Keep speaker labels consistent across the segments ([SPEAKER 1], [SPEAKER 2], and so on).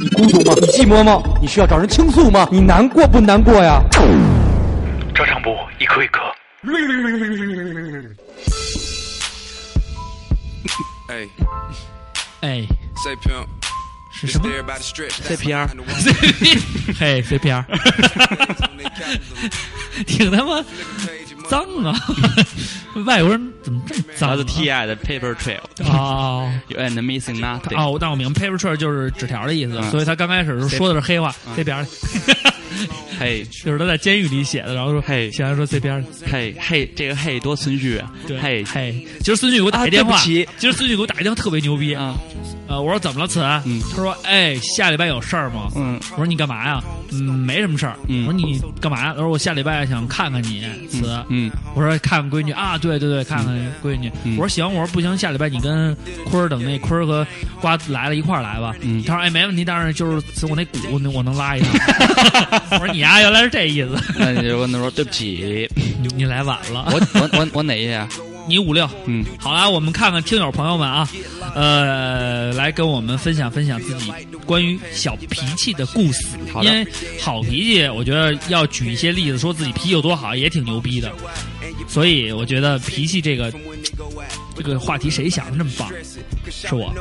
[SPEAKER 1] 你孤独吗？你寂寞吗？你需要找人倾诉吗？你难过不难过呀？
[SPEAKER 2] 照常不误，一颗一颗。
[SPEAKER 3] Hey,
[SPEAKER 4] 哎，
[SPEAKER 3] say pimp.
[SPEAKER 4] 是
[SPEAKER 3] It's
[SPEAKER 4] 什么？
[SPEAKER 3] there by the stretch.
[SPEAKER 5] CPR
[SPEAKER 4] 嘿，CPR，挺他妈脏啊！ 外国人怎么这么脏、
[SPEAKER 5] 来
[SPEAKER 4] 啊？
[SPEAKER 5] 自 T.I. 的 Paper Trail
[SPEAKER 4] 哦
[SPEAKER 5] You and Missing
[SPEAKER 4] 他
[SPEAKER 5] Nothing。
[SPEAKER 4] 哦，那我明白，paper trail 就是纸条的意思，
[SPEAKER 5] 嗯
[SPEAKER 4] 所以他刚开始的时候说的是黑话，CPR，
[SPEAKER 5] 嘿，
[SPEAKER 4] 就是他在监狱里写的，然后说，
[SPEAKER 5] 嘿
[SPEAKER 4] 显然说 CPR，
[SPEAKER 5] 嘿，嘿，这个嘿多孙旭啊
[SPEAKER 4] 对，！
[SPEAKER 5] 嘿，
[SPEAKER 4] 嘿，今儿孙旭给我打
[SPEAKER 5] 啊
[SPEAKER 4] 一电话，
[SPEAKER 5] 对不起
[SPEAKER 4] 今儿孙旭给我打一电话特别牛逼，
[SPEAKER 5] 啊，
[SPEAKER 4] 呃，我说怎么了，此安？
[SPEAKER 5] 嗯
[SPEAKER 4] 他说，哎，下礼拜有事儿吗？
[SPEAKER 5] 嗯
[SPEAKER 4] 我说你干嘛呀？嗯，没什么事儿。
[SPEAKER 5] 嗯
[SPEAKER 4] 我说你干嘛呀？他说我下礼拜想看看你，此。
[SPEAKER 5] 嗯，
[SPEAKER 4] 我说看看闺女啊，对对对，看看闺女。
[SPEAKER 5] 嗯
[SPEAKER 4] 我说行，我说不行，下礼拜你跟坤儿等那坤儿和瓜子来了一块儿来吧。
[SPEAKER 5] 嗯
[SPEAKER 4] 他说哎没问题，但是就是从我那鼓那我能拉 一趟。我说你呀、原来是这意思，
[SPEAKER 5] 那你就跟他说对不起，
[SPEAKER 4] 你你来晚
[SPEAKER 5] 我
[SPEAKER 4] 了，
[SPEAKER 5] 我我我哪一呀？
[SPEAKER 4] 你五六。
[SPEAKER 5] 嗯，
[SPEAKER 4] 好啦，我们看看听友朋友们啊，呃，来跟我们分享分享自己关于小脾气的故事。
[SPEAKER 5] 好的
[SPEAKER 4] 因为好脾气，我觉得要举一些例子，说自己脾气有多好，也挺牛逼的。所以我觉得脾气这个这个话题，谁想的这么棒？是我。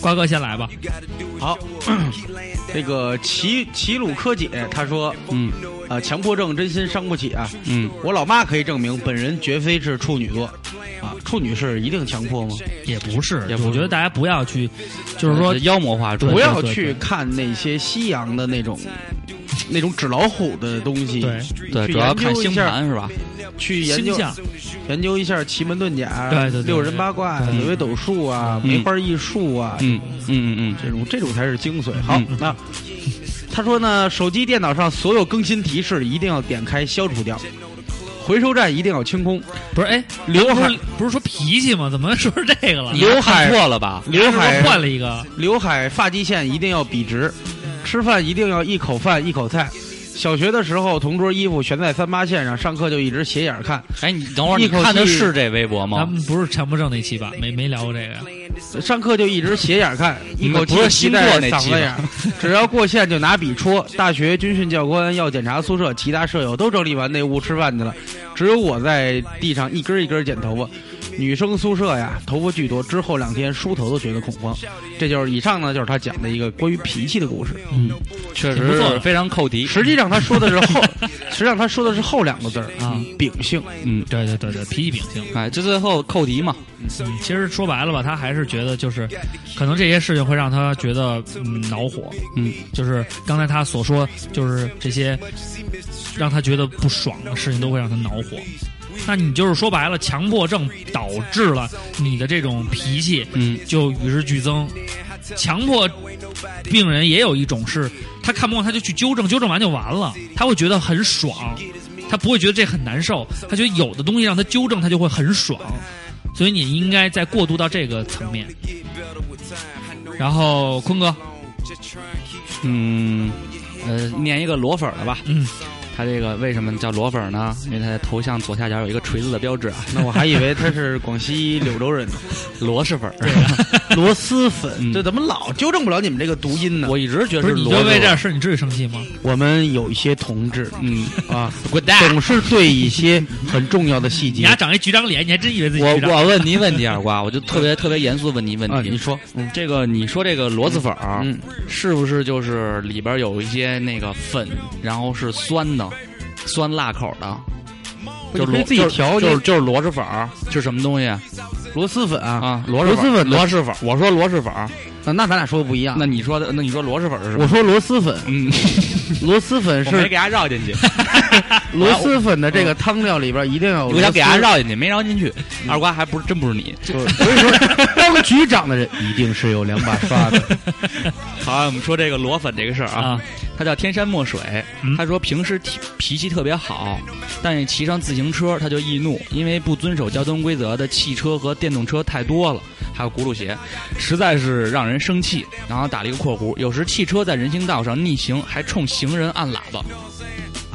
[SPEAKER 4] 瓜哥先来吧。
[SPEAKER 6] 好，那个齐齐鲁柯姐她说，
[SPEAKER 5] 嗯
[SPEAKER 6] 啊，强迫症真心伤不起啊。
[SPEAKER 5] 嗯，
[SPEAKER 6] 我老妈可以证明，本人绝非是处女座，啊，处女是一定强迫吗？
[SPEAKER 4] 也不是，
[SPEAKER 5] 也不是
[SPEAKER 4] 我觉得大家不要去，呃就是说
[SPEAKER 5] 妖魔化妆，
[SPEAKER 4] 对
[SPEAKER 6] 不要
[SPEAKER 4] 对
[SPEAKER 6] 去看那些西洋的那种。那种纸老虎的东西，
[SPEAKER 4] 对
[SPEAKER 5] 对，
[SPEAKER 6] 去
[SPEAKER 5] 主要
[SPEAKER 6] 研
[SPEAKER 5] 看
[SPEAKER 6] 究
[SPEAKER 5] 星
[SPEAKER 6] 一下，
[SPEAKER 5] 盘是吧？
[SPEAKER 6] 去研
[SPEAKER 4] 星
[SPEAKER 6] 究
[SPEAKER 4] 象，
[SPEAKER 6] 研究一下奇门遁甲，啊
[SPEAKER 4] 对对对
[SPEAKER 6] 六神八卦、
[SPEAKER 4] 对
[SPEAKER 6] 紫微斗数啊、
[SPEAKER 5] 嗯
[SPEAKER 6] 梅花易数啊，
[SPEAKER 5] 嗯嗯嗯
[SPEAKER 6] 这种这种才是精髓。好，
[SPEAKER 5] 嗯
[SPEAKER 6] 那他说呢，手机、电脑上所有更新提示一定要点开消除掉，回收站一定要清空，
[SPEAKER 4] 不是哎，
[SPEAKER 6] 刘
[SPEAKER 4] 不
[SPEAKER 6] 海
[SPEAKER 4] 是不是说脾气吗？怎么说是这个了
[SPEAKER 5] 嗯，？你又看错了吧？
[SPEAKER 6] 刘
[SPEAKER 4] 是
[SPEAKER 6] 海
[SPEAKER 4] 不是换了一个，
[SPEAKER 6] 刘海发际线一定要笔直，吃饭一定要一口饭一口菜。小学的时候，同桌衣服悬在三八线上，上课就一直斜眼看。
[SPEAKER 5] 哎，你等会儿，你
[SPEAKER 6] 一口气
[SPEAKER 5] 看的是这微博
[SPEAKER 4] 咱
[SPEAKER 5] 吗？
[SPEAKER 4] 们不是强迫症那期吧？没没聊过这个呀？
[SPEAKER 6] 上课就一直斜眼看，一口气
[SPEAKER 5] 不是
[SPEAKER 6] 吸
[SPEAKER 5] 星
[SPEAKER 6] 在
[SPEAKER 5] 座那
[SPEAKER 6] 嗓
[SPEAKER 5] 期
[SPEAKER 6] 子眼儿，只要过线就拿笔戳。大学军训教官要检查宿舍，其他舍友都整理完内屋吃饭去了，只有我在地上一根一根剪头发。女生宿舍呀，头发巨多，之后两天梳头都觉得恐慌。这就是以上呢，就是他讲的一个关于脾气的故事。
[SPEAKER 5] 嗯确
[SPEAKER 4] 挺不
[SPEAKER 5] 实
[SPEAKER 4] 错的
[SPEAKER 5] 是非常扣题。
[SPEAKER 6] 实际上他说的是后，实际上他说的是后两个字儿
[SPEAKER 4] 啊
[SPEAKER 6] 秉性。
[SPEAKER 5] 嗯，
[SPEAKER 4] 对对对对，脾气秉性。
[SPEAKER 5] 哎，就最后扣题嘛。
[SPEAKER 4] 嗯，其实说白了吧，他还是觉得就是，可能这些事情会让他觉得嗯恼火。
[SPEAKER 5] 嗯，
[SPEAKER 4] 就是刚才他所说，就是这些让他觉得不爽的事情都会让他恼火。那你就是说白了，强迫症导致了你的这种脾气
[SPEAKER 5] 嗯
[SPEAKER 4] 就与日俱增。强迫病人也有一种是，他看不惯他就去纠正，纠正完就完了，他会觉得很爽，他不会觉得这很难受，他觉得有的东西让他纠正，他就会很爽。所以你应该再过渡到这个层面。然后坤 哥，
[SPEAKER 5] 嗯，呃，念一个裸粉儿的吧。
[SPEAKER 4] 嗯，
[SPEAKER 5] 他这个为什么叫裸粉儿呢？因为他的头像左下角有一个锤子的标志啊，
[SPEAKER 6] 那我还以为他是广西柳州人呢，
[SPEAKER 5] 螺蛳粉儿。
[SPEAKER 6] 螺蛳粉。
[SPEAKER 5] 嗯
[SPEAKER 6] 这怎么老纠正不了你们这个读音呢？
[SPEAKER 5] 我一直觉
[SPEAKER 4] 不是
[SPEAKER 5] 得是
[SPEAKER 4] 你
[SPEAKER 5] 螺
[SPEAKER 4] 就为这
[SPEAKER 5] 蛳粉
[SPEAKER 4] 点
[SPEAKER 5] 儿。
[SPEAKER 4] 事儿你至于生气吗？
[SPEAKER 6] 我们有一些同志，
[SPEAKER 5] 嗯，
[SPEAKER 6] 啊，
[SPEAKER 5] 滚蛋！
[SPEAKER 6] 总是对一些很重要的细
[SPEAKER 4] 你
[SPEAKER 6] 节
[SPEAKER 4] 还长一局长脸，你还真以为自己
[SPEAKER 5] 我
[SPEAKER 4] 局长？
[SPEAKER 5] 我问你一问题，二啊瓜，我就特别特别严肃地问你一问
[SPEAKER 6] 啊，
[SPEAKER 5] 题。
[SPEAKER 6] 你说，嗯
[SPEAKER 5] 这个你说这个螺蛳粉儿，啊
[SPEAKER 6] 嗯，
[SPEAKER 5] 是不是就是里边有一些那个粉，然后是酸的，酸辣口的？就是
[SPEAKER 6] 你可以
[SPEAKER 5] 螺
[SPEAKER 6] 自己调
[SPEAKER 5] 就是就
[SPEAKER 6] 哦你
[SPEAKER 5] 是就是螺蛳粉儿，是什么东西
[SPEAKER 6] 螺蛳粉啊，
[SPEAKER 5] 啊？
[SPEAKER 6] 螺
[SPEAKER 5] 蛳
[SPEAKER 6] 蛳粉
[SPEAKER 5] 螺蛳粉儿。我说螺蛳粉儿，
[SPEAKER 6] 那啊那咱俩说的不一样。
[SPEAKER 5] 那你说的，那你说螺蛳粉儿是什么？
[SPEAKER 6] 我说螺蛳粉，
[SPEAKER 5] 嗯，
[SPEAKER 6] 螺蛳粉是
[SPEAKER 5] 给他绕进去，
[SPEAKER 6] 螺蛳粉的这个汤料里边一定要有
[SPEAKER 5] 我
[SPEAKER 6] 螺
[SPEAKER 5] 想
[SPEAKER 6] 蛳。
[SPEAKER 5] 给他绕进去，没绕进去。二瓜还不是真不是你，
[SPEAKER 6] 对所以说，当了局长的人一定是有两把刷的。
[SPEAKER 5] 好，我们说这个螺粉这个事儿啊，
[SPEAKER 4] 啊
[SPEAKER 5] 他叫天山墨水，
[SPEAKER 4] 嗯
[SPEAKER 5] 他说平时脾脾气特别好，但是骑上自行车他就易怒，因为不遵守交通规则的汽车和电动车太多了，还有轱辘鞋，实在是让人生气。然后打了一个括弧，有时汽车在人行道上逆行，还冲行人按喇叭。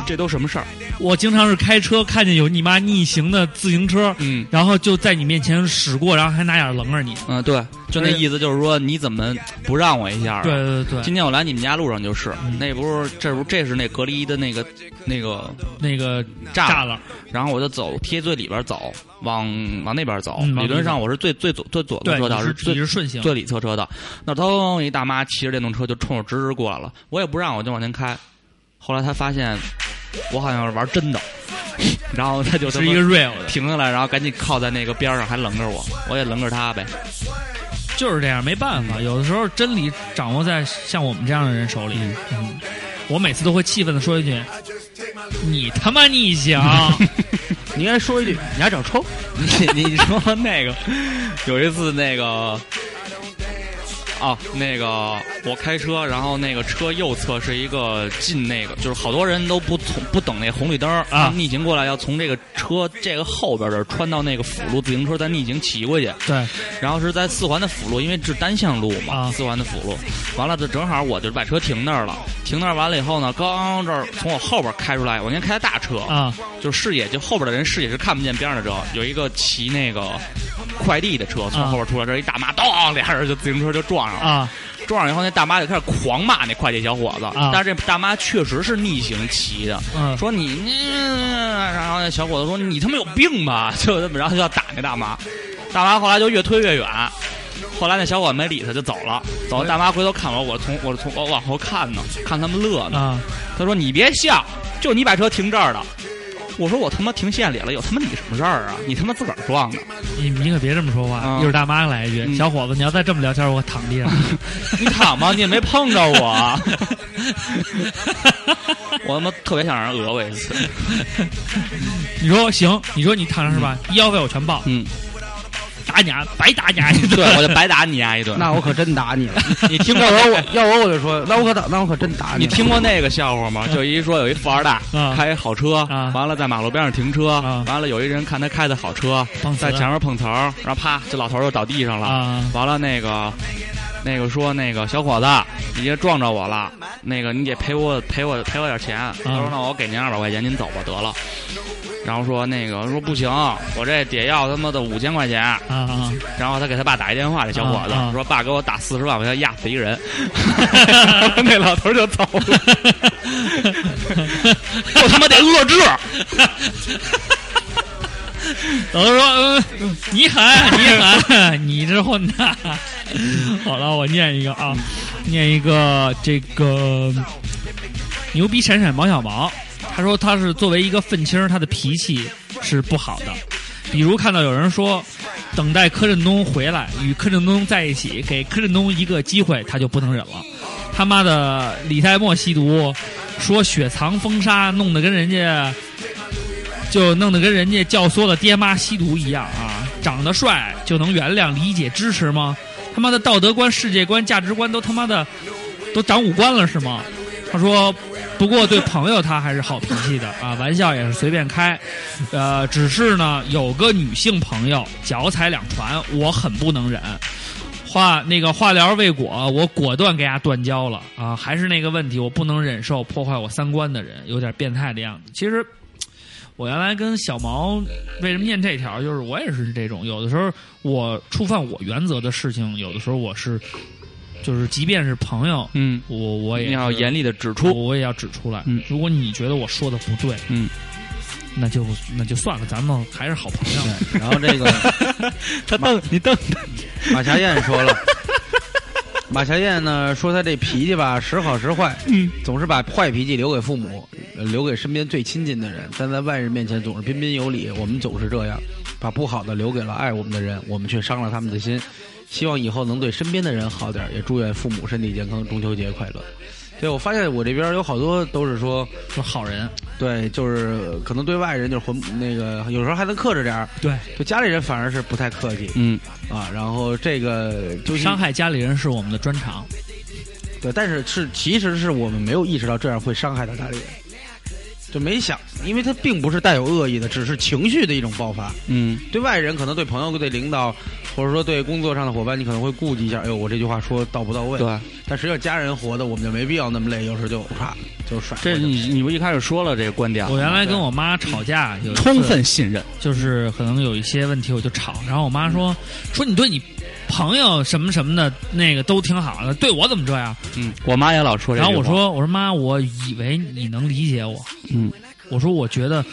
[SPEAKER 5] 这都什么事儿？
[SPEAKER 4] 我经常是开车看见有你妈逆行的自行车，
[SPEAKER 5] 嗯
[SPEAKER 4] 然后就在你面前驶过，然后还拿眼棱着你。
[SPEAKER 5] 嗯，对，就那意思就是说你怎么不让我一下？啊
[SPEAKER 4] 对。对对
[SPEAKER 5] 今
[SPEAKER 4] 对，
[SPEAKER 5] 天我来你们家路上就是，
[SPEAKER 4] 嗯
[SPEAKER 5] 那不是这不这是那隔离的那个那个
[SPEAKER 4] 那个栅
[SPEAKER 5] 栅栏，
[SPEAKER 4] 栏，
[SPEAKER 5] 然后我就走贴最里边走，往往那边走。
[SPEAKER 4] 嗯往
[SPEAKER 5] 理论
[SPEAKER 4] 里
[SPEAKER 5] 上
[SPEAKER 4] 走
[SPEAKER 5] 我是最最左最左的
[SPEAKER 4] 对，
[SPEAKER 5] 车道，
[SPEAKER 4] 你
[SPEAKER 5] 是
[SPEAKER 4] 是
[SPEAKER 5] 最
[SPEAKER 4] 你是顺行，
[SPEAKER 5] 最里侧车道。那腾一大妈骑着电动车就冲我直直过来了，我也不让，我就往前开。后来她发现我好像是玩真的， 然后她就他
[SPEAKER 4] 是
[SPEAKER 5] 妈
[SPEAKER 4] 一个 real 的，
[SPEAKER 5] 停下来，然后赶紧靠在那个边上，还棱着我，我也棱着她呗。
[SPEAKER 4] 就是这样，没办法，有的时候真理掌握在像我们这样的人手里。嗯我每次都会气愤的说一句：“你他妈逆 行！”
[SPEAKER 6] 你应该说一句，你还找抽？
[SPEAKER 5] 你你说那个有一次那个。哦，那个我开车，然后那个车右侧是一个进那个，就是好多人都不从不等那红绿灯儿
[SPEAKER 4] 啊
[SPEAKER 5] 逆行过来要从这个车这个后边儿这儿穿到那个辅路自行车再逆行骑过去，
[SPEAKER 4] 对，
[SPEAKER 5] 然后是在四环的辅路，因为是单向路嘛，
[SPEAKER 4] 啊
[SPEAKER 5] 四环的辅路。完了，就正好我就把车停那儿了，停那儿完了以后呢，刚这儿从我后边开出来，我先开的大车
[SPEAKER 4] 啊，
[SPEAKER 5] 就视野就后边的人视野是看不见边上的车，有一个骑那个快递的车从
[SPEAKER 4] 啊
[SPEAKER 5] 后边出来，这儿一大妈咚，俩人就自行车就撞上了。
[SPEAKER 4] 啊，
[SPEAKER 5] 撞上以后，那大妈就开始狂骂那快递小伙子，
[SPEAKER 4] 啊
[SPEAKER 5] 但是这大妈确实是逆行骑的，
[SPEAKER 4] 嗯
[SPEAKER 5] 说你，嗯然后那小伙子说你他妈有病吧， 就这么，然后就要打那大妈，大妈后来就越推越远，后来那小伙子没理他就走了，走
[SPEAKER 4] 哎
[SPEAKER 5] 了，大妈回头看我，我从我从我往后看呢，看他们乐呢，
[SPEAKER 4] 啊，
[SPEAKER 5] 他说你别笑，就你把车停这儿了。我说我他妈停县里了，有他妈你什么事儿啊？你他妈自个儿撞的，
[SPEAKER 4] 你你可别这么说话，
[SPEAKER 5] 啊
[SPEAKER 4] 一会儿大妈来一句：“
[SPEAKER 5] 嗯
[SPEAKER 4] 小伙子，你要再这么聊天，我躺地上。
[SPEAKER 5] 你躺吧，你也没碰着我。 我他妈特别想让人讹我一次。”
[SPEAKER 4] 你说行，你说你躺上是吧？医药费我全报，
[SPEAKER 5] 嗯，
[SPEAKER 4] 打你啊，白打你啊！
[SPEAKER 5] 对，我就白打你啊丫一顿。
[SPEAKER 6] 那我可真打你了。
[SPEAKER 5] 你听过
[SPEAKER 6] 要我我要我我就说，那我可打，那我可真打
[SPEAKER 5] 你
[SPEAKER 6] 了
[SPEAKER 5] 听过那个 笑话吗？就一说有一富二代
[SPEAKER 4] 啊
[SPEAKER 5] 开一好车
[SPEAKER 4] 啊，
[SPEAKER 5] 完了在马路边上停车
[SPEAKER 4] 啊，
[SPEAKER 5] 完了有一人看他开的好车
[SPEAKER 4] 碰，瓷
[SPEAKER 5] 在前面碰瓷儿，然后啪，这老头儿就倒地上了。
[SPEAKER 4] 啊
[SPEAKER 5] 完了那个那个说那个小伙子，你这撞着我了，那个你得赔我赔我赔我点钱。
[SPEAKER 4] 啊
[SPEAKER 5] 他说那我给您二百块钱，您走吧得了。然后说那个说不行，我这得要他妈的五千块 钱。
[SPEAKER 4] 啊啊！
[SPEAKER 5] 然后他给他爸打一电话，这小伙子、
[SPEAKER 4] 啊啊
[SPEAKER 5] 说：“爸，给我打四十万，我要压死一个 人。”那老头儿就走了，我他妈得遏制。
[SPEAKER 4] 老头说：“嗯，你喊，你喊，你这混蛋！”好了，我念一个啊，念一个这个牛逼闪闪毛小毛，他说他是作为一个愤青儿，他的脾气是不好的。比如看到有人说等待柯震东回来，与柯震东在一起，给柯震东一个机会，他就不能忍了。他妈的，李代沫吸毒，说雪藏风沙，弄得跟人家就弄得跟人家教唆的爹妈吸毒一样啊！长得帅就能原谅、理解、支持吗？他妈的道德观、世界观、价值观都他妈的都长五官了是吗？他说，不过对朋友他还是好脾气的啊，玩笑也是随便开，呃，只是呢有个女性朋友脚踩两船，我很不能忍。化那个化疗未果，我果断给他断交了啊！还是那个问题，我不能忍受破坏我三观的人，有点变态的样子。其实我原来跟小毛为什么念这条，就是我也是这种，有的时候我触犯我原则的事情，有的时候我是，就是即便是朋友，
[SPEAKER 5] 嗯，
[SPEAKER 4] 我我也
[SPEAKER 5] 你要
[SPEAKER 4] 是
[SPEAKER 5] 严厉的指
[SPEAKER 4] 我
[SPEAKER 5] 出。
[SPEAKER 4] 我也要指出来。
[SPEAKER 5] 嗯
[SPEAKER 4] 如果你觉得我说的不对，
[SPEAKER 5] 嗯，
[SPEAKER 4] 那就那就算了，咱们还是好朋友。
[SPEAKER 6] 然后这个
[SPEAKER 5] 他瞪你瞪，
[SPEAKER 6] 马霞燕说了。马霞燕呢说她这脾气吧，时好时坏，
[SPEAKER 5] 嗯
[SPEAKER 6] 总是把坏脾气留给父母，呃留给身边最亲近的人，但在外人面前总是彬彬有礼。我们总是这样，把不好的留给了爱我们的人，我们却伤了他们的心。希望以后能对身边的人好点儿，也祝愿父母身体健康，中秋节快乐。对，我发现我这边有好多都是说，
[SPEAKER 4] 说好人，
[SPEAKER 6] 对，就是可能对外人就是混那个，有时候还能克制点儿，
[SPEAKER 4] 对，
[SPEAKER 6] 对家里人反而是不太客气
[SPEAKER 5] 嗯，
[SPEAKER 6] 啊。然后这个就是
[SPEAKER 4] 伤害家里人是我们的专长。
[SPEAKER 6] 对，但是是其实是我们没有意识到这样会伤害到家里人，就没想，因为他并不是带有恶意的，只是情绪的一种爆发。
[SPEAKER 5] 嗯，
[SPEAKER 6] 对外人可能对朋友、对领导，或者说对工作上的伙伴，你可能会顾及一下，哎呦，我这句话说到不到位？
[SPEAKER 5] 对，
[SPEAKER 6] 但实际上家人活的，我们就没必要那么累，有时候就唰就甩。
[SPEAKER 5] 这你你不一开始说了这个观点吗，
[SPEAKER 4] 我原来跟我妈吵架，有一次
[SPEAKER 5] 啊充分信任，
[SPEAKER 4] 就是可能有一些问题我就吵，然后我妈说
[SPEAKER 5] 嗯
[SPEAKER 4] 说你对你朋友什么什么的那个都挺好的，对我怎么这样？
[SPEAKER 5] 嗯，我妈也老说这
[SPEAKER 4] 然
[SPEAKER 5] 句话，
[SPEAKER 4] 后我说我说妈，我以为你能理解我，
[SPEAKER 5] 嗯
[SPEAKER 4] 我说我觉得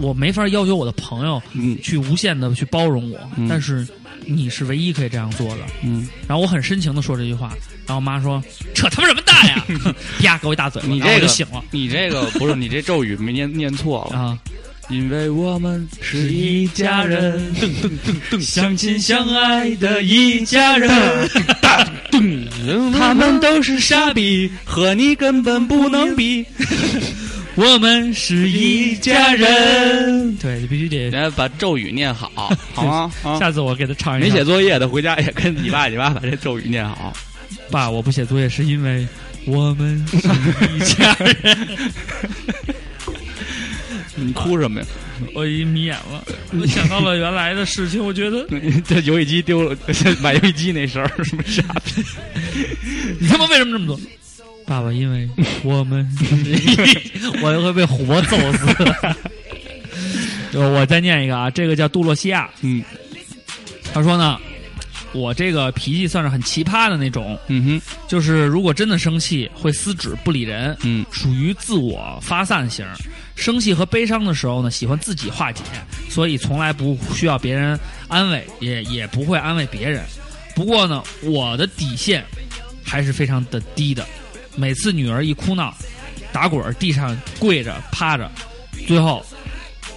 [SPEAKER 4] 我没法要求我的朋友
[SPEAKER 5] 嗯
[SPEAKER 4] 去无限的去包容我，
[SPEAKER 5] 嗯
[SPEAKER 4] 但是你是唯一可以这样做的。
[SPEAKER 5] 嗯，
[SPEAKER 4] 然后我很深情的说这句话，然后我妈说扯他妈什么蛋 呀，啪给我一大嘴巴，
[SPEAKER 5] 你
[SPEAKER 4] 然后
[SPEAKER 5] 这
[SPEAKER 4] 我
[SPEAKER 5] 个
[SPEAKER 4] 就醒了
[SPEAKER 5] 你这个不是你这咒语没念念错了，
[SPEAKER 4] 啊，
[SPEAKER 5] 因为我们是一家人，
[SPEAKER 4] 相亲相爱的一家人，
[SPEAKER 5] 他们都是傻逼，和你根本不能比。
[SPEAKER 4] 我们是一家人。对，你必须得。
[SPEAKER 5] 人家把咒语念 好，好吗？啊，
[SPEAKER 4] 下次我给他唱一
[SPEAKER 5] 没
[SPEAKER 4] 下。
[SPEAKER 5] 写作业的回家也跟你爸你妈把 这咒语念好。
[SPEAKER 4] 爸，我不写作业是因为我 们是一家人。
[SPEAKER 5] 你哭什么呀？
[SPEAKER 4] 我已经迷眼了，我想到了原来的事情，我觉得
[SPEAKER 5] 这游戏机丢了， 买游戏机那事儿什么傻逼？
[SPEAKER 4] 你他妈为什么这么做？爸爸，因为我们 我就会被虎珀揍死。我再念一个啊，这个叫杜洛西亚，
[SPEAKER 5] 嗯
[SPEAKER 4] 他说呢，我这个脾气算是很奇葩的那种，
[SPEAKER 5] 嗯
[SPEAKER 4] 就是如果真的生气会撕纸不理人，
[SPEAKER 5] 嗯
[SPEAKER 4] 属于自我发散型。生气和悲伤的时候呢，喜欢自己化解，所以从来不需要别人安慰，也也不会安慰别人。不过呢，我的底线还是非常的低的。每次女儿一哭闹，打滚儿地上跪着趴着，最后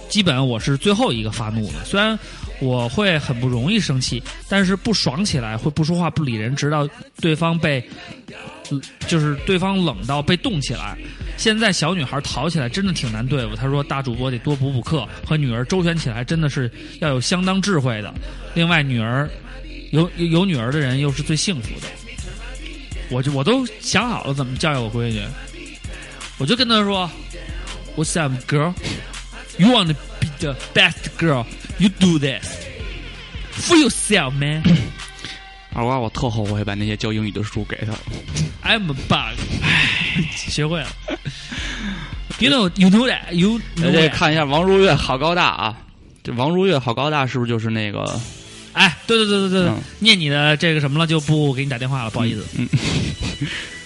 [SPEAKER 4] 基本我是最后一个发怒的。虽然我会很不容易生气，但是不爽起来会不说话不理人，直到对方被就是对方冷到被冻起来。现在小女孩淘起来真的挺难对付。她说大主播得多补补课，和女儿周旋起来真的是要有相当智慧的。另外，女儿有有有女儿的人又是最幸福的。我就我都想好了怎么教育我闺女，我就跟她说，What's up, girl? You want to be the best girl? You do this for yourself, man.
[SPEAKER 5] 哼，二瓜，我特后悔把那些教英语的书给他了。
[SPEAKER 4] I'm a bug，学会了。You know, you know that, you
[SPEAKER 5] 大
[SPEAKER 4] know
[SPEAKER 5] 家
[SPEAKER 4] that.
[SPEAKER 5] 看一下王如月好高大啊！这王如月好高大是不是就是那个？
[SPEAKER 4] 哎，对对对对对，
[SPEAKER 5] 嗯
[SPEAKER 4] 念你的这个什么了，就不给你打电话了，不好意思。
[SPEAKER 5] 嗯，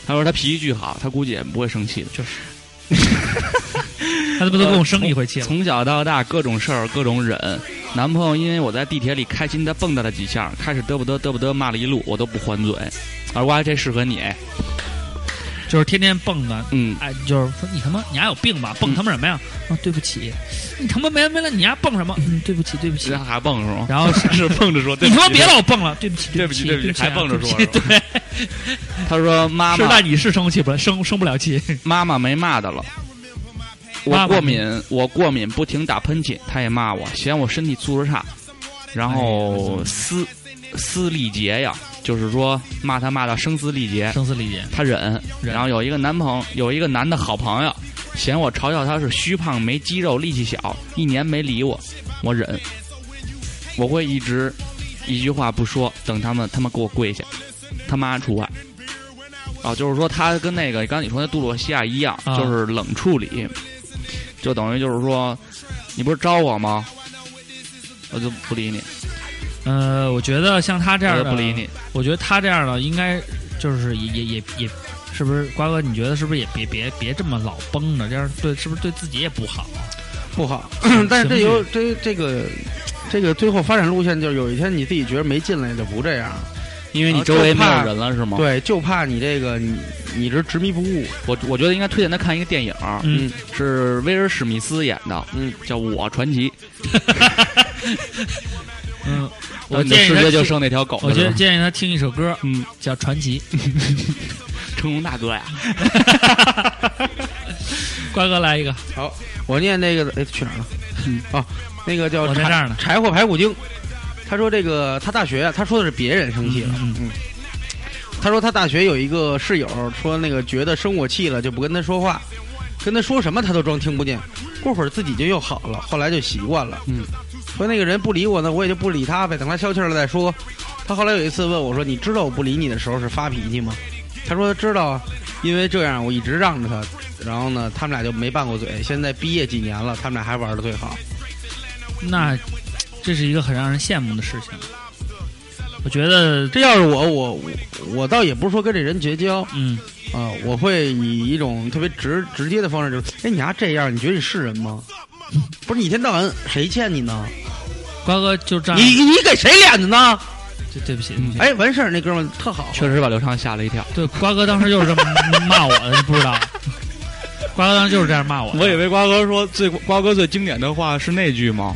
[SPEAKER 5] 他说他脾气巨好，他估计也不会生气的。就是嗯
[SPEAKER 4] 他这不都跟我生一回气了？
[SPEAKER 5] 从小到大各种事儿各种忍，男朋友因为我在地铁里开心的蹦跶了几下，开始嘚不嘚嘚不嘚骂了一路，我都不还嘴。二瓜这适合你，
[SPEAKER 4] 就是天天蹦的，
[SPEAKER 5] 嗯，
[SPEAKER 4] 哎，就是说你他妈你还有病吧？蹦他妈什么呀？啊，对不起，你他妈没完没了，你还蹦什么？嗯，对不起，对不起
[SPEAKER 5] 这。还蹦是吗？
[SPEAKER 4] 然后是
[SPEAKER 5] 是蹦着说，
[SPEAKER 4] 你他妈别老蹦了，对不起，
[SPEAKER 5] 对
[SPEAKER 4] 不
[SPEAKER 5] 不
[SPEAKER 4] 起，
[SPEAKER 5] 起
[SPEAKER 4] 对
[SPEAKER 5] 对不起
[SPEAKER 4] 啊
[SPEAKER 5] 还蹦着说
[SPEAKER 4] 对不起对，
[SPEAKER 5] 他说妈
[SPEAKER 4] 是
[SPEAKER 5] 妈
[SPEAKER 4] 但你是生气不了，生生不了气。
[SPEAKER 5] 妈妈没骂的了。
[SPEAKER 4] 妈妈
[SPEAKER 5] 我过敏，我过敏，不停打喷嚏，他也骂我，嫌我身体素质差，然
[SPEAKER 4] 哎
[SPEAKER 5] 后撕撕力竭呀，就是说骂他骂到声嘶力竭，
[SPEAKER 4] 声嘶力竭，
[SPEAKER 5] 他忍，
[SPEAKER 4] 忍
[SPEAKER 5] 然后有一个男朋友，有一个男的好朋友，嫌我嘲笑他是虚胖没肌肉，力气小，一年没理我，我忍，我会一直一句话不说，等他们他们给我跪下，他妈除外。哦，就是说他跟那个刚才你说那杜洛西亚一样，
[SPEAKER 4] 啊
[SPEAKER 5] 就是冷处理，就等于就是说，你不是招我吗？我就不理你，
[SPEAKER 4] 呃，我觉得像他这样
[SPEAKER 5] 我
[SPEAKER 4] 的
[SPEAKER 5] 就不理你。
[SPEAKER 4] 我觉得他这样的应该就是也也也也，是不是瓜哥？你觉得是不是也别别别这么老绷着，这样对是不是对自己也不 好？
[SPEAKER 6] 不好
[SPEAKER 4] 情，
[SPEAKER 6] 嗯但是这有这这个这个最后发展路线就是有一天你自己觉得没劲了，你就不这样了。
[SPEAKER 5] 因为你
[SPEAKER 6] 啊
[SPEAKER 5] 周
[SPEAKER 6] 就
[SPEAKER 5] 围没有
[SPEAKER 6] 怕
[SPEAKER 5] 人了是吗？，
[SPEAKER 6] 对，就怕你这个你你这执迷不悟。
[SPEAKER 5] 我我觉得应该推荐他看一个电影，
[SPEAKER 4] 嗯，
[SPEAKER 5] 是威尔史密斯演的，
[SPEAKER 6] 嗯，
[SPEAKER 5] 叫《我传奇》。
[SPEAKER 4] 嗯，我
[SPEAKER 5] 我的
[SPEAKER 4] 建议
[SPEAKER 5] 世
[SPEAKER 4] 他
[SPEAKER 5] 界就
[SPEAKER 4] 听
[SPEAKER 5] 剩那条狗了。
[SPEAKER 4] 我觉得
[SPEAKER 5] 是吧
[SPEAKER 4] 建议他听一首歌
[SPEAKER 5] 嗯，
[SPEAKER 4] 叫《传奇》。
[SPEAKER 5] 成龙大哥呀，
[SPEAKER 4] 嗯瓜哥来一个，
[SPEAKER 6] 好，我念那个哎去哪儿了？哦，那个叫
[SPEAKER 4] 我在
[SPEAKER 6] 柴
[SPEAKER 4] 这儿呢
[SPEAKER 6] 柴火排骨精。他说这个他大学啊，他说的是别人生气了。
[SPEAKER 4] 嗯嗯
[SPEAKER 6] 他说他大学有一个室友，说那个觉得生我气了就不跟他说话，跟他说什么他都装听不见，过会儿自己就又好了，后来就习惯了。
[SPEAKER 5] 嗯，
[SPEAKER 6] 说那个人不理我呢，我也就不理他呗，等他消气儿了再说。他后来有一次问我说：“你知道我不理你的时候是发脾气吗？”他说：“知道啊，因为这样我一直让着他，然后呢，他们俩就没拌过嘴。现在毕业几年了，他们俩还玩的最好。
[SPEAKER 4] 那这是一个很让人羡慕的事情。我觉得，
[SPEAKER 6] 这要是我，我我我倒也不是说跟这人绝交
[SPEAKER 4] 嗯，
[SPEAKER 6] 啊、我会以一种特别直直接的方式，就是哎，你丫这样，你觉得你是人 吗？不是你一天到晚谁欠你呢？
[SPEAKER 4] 瓜哥就这样。
[SPEAKER 6] 你你给谁脸子呢？
[SPEAKER 4] 对对不起，对不起
[SPEAKER 6] 哎，完事儿那哥们儿特好，
[SPEAKER 5] 确实把刘畅吓了一跳。
[SPEAKER 4] 对，瓜哥当时就是这么骂我的，你不知道。瓜哥当时就是这样骂我的。
[SPEAKER 5] 我以为瓜哥说最瓜哥最经典的话是那句吗？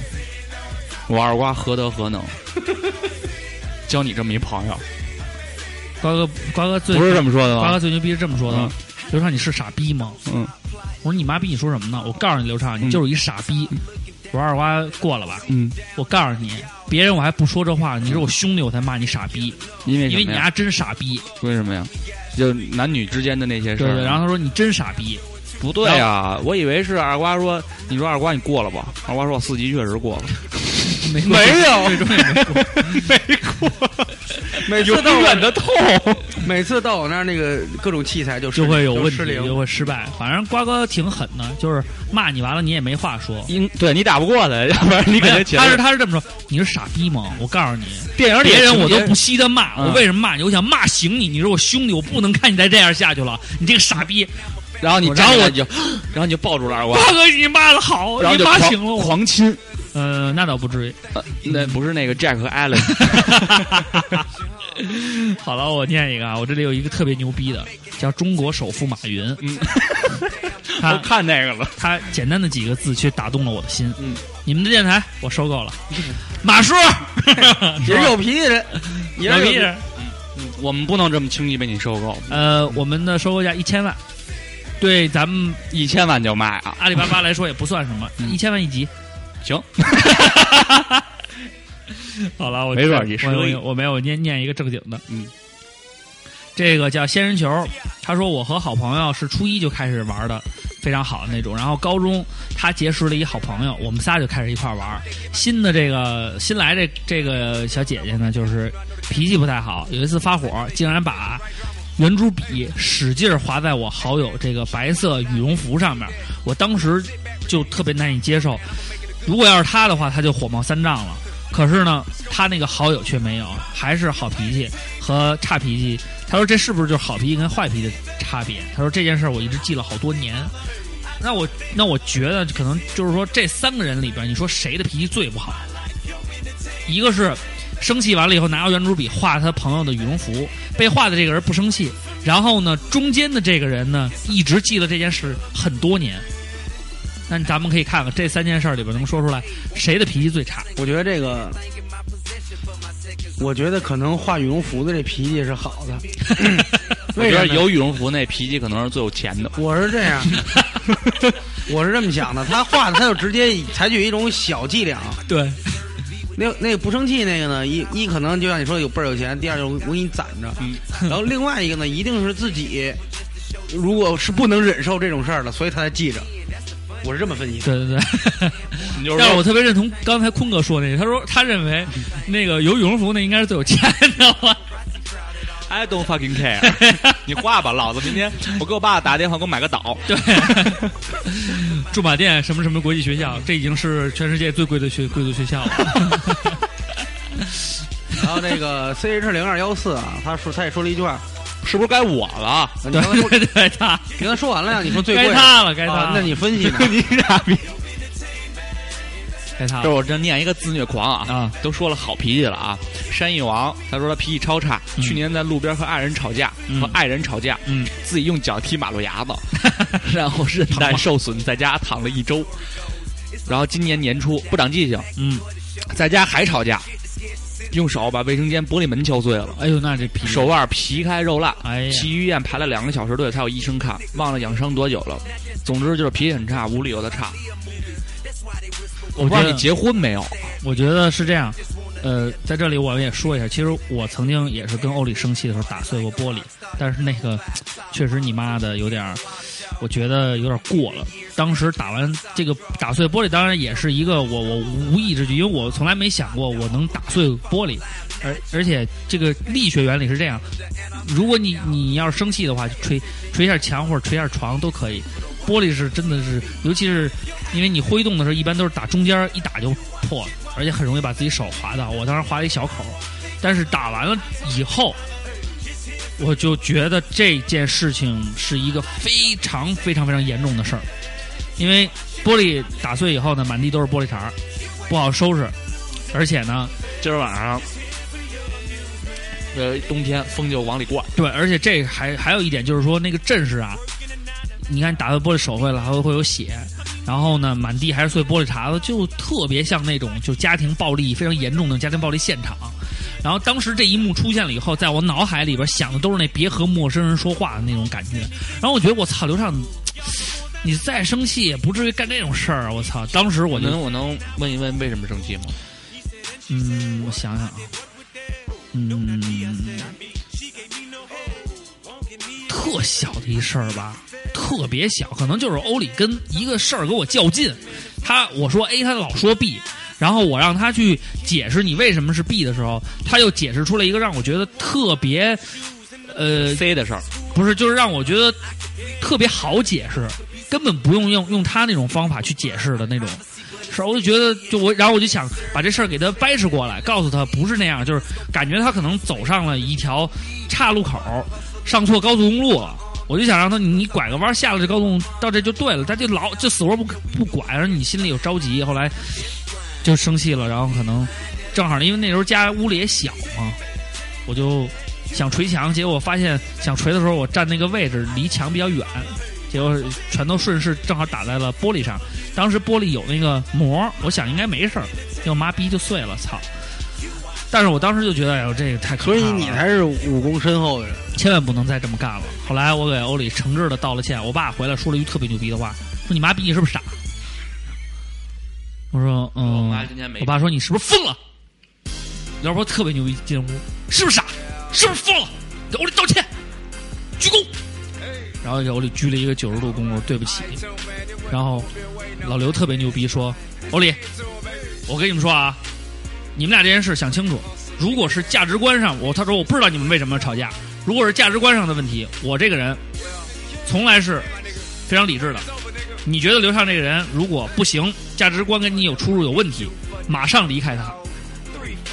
[SPEAKER 5] 我二瓜何 德何能，交你这么一朋友，
[SPEAKER 4] 瓜哥，瓜哥最
[SPEAKER 5] 不是这么说的
[SPEAKER 4] 瓜哥
[SPEAKER 5] 吗？
[SPEAKER 4] 最牛逼是这么说的：刘畅，你是傻逼吗？
[SPEAKER 5] 嗯，
[SPEAKER 4] 我说你妈逼，你说什么呢？我告诉你，刘畅，你
[SPEAKER 5] 嗯
[SPEAKER 4] 就是一傻逼。我说二瓜过了吧，
[SPEAKER 5] 嗯，
[SPEAKER 4] 我告诉你，别人我还不说这话，你是我兄弟，我才骂你傻逼，
[SPEAKER 5] 因为
[SPEAKER 4] 因为
[SPEAKER 5] 什
[SPEAKER 4] 你
[SPEAKER 5] 么
[SPEAKER 4] 丫
[SPEAKER 5] 呀？
[SPEAKER 4] 真傻逼。
[SPEAKER 5] 为什么呀？就男女之间的那些事
[SPEAKER 4] 对
[SPEAKER 5] 儿。
[SPEAKER 4] 对，然后他说你真傻逼，
[SPEAKER 5] 不对呀、我以为是二瓜说，你说二瓜你过了吧？二瓜说我四级确实过了，
[SPEAKER 4] 没
[SPEAKER 5] 没有
[SPEAKER 4] 最终也没过。
[SPEAKER 6] 每次
[SPEAKER 5] 永
[SPEAKER 6] 到我
[SPEAKER 5] 远的痛。
[SPEAKER 6] 每次到我那儿，那个各种器材就失
[SPEAKER 4] 就会有问题
[SPEAKER 6] 失，灵
[SPEAKER 4] 就会失败。反正瓜哥挺狠的，就是骂你完了，你也没话说。
[SPEAKER 5] 因对你打不过他， 要不然你
[SPEAKER 4] 没
[SPEAKER 5] 给
[SPEAKER 4] 有
[SPEAKER 5] 他起来。
[SPEAKER 4] 他是他是这么说，你是傻逼吗？我告诉你，
[SPEAKER 5] 电影里
[SPEAKER 4] 别
[SPEAKER 5] 的
[SPEAKER 4] 人
[SPEAKER 5] 情
[SPEAKER 4] 我
[SPEAKER 5] 节
[SPEAKER 4] 都不稀得骂，
[SPEAKER 5] 嗯
[SPEAKER 4] 我为什么骂你？我想骂醒你，你是我兄弟，我不能看你再这样下去了，你这个傻逼！
[SPEAKER 5] 然后你
[SPEAKER 4] 我
[SPEAKER 5] 站起
[SPEAKER 4] 然后
[SPEAKER 5] 来
[SPEAKER 4] 我
[SPEAKER 5] 你就，然后你就抱住了二瓜
[SPEAKER 4] 瓜，哥，你骂的好，
[SPEAKER 5] 然后
[SPEAKER 4] 你
[SPEAKER 5] 就
[SPEAKER 4] 骂
[SPEAKER 5] 狂
[SPEAKER 4] 醒了我。
[SPEAKER 5] 狂亲。
[SPEAKER 4] 呃，那倒不至于。
[SPEAKER 5] 呃那不是那个 Jack 和 Allen，
[SPEAKER 4] 好了，我念一个啊，我这里有一个特别牛逼的，叫中国首富马云。
[SPEAKER 5] 嗯
[SPEAKER 4] 他
[SPEAKER 5] 我看那个了。
[SPEAKER 4] 他简单的几个字却打动了我的心。
[SPEAKER 5] 嗯，
[SPEAKER 4] 你们的电台我收购了，马叔，
[SPEAKER 5] 哎
[SPEAKER 6] 也是有脾气的人，也
[SPEAKER 4] 牛逼
[SPEAKER 6] 是有脾气。
[SPEAKER 4] 人。
[SPEAKER 5] 我们不能这么轻易被你收购，
[SPEAKER 4] 呃，我们的收购价一千万，对咱们
[SPEAKER 5] 一千万就卖啊！
[SPEAKER 4] 阿里巴巴来说也不算什么，
[SPEAKER 5] 嗯
[SPEAKER 4] 一千万一集。
[SPEAKER 5] 行，
[SPEAKER 4] 好了，我
[SPEAKER 5] 没准儿你十
[SPEAKER 4] 我
[SPEAKER 5] 个亿
[SPEAKER 4] 我我没有念念一个正经的，
[SPEAKER 5] 嗯，
[SPEAKER 4] 这个叫仙人球，他说我和好朋友是初一就开始玩的，非常好的那种。然后高中他结识了一好朋友，我们仨就开始一块儿玩儿。新的这个新来这这个小姐姐呢，就是脾气不太好，有一次发火，竟然把圆珠笔使劲儿划在我好友这个白色羽绒服上面，我当时就特别难以接受。如果要是他的话，他就火冒三丈了。可是呢，他那个好友却没有，还是好脾气和差脾气。他说这是不是就是好脾气跟坏脾气的差别？他说这件事儿我一直记了好多年。那我那我觉得可能就是说这三个人里边，你说谁的脾气最不好？一个是生气完了以后拿着圆珠笔画他朋友的羽绒服，被画的这个人不生气，然后呢中间的这个人呢一直记得这件事很多年。那咱们可以看看这三件事儿里边能说出来谁的脾气最差。
[SPEAKER 6] 我觉得这个，我觉得可能画羽绒服的这脾气是好的。
[SPEAKER 5] 我
[SPEAKER 6] 为
[SPEAKER 5] 觉
[SPEAKER 6] 什
[SPEAKER 5] 得
[SPEAKER 6] 么呀
[SPEAKER 5] 有羽绒服那脾气可能是最有钱 的。
[SPEAKER 6] 我是这样，我是这么想的。他画的，他就直接采取一种小伎俩。
[SPEAKER 4] 对，
[SPEAKER 6] 那那个不生气那个呢，一一可能就像你说的有倍儿有钱，第二就是我给你攒着，
[SPEAKER 4] 嗯
[SPEAKER 6] 然后另外一个呢，一定是自己如果是不能忍受这种事儿了，所以他才记着。我是这么分析的。
[SPEAKER 4] 对对对。
[SPEAKER 5] 就
[SPEAKER 4] 但是我特别认同刚才坤哥说那个，他说他认为那个有羽绒服那应该是最有钱的话。
[SPEAKER 5] I don't fucking care，你 画吧，老子明天我给我爸打电话给我买个岛。
[SPEAKER 4] 对，驻马店什么什么国际学校，这已经是全世界最贵的学贵族学校了。
[SPEAKER 6] 然后那 个 C H 零二幺四啊，他说他也说了一句话，
[SPEAKER 5] 是不是该我了？
[SPEAKER 6] 你刚才
[SPEAKER 4] 对
[SPEAKER 6] 说
[SPEAKER 4] 对对，他
[SPEAKER 6] 你刚才说完了呀？你说最贵
[SPEAKER 4] 该他了，该他
[SPEAKER 6] 啊
[SPEAKER 4] 了，
[SPEAKER 6] 那你 分析呢？
[SPEAKER 5] 你傻逼！
[SPEAKER 4] 该他
[SPEAKER 5] 这
[SPEAKER 4] 了
[SPEAKER 5] 我这念一个自虐狂啊！
[SPEAKER 4] 啊！
[SPEAKER 5] 都说了好脾气了啊！山一王他说他脾气超差，
[SPEAKER 4] 嗯
[SPEAKER 5] 去年在路边和爱人吵架，
[SPEAKER 4] 嗯
[SPEAKER 5] 和爱人吵架，
[SPEAKER 4] 嗯，
[SPEAKER 5] 自己用脚踢马路 牙子，然后韧
[SPEAKER 4] 躺
[SPEAKER 5] 带
[SPEAKER 4] 吗
[SPEAKER 5] 受损，在家躺了一周。然后今年年初不长记性，
[SPEAKER 4] 嗯，
[SPEAKER 5] 在家还吵架，用手把卫生间玻璃门敲碎了，
[SPEAKER 4] 哎呦，那这皮
[SPEAKER 5] 手腕皮开肉烂，
[SPEAKER 4] 哎呀
[SPEAKER 5] 去医院排了两个小时队才有医生看，忘了养伤多久了。总之就是脾气很差，无理由的差。
[SPEAKER 4] 我
[SPEAKER 5] 我不
[SPEAKER 4] 觉
[SPEAKER 5] 知道你
[SPEAKER 4] 得
[SPEAKER 5] 结婚没有？
[SPEAKER 4] 我觉得是这样。呃，在这里我也说一下，其实我曾经也是跟欧里生气的时候打碎过玻璃，但是那个确实你妈的有点儿我觉得有点过了。当时打完这个打碎玻璃，当然也是一个我我无意之举，因为我从来没想过我能打碎玻璃，而而且这个力学原理是这样，如果你你要是生气的话，就捶捶一下墙或者捶一下床都可以。玻璃是真的是，尤其是因为你挥动的时候，一般都是打中间儿，一打就破了，而且很容易把自己手划到。我当时划了一小口，但是打完了以后，我就觉得这件事情是一个非常非常非常严重的事儿，因为玻璃打碎以后呢，满地都是玻璃碴儿，不好收拾，而且呢，
[SPEAKER 5] 今儿晚上，呃，冬天风就往里灌，
[SPEAKER 4] 对，而且这还还有一点就是说，那个阵势啊，你看打碎玻璃手会了，还会会有血，然后呢，满地还是碎玻璃碴子，就特别像那种就家庭暴力非常严重的家庭暴力现场。然后当时这一幕出现了以后，在我脑海里边想的都是那别和陌生人说话的那种感觉。然后我觉得我操，刘畅，你再生气也不至于干这种事儿啊。我操！当时我
[SPEAKER 5] 我
[SPEAKER 4] 就
[SPEAKER 5] 能我能问一问为什么生气吗？
[SPEAKER 4] 嗯，我想想啊，嗯，特小的一事儿吧，特别小，可能就是欧里跟一个事儿跟我较劲，他我说 A，他老说 B，然后我让他去解释你为什么是 B 的时候，他又解释出了一个让我觉得特别，呃，
[SPEAKER 5] C 的事儿，
[SPEAKER 4] 不是，就是让我觉得特别好解释，根本不用用用他那种方法去解释的那种事儿。我就觉得，就我，然后我就想把这事儿给他掰扯过来，告诉他不是那样，就是感觉他可能走上了一条岔路口，上错高速公路了。我就想让他，你拐个弯下了这高速，到这就对了。他就老就死活不不拐，然后你心里有着急，后来就生气了，然后可能正好因为那时候家屋里也小嘛，我就想捶墙，结果发现想捶的时候，我站那个位置离墙比较远，结果全都顺势正好打在了玻璃上。当时玻璃有那个膜，我想应该没事儿，结果妈逼就碎了，操！但是我当时就觉得，哎呦，这个太可怕了，
[SPEAKER 6] 所
[SPEAKER 4] 嗯
[SPEAKER 6] 以你才是武功深厚的人。
[SPEAKER 4] 千万不能再这么干了。后来我给欧里诚挚的道了歉，我爸回来说了一句特别牛逼的话，说你妈逼你是不是傻？我说嗯，
[SPEAKER 5] 我妈今天没
[SPEAKER 4] 我爸说你是不是疯了？刘波特别牛逼，进屋是不是傻？是不是疯了？给欧里道歉，鞠躬。然后给欧里鞠了一个九十度躬，我说对不起。然后老刘特别牛逼说，欧里，我跟你们说啊，你们俩这件事想清楚。如果是价值观上，我他说我不知道你们为什么吵架。如果是价值观上的问题，我这个人从来是非常理智的。你觉得刘畅这个人如果不行，价值观跟你有出入有问题，马上离开他。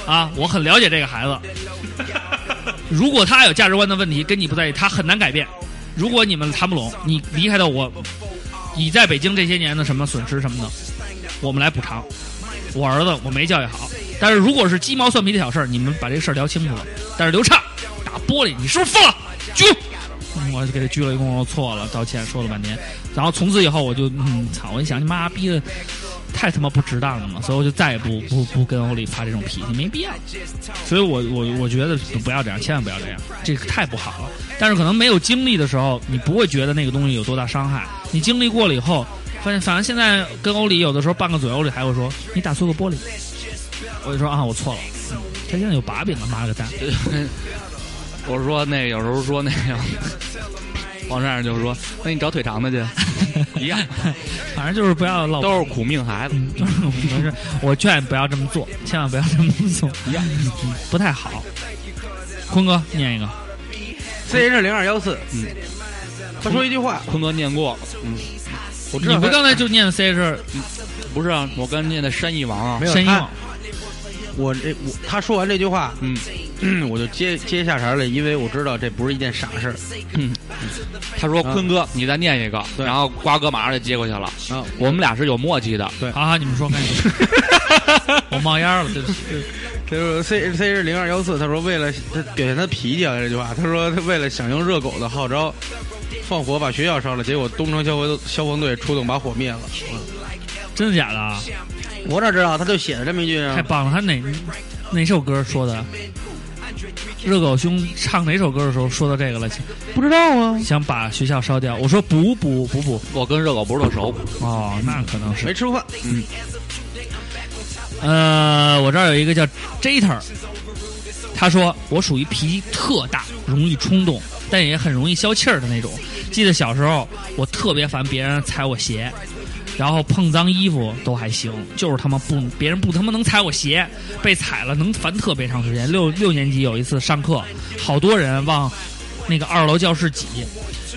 [SPEAKER 4] 啊，我很了解这个孩子。如果他有价值观的问题，跟你不在意，他很难改变。如果你们谈不拢，你离开的我，你在北京这些年的什么损失什么的，我们来补偿。我儿子我没教育好，但是如果是鸡毛蒜皮的小事儿，你们把这事儿聊清楚了。但是刘畅打玻璃，你是不是疯了？鞠躬。嗯我就给他鞠了一躬，我错了，道歉，说了半天。然后从此以后，我就嗯，操！我一想，你妈逼的，太他妈不值当了嘛，所以我就再也不不不跟欧丽发这种脾气，没必要。所以我我我觉得不要这样，千万不要这样，这个太不好了。但是可能没有经历的时候，你不会觉得那个东西有多大伤害。你经历过了以后，发现反正现在跟欧丽有的时候拌个嘴，欧丽还会说你打碎个玻璃，我就说啊，我错了。嗯他现在有把柄了，妈个蛋！
[SPEAKER 5] 我是说那有时候说那个， 王站长就说，那你找腿长的去，一 样，
[SPEAKER 4] 反正就是不要老
[SPEAKER 5] 都是苦命孩子。
[SPEAKER 4] 嗯， 不是，我劝不要这么做，千万不要这么做，不太好。坤哥念一个，
[SPEAKER 6] C H 零二幺四，嗯，他说一句话，
[SPEAKER 5] 坤哥念过，嗯，我知道
[SPEAKER 4] 你不
[SPEAKER 5] 他
[SPEAKER 4] 刚才就念的 C H
[SPEAKER 5] 不是啊，我刚才念的山一王啊
[SPEAKER 6] 没，有
[SPEAKER 4] 神医
[SPEAKER 6] 他
[SPEAKER 4] 吗？
[SPEAKER 6] 我这我他说完这句话，
[SPEAKER 5] 嗯，
[SPEAKER 6] 嗯， 我就接接下茬了，因为我知道这不是一件傻事儿
[SPEAKER 5] 他说
[SPEAKER 6] 啊
[SPEAKER 5] 坤哥，你再念一个，
[SPEAKER 6] 对
[SPEAKER 5] 然后瓜哥马上就接过去了。
[SPEAKER 6] 啊。
[SPEAKER 5] 我们俩是有默契的，
[SPEAKER 4] 好好，你们说，赶紧。我冒烟了，对不起。
[SPEAKER 6] 他说 C C 是零二幺四，他说为了他表现他脾气啊这句话，他说他为了响应热狗的号召，放火把学校烧了，结果东城消防消防队出动把火灭了。嗯
[SPEAKER 4] 真的假的啊？
[SPEAKER 6] 我哪知道？他就写了这么一句
[SPEAKER 4] 太
[SPEAKER 6] 啊。
[SPEAKER 4] 棒了！他哪哪首歌说的？热狗兄唱哪首歌的时候说到这个了？
[SPEAKER 6] 不知道啊，
[SPEAKER 4] 想把学校烧掉？我说补补补补。
[SPEAKER 5] 我跟热狗不是特熟，
[SPEAKER 4] 哦，那可能是
[SPEAKER 6] 没。吃过饭。
[SPEAKER 4] 呃，我这儿有一个叫 Jeter，他说我属于脾气特大，容易冲动，但也很容易消气儿的那种。记得小时候，我特别烦别人踩我鞋，然后碰脏衣服都还行，就是他妈不别人不他妈能踩我鞋，被踩了能烦特别长时间。六六年级有一次上课，好多人往那个二楼教室挤，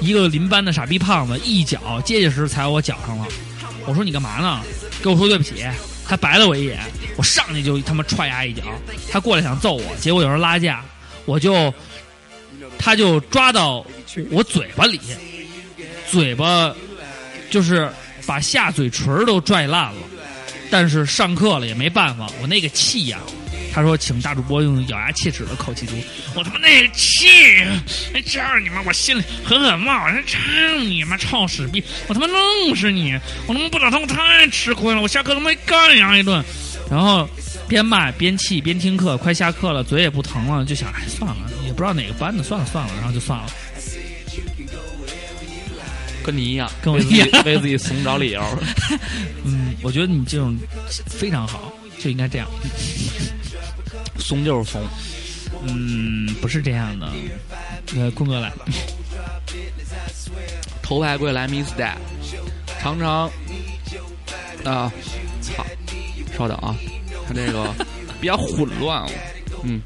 [SPEAKER 4] 一个邻班的傻逼胖子一脚结结实实踩我脚上了。我说你干嘛呢？跟我说对不起。他白了我一眼，我上去就他妈踹他一脚。他过来想揍我，结果有人拉架，我就他就抓到我嘴巴里，嘴巴就是把下嘴唇儿都拽烂了。但是上课了也没办法，我那个气呀、他说：“请大主播用咬牙切齿的口气读。”我他妈那个气，哎，这样你们我心里很很冒，我说操你妈臭屎逼，我他妈弄死你！我他妈不打通，我太吃亏了，我下课他妈干人一顿，然后边骂边气边听课，快下课了，嘴也不疼了，就想哎算了，也不知道哪个班的，算了算了，然后就算了。
[SPEAKER 5] 跟你一样，
[SPEAKER 4] 跟我
[SPEAKER 5] 为自己
[SPEAKER 4] 一样
[SPEAKER 5] 为自己怂找理由。
[SPEAKER 4] 嗯，我觉得你这种非常好，就应该这样。
[SPEAKER 5] 怂就是怂，
[SPEAKER 4] 嗯，不是这样的。呃，坤哥来，
[SPEAKER 5] 头牌归来 Miss Dad，常常啊，好，稍等啊，他这 个比较混乱哦，嗯，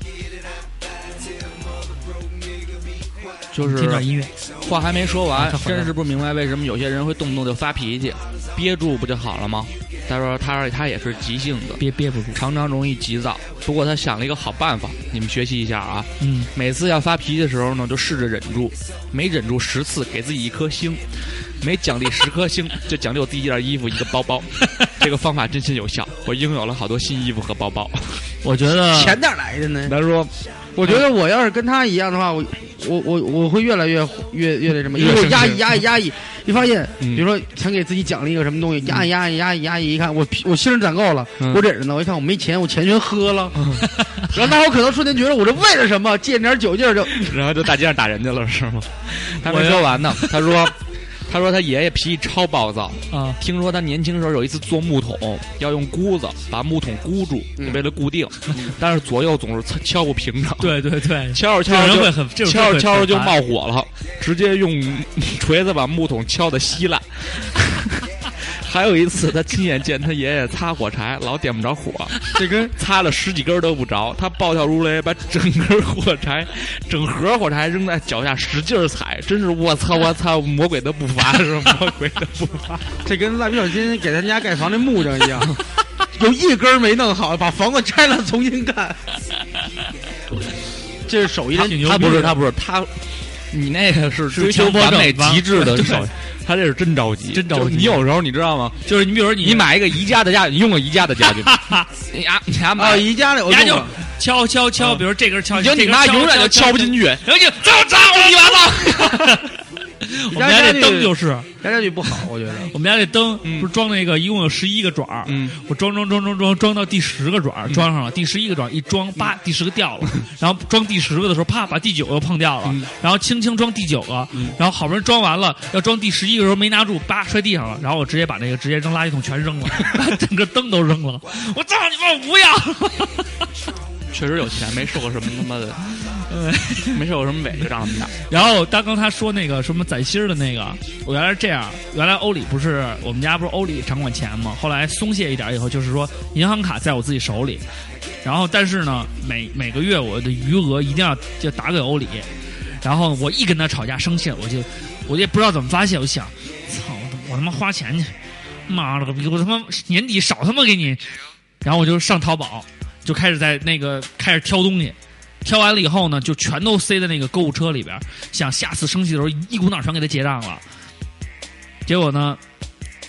[SPEAKER 5] 就
[SPEAKER 4] 听
[SPEAKER 5] 是
[SPEAKER 4] 段音乐。
[SPEAKER 5] 话还没说
[SPEAKER 4] 啊
[SPEAKER 5] 完
[SPEAKER 4] 他，回来了
[SPEAKER 5] 真是不明白为什么有些人会动不动就发脾气，憋住不就好了吗？他说他他也是急性子，
[SPEAKER 4] 憋憋不住。
[SPEAKER 5] 常常容易急躁，不过他想了一个好办法，你们学习一下啊。
[SPEAKER 4] 嗯，
[SPEAKER 5] 每次要发脾气的时候呢，就试着忍住，每忍住十次给自己一颗星，每奖励十颗星 就奖励我自己一件衣服一个包 包。这个方法真心有效，我拥有了好多新衣服和包包。
[SPEAKER 4] 我觉得
[SPEAKER 6] 钱哪儿来的呢？
[SPEAKER 5] 他说
[SPEAKER 6] 我觉得我要是跟他一样的话，我我我我会越来越越越那什么，
[SPEAKER 4] 越
[SPEAKER 6] 因为
[SPEAKER 4] 生气
[SPEAKER 6] 我压抑压抑压抑，一发现，
[SPEAKER 5] 嗯
[SPEAKER 6] 比如说想给自己奖励一个什么东西，压抑压抑压抑压抑，一看我我心儿攒够了，
[SPEAKER 5] 嗯
[SPEAKER 6] 我忍着呢，我一看我没钱，我钱全喝了， 然后那我可能瞬间觉得我这为了什么借点酒劲儿就，
[SPEAKER 5] 然后就大街上打人去了，是 吗？他
[SPEAKER 4] 我
[SPEAKER 5] 没
[SPEAKER 4] 要
[SPEAKER 5] 说完呢。 他说，他说他爷爷脾气超暴躁。
[SPEAKER 4] 啊，
[SPEAKER 5] 听说他年轻时候有一次做木桶，要用箍子把木桶箍住，
[SPEAKER 6] 嗯
[SPEAKER 5] 为了固定，但是左右总是敲敲不平整。
[SPEAKER 4] 对对对，
[SPEAKER 5] 嗯敲着
[SPEAKER 4] 这种
[SPEAKER 5] 敲
[SPEAKER 4] 人会
[SPEAKER 5] 着
[SPEAKER 4] 很，这
[SPEAKER 5] 就
[SPEAKER 4] 种
[SPEAKER 5] 敲
[SPEAKER 4] 人会
[SPEAKER 5] 着敲着就
[SPEAKER 4] 很
[SPEAKER 5] 冒
[SPEAKER 4] 烦。
[SPEAKER 5] 火了，直接用锤子把木桶敲得稀烂。 还有一次，他亲眼见他爷爷擦火柴，老点不 着火，这根擦了十几根都不着，他暴跳如雷，把整根火柴、整盒火柴扔在脚下，使劲儿踩，真是我操我操，魔鬼的步伐是魔鬼的步伐。
[SPEAKER 6] 这跟蜡笔小新给他们家盖房那木匠一样， 有一根儿没弄好，把房子拆了重新盖，这是手艺人
[SPEAKER 4] 挺牛逼的
[SPEAKER 5] 他不是他不是他，你那个是追求
[SPEAKER 4] 强迫
[SPEAKER 5] 完
[SPEAKER 4] 症
[SPEAKER 5] 美
[SPEAKER 4] 完
[SPEAKER 5] 极致的
[SPEAKER 4] 对
[SPEAKER 5] 手艺，他这是真着急，
[SPEAKER 4] 真着
[SPEAKER 5] 就是
[SPEAKER 4] 急
[SPEAKER 5] 你有时候你知道吗？
[SPEAKER 4] 就是你比如说你
[SPEAKER 5] 你，买一个宜家的家，你用个宜家的家具， 你啊你还
[SPEAKER 6] 啊，
[SPEAKER 5] 买，
[SPEAKER 6] 宜家里我
[SPEAKER 4] 人家
[SPEAKER 6] 用
[SPEAKER 4] 就
[SPEAKER 6] 过
[SPEAKER 4] 敲敲敲，
[SPEAKER 5] 嗯
[SPEAKER 4] 比如这根敲，
[SPEAKER 5] 你就
[SPEAKER 4] 这
[SPEAKER 5] 你
[SPEAKER 4] 根
[SPEAKER 5] 妈永远就敲不哎进
[SPEAKER 4] 去。
[SPEAKER 5] 去。
[SPEAKER 4] 然后就走走，你 完了。我们家这灯就是，
[SPEAKER 6] 宜家家具不好，我觉得。
[SPEAKER 4] 我们家这灯
[SPEAKER 5] 嗯
[SPEAKER 4] 不是装那个，一共有十一个爪儿
[SPEAKER 5] 嗯，
[SPEAKER 4] 我装装装装装装到第十个爪儿装上了，第十一个爪儿一装，叭，第十个掉了，然后装第十个的时候，啪，把第九个又碰掉了
[SPEAKER 5] 嗯，
[SPEAKER 4] 然后轻轻装第九个，然后好不容易装完了，要装第十一个时候没拿住，叭摔地上了，然后我直接把那个直接扔垃圾桶全扔了， 把整个灯都扔了，我操你妈，我不要！
[SPEAKER 5] 确实有钱，没受过什么他妈的，呃没受过什么委屈，长 这么大。
[SPEAKER 4] 然后刚刚他说那个什么攒芯儿的那个，我原来是这样，原来欧里不是我们家不是欧里掌管钱嘛，后来松懈一点以后，就是说银行卡在我自己手里，然后但是呢，每每个月我的余额一定要就打给欧里，然后我一跟他吵架生气了，我就我也不知道怎么发泄，我就想，操，我他妈花钱去，妈了个逼，我他妈年底少他妈给你，然后我就上淘宝，就开始在那个开始挑东西。挑完了以后呢，就全都塞在那个购物车里边，想下次生气的时候一股脑全给他结账了。结果呢，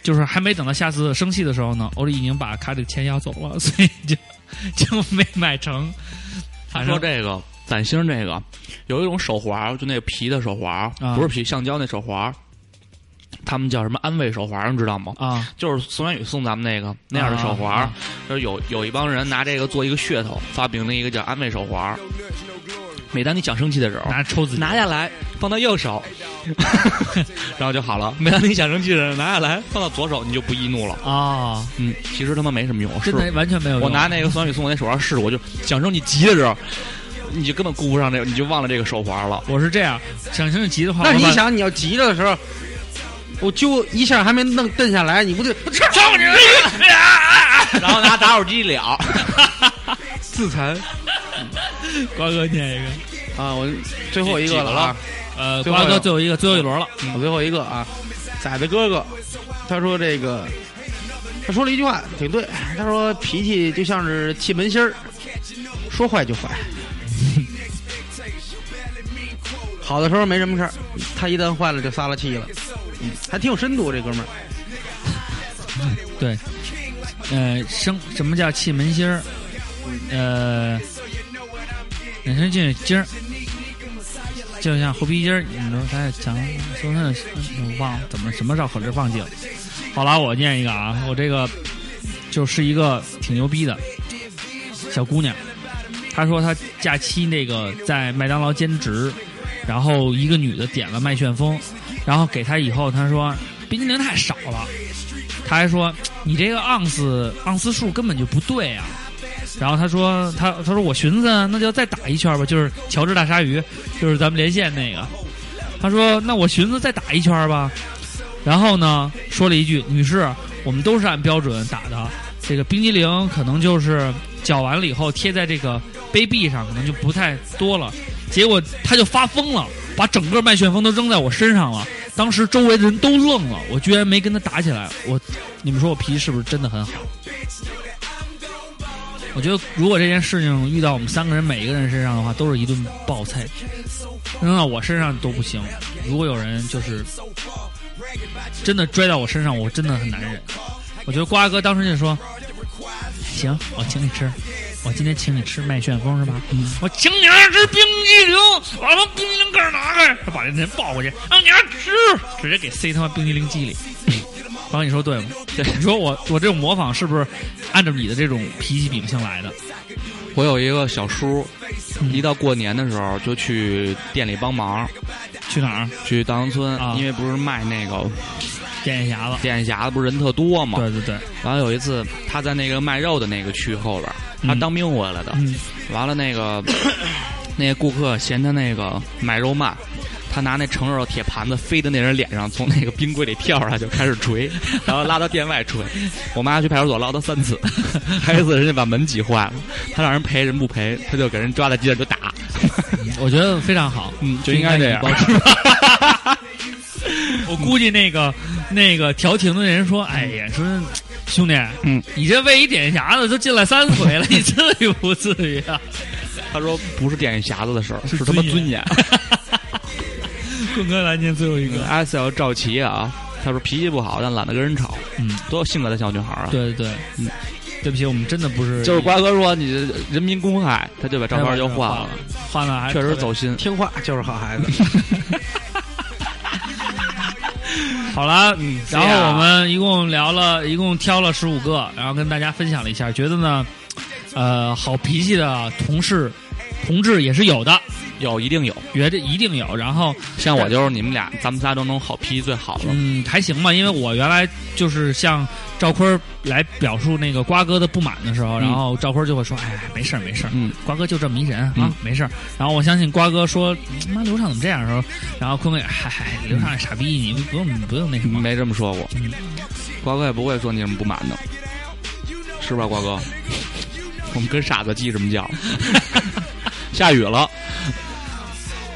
[SPEAKER 4] 就是还没等到下次生气的时候呢，欧丽已经把卡里的钱要走了， 所以就就没买成。
[SPEAKER 5] 他
[SPEAKER 4] 反
[SPEAKER 5] 说
[SPEAKER 4] 正
[SPEAKER 5] 这个攒星这个，有一种手环，就那个皮的手环，
[SPEAKER 4] 啊
[SPEAKER 5] 不是皮，橡胶那手环，他们叫什么安慰手环，你知道吗？
[SPEAKER 4] 啊，
[SPEAKER 5] 就是宋元宇送咱们那个那样的手环，
[SPEAKER 4] 啊
[SPEAKER 5] 就是有有一帮人拿这个做一个噱头，发明了一个叫安慰手环。每当你想生气的时候，
[SPEAKER 4] 拿着抽自己，
[SPEAKER 5] 拿下来放到右手，然后就好 了。每当你想生气的时候，拿下来放到左手，你就不易怒了。
[SPEAKER 4] 啊，
[SPEAKER 5] 嗯，其实他妈没什么用，我试
[SPEAKER 4] 真
[SPEAKER 5] 过
[SPEAKER 4] 的完全没有用。
[SPEAKER 5] 我拿那个酸雨送我那手环试，我就想生气急的时候，你就根本顾不上这个，你就忘了这个手环了。
[SPEAKER 4] 我是这样，想想急的话，
[SPEAKER 6] 那你
[SPEAKER 4] 我把，
[SPEAKER 6] 想，你要急着的时候，我揪一下还没弄蹬下来，你不就
[SPEAKER 5] 操你！然后拿打火机燎。
[SPEAKER 6] 自残
[SPEAKER 4] 瓜哥念一个，
[SPEAKER 6] 啊？我最后一
[SPEAKER 5] 几
[SPEAKER 6] 个
[SPEAKER 5] 个
[SPEAKER 6] 了
[SPEAKER 5] 了
[SPEAKER 6] 啊！
[SPEAKER 4] 呃，
[SPEAKER 6] 最后
[SPEAKER 4] 瓜
[SPEAKER 6] 一个
[SPEAKER 4] 哥最后一个，最后一轮了，
[SPEAKER 6] 我最后一个啊，崽子哥哥，他说这个，他说了一句话挺对，他说脾气就像是气门芯儿，说坏就坏。好的时候没什么事儿，他一旦坏了就撒了气了，嗯还挺有深度这哥们儿。
[SPEAKER 4] 对，呃，生什么叫气门芯儿？呃，人生进筋儿，就像猴皮筋儿。你说他讲说那嗯忘了怎么什么绕口令忘记了。好了，我念一个啊，我这个就是一个挺牛逼的小姑娘，她说她假期那个在麦当劳兼职，然后一个女的点了麦旋风，然后给她以后，她说冰激凌太少了，她还说你这个盎司盎司数根本就不对啊。然后她说她她说我寻思啊那就再打一圈吧，就是乔治大鲨鱼，就是咱们连线那个。她说那我寻思再打一圈吧，然后呢说了一句女士，我们都是按标准打的，这个冰激凌可能就是搅完了以后贴在这个杯壁上，可能就不太多了。结果她就发疯了，把整个麦旋风都扔在我身上了。当时周围的人都愣了，我居然没跟他打起来。我，你们说我脾气是不是真的很好？我觉得如果这件事情遇到我们三个人每一个人身上的话，都是一顿暴菜，扔到我身上都不行。如果有人就是真的拽到我身上，我真的很难忍。我觉得瓜哥当时就说：“行，我请你吃，我今天请你吃麦旋风是吧？我请你吃冰激凌，我他妈冰激凌盖儿拿开，他把那人抱过去，让你俩吃，直接给塞他妈冰激凌机里。然后你说对吗？对，你说我我这种模仿是不是按照你的这种脾气秉性来的？
[SPEAKER 5] 我有一个小叔，
[SPEAKER 4] 嗯
[SPEAKER 5] 一到过年的时候就去店里帮忙，
[SPEAKER 4] 去哪儿？
[SPEAKER 5] 去稻香村，
[SPEAKER 4] 啊
[SPEAKER 5] 因为不是卖那个
[SPEAKER 4] 电线匣子。
[SPEAKER 5] 电线匣子，不是人特多嘛。
[SPEAKER 4] 对对对，
[SPEAKER 5] 完了有一次，他在那个卖肉的那个区后边儿，他
[SPEAKER 4] 嗯
[SPEAKER 5] 当兵回来的。
[SPEAKER 4] 嗯
[SPEAKER 5] 完了那 个那个顾客嫌他那个买肉慢，他拿那盛肉的铁盘子飞到那人脸上，从那个冰柜里跳上来就开始捶， 然后拉到店外捶。我妈去派出所捞他三次， 还有一次人家把门挤坏了，他让人赔人不赔，他就给人抓在街上就打。
[SPEAKER 4] 嗯我觉得非常好。
[SPEAKER 5] 嗯，就应该这样。
[SPEAKER 4] 我估计那个那个调停的人说：“哎呀，说兄弟，
[SPEAKER 5] 嗯，
[SPEAKER 4] 你这为一点匣子都进来三回了，你至于不至于 啊
[SPEAKER 5] 他说不是电线匣子的事儿，是他妈
[SPEAKER 4] 尊严
[SPEAKER 5] 尊严。？”
[SPEAKER 4] 棍哥来念最后一个，
[SPEAKER 5] 阿 L 赵琦啊，他说脾气不好，但懒得跟人吵，
[SPEAKER 4] 嗯，
[SPEAKER 5] 多有性格的小女孩啊！，
[SPEAKER 4] 对对对，
[SPEAKER 5] 嗯
[SPEAKER 4] 对不起，我们真的不是
[SPEAKER 5] 就是瓜哥说你人民公害，他就把照片就换了，，
[SPEAKER 4] 换了还
[SPEAKER 5] 确实
[SPEAKER 4] 特别
[SPEAKER 5] 走心。
[SPEAKER 6] 听话就是好孩子。
[SPEAKER 4] 好了，嗯然
[SPEAKER 5] 这
[SPEAKER 4] 后
[SPEAKER 5] 样
[SPEAKER 4] 我们一共聊了，一共挑了十五个，然后跟大家分享了一下，觉得呢，呃，好脾气的同事、同志也是有的，
[SPEAKER 5] 有一定有，
[SPEAKER 4] 觉得一定有。然后，
[SPEAKER 5] 像我就是你们俩，咱们仨当中好脾气最好了。
[SPEAKER 4] 嗯，还行吧，因为我原来就是向赵坤儿来表述那个瓜哥的不满的时候，然后赵坤儿就会说：“哎，没事儿，没事儿。”
[SPEAKER 5] 嗯，
[SPEAKER 4] 瓜哥就这么一人啊，
[SPEAKER 5] 嗯
[SPEAKER 4] 没事儿。然后我相信瓜哥说：“嗯妈，刘畅怎么这样？”的时候，然后坤哥也：“嗨嗨，刘畅是傻逼，你不用不用那什么。”
[SPEAKER 5] 没这么说过
[SPEAKER 4] 嗯，
[SPEAKER 5] 瓜哥也不会说你什么不满的，是吧，瓜 哥？我们跟傻子计什么较？下雨了，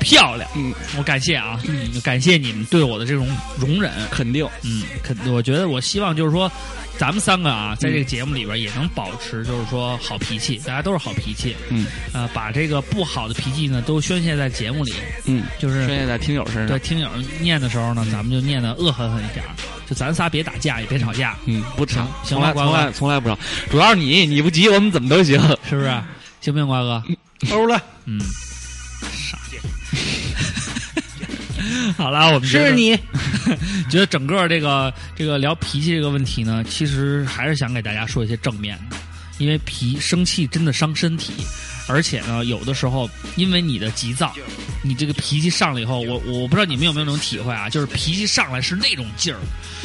[SPEAKER 4] 漂亮，
[SPEAKER 5] 嗯，
[SPEAKER 4] 我感谢啊，感谢你们对我的这种容忍，
[SPEAKER 5] 肯定
[SPEAKER 4] 嗯，肯，我觉得我希望就是说，咱们三个啊，在这个节目里边也能保持就是说好脾气，大家都是好脾气，
[SPEAKER 5] 嗯，
[SPEAKER 4] 呃，把这个不好的脾气呢都宣泄在节目里，
[SPEAKER 5] 嗯，
[SPEAKER 4] 就是
[SPEAKER 5] 出现在听友身上
[SPEAKER 4] 对，听友念的时候呢，咱们就念的恶狠狠一点儿，就咱仨别打架，也别吵架，
[SPEAKER 5] 嗯，不吵，
[SPEAKER 4] 行
[SPEAKER 5] 从
[SPEAKER 4] 吧
[SPEAKER 5] 来
[SPEAKER 4] 瓜
[SPEAKER 5] 从
[SPEAKER 4] 哥
[SPEAKER 5] 来从来不吵，主要是你，你不急，我们怎么都行。
[SPEAKER 4] 是不是？啊行不行，瓜哥？
[SPEAKER 6] 欧了，
[SPEAKER 4] 嗯，傻。 好了，我们觉得
[SPEAKER 6] 是你。
[SPEAKER 4] 觉得整个这个这个聊脾气这个问题呢，其实还是想给大家说一些正面的，因为脾生气真的伤身体，而且呢，有的时候因为你的急躁，你这个脾气上来以后，我我不知道你们有没有那种体会啊，就是脾气上来是那种劲儿，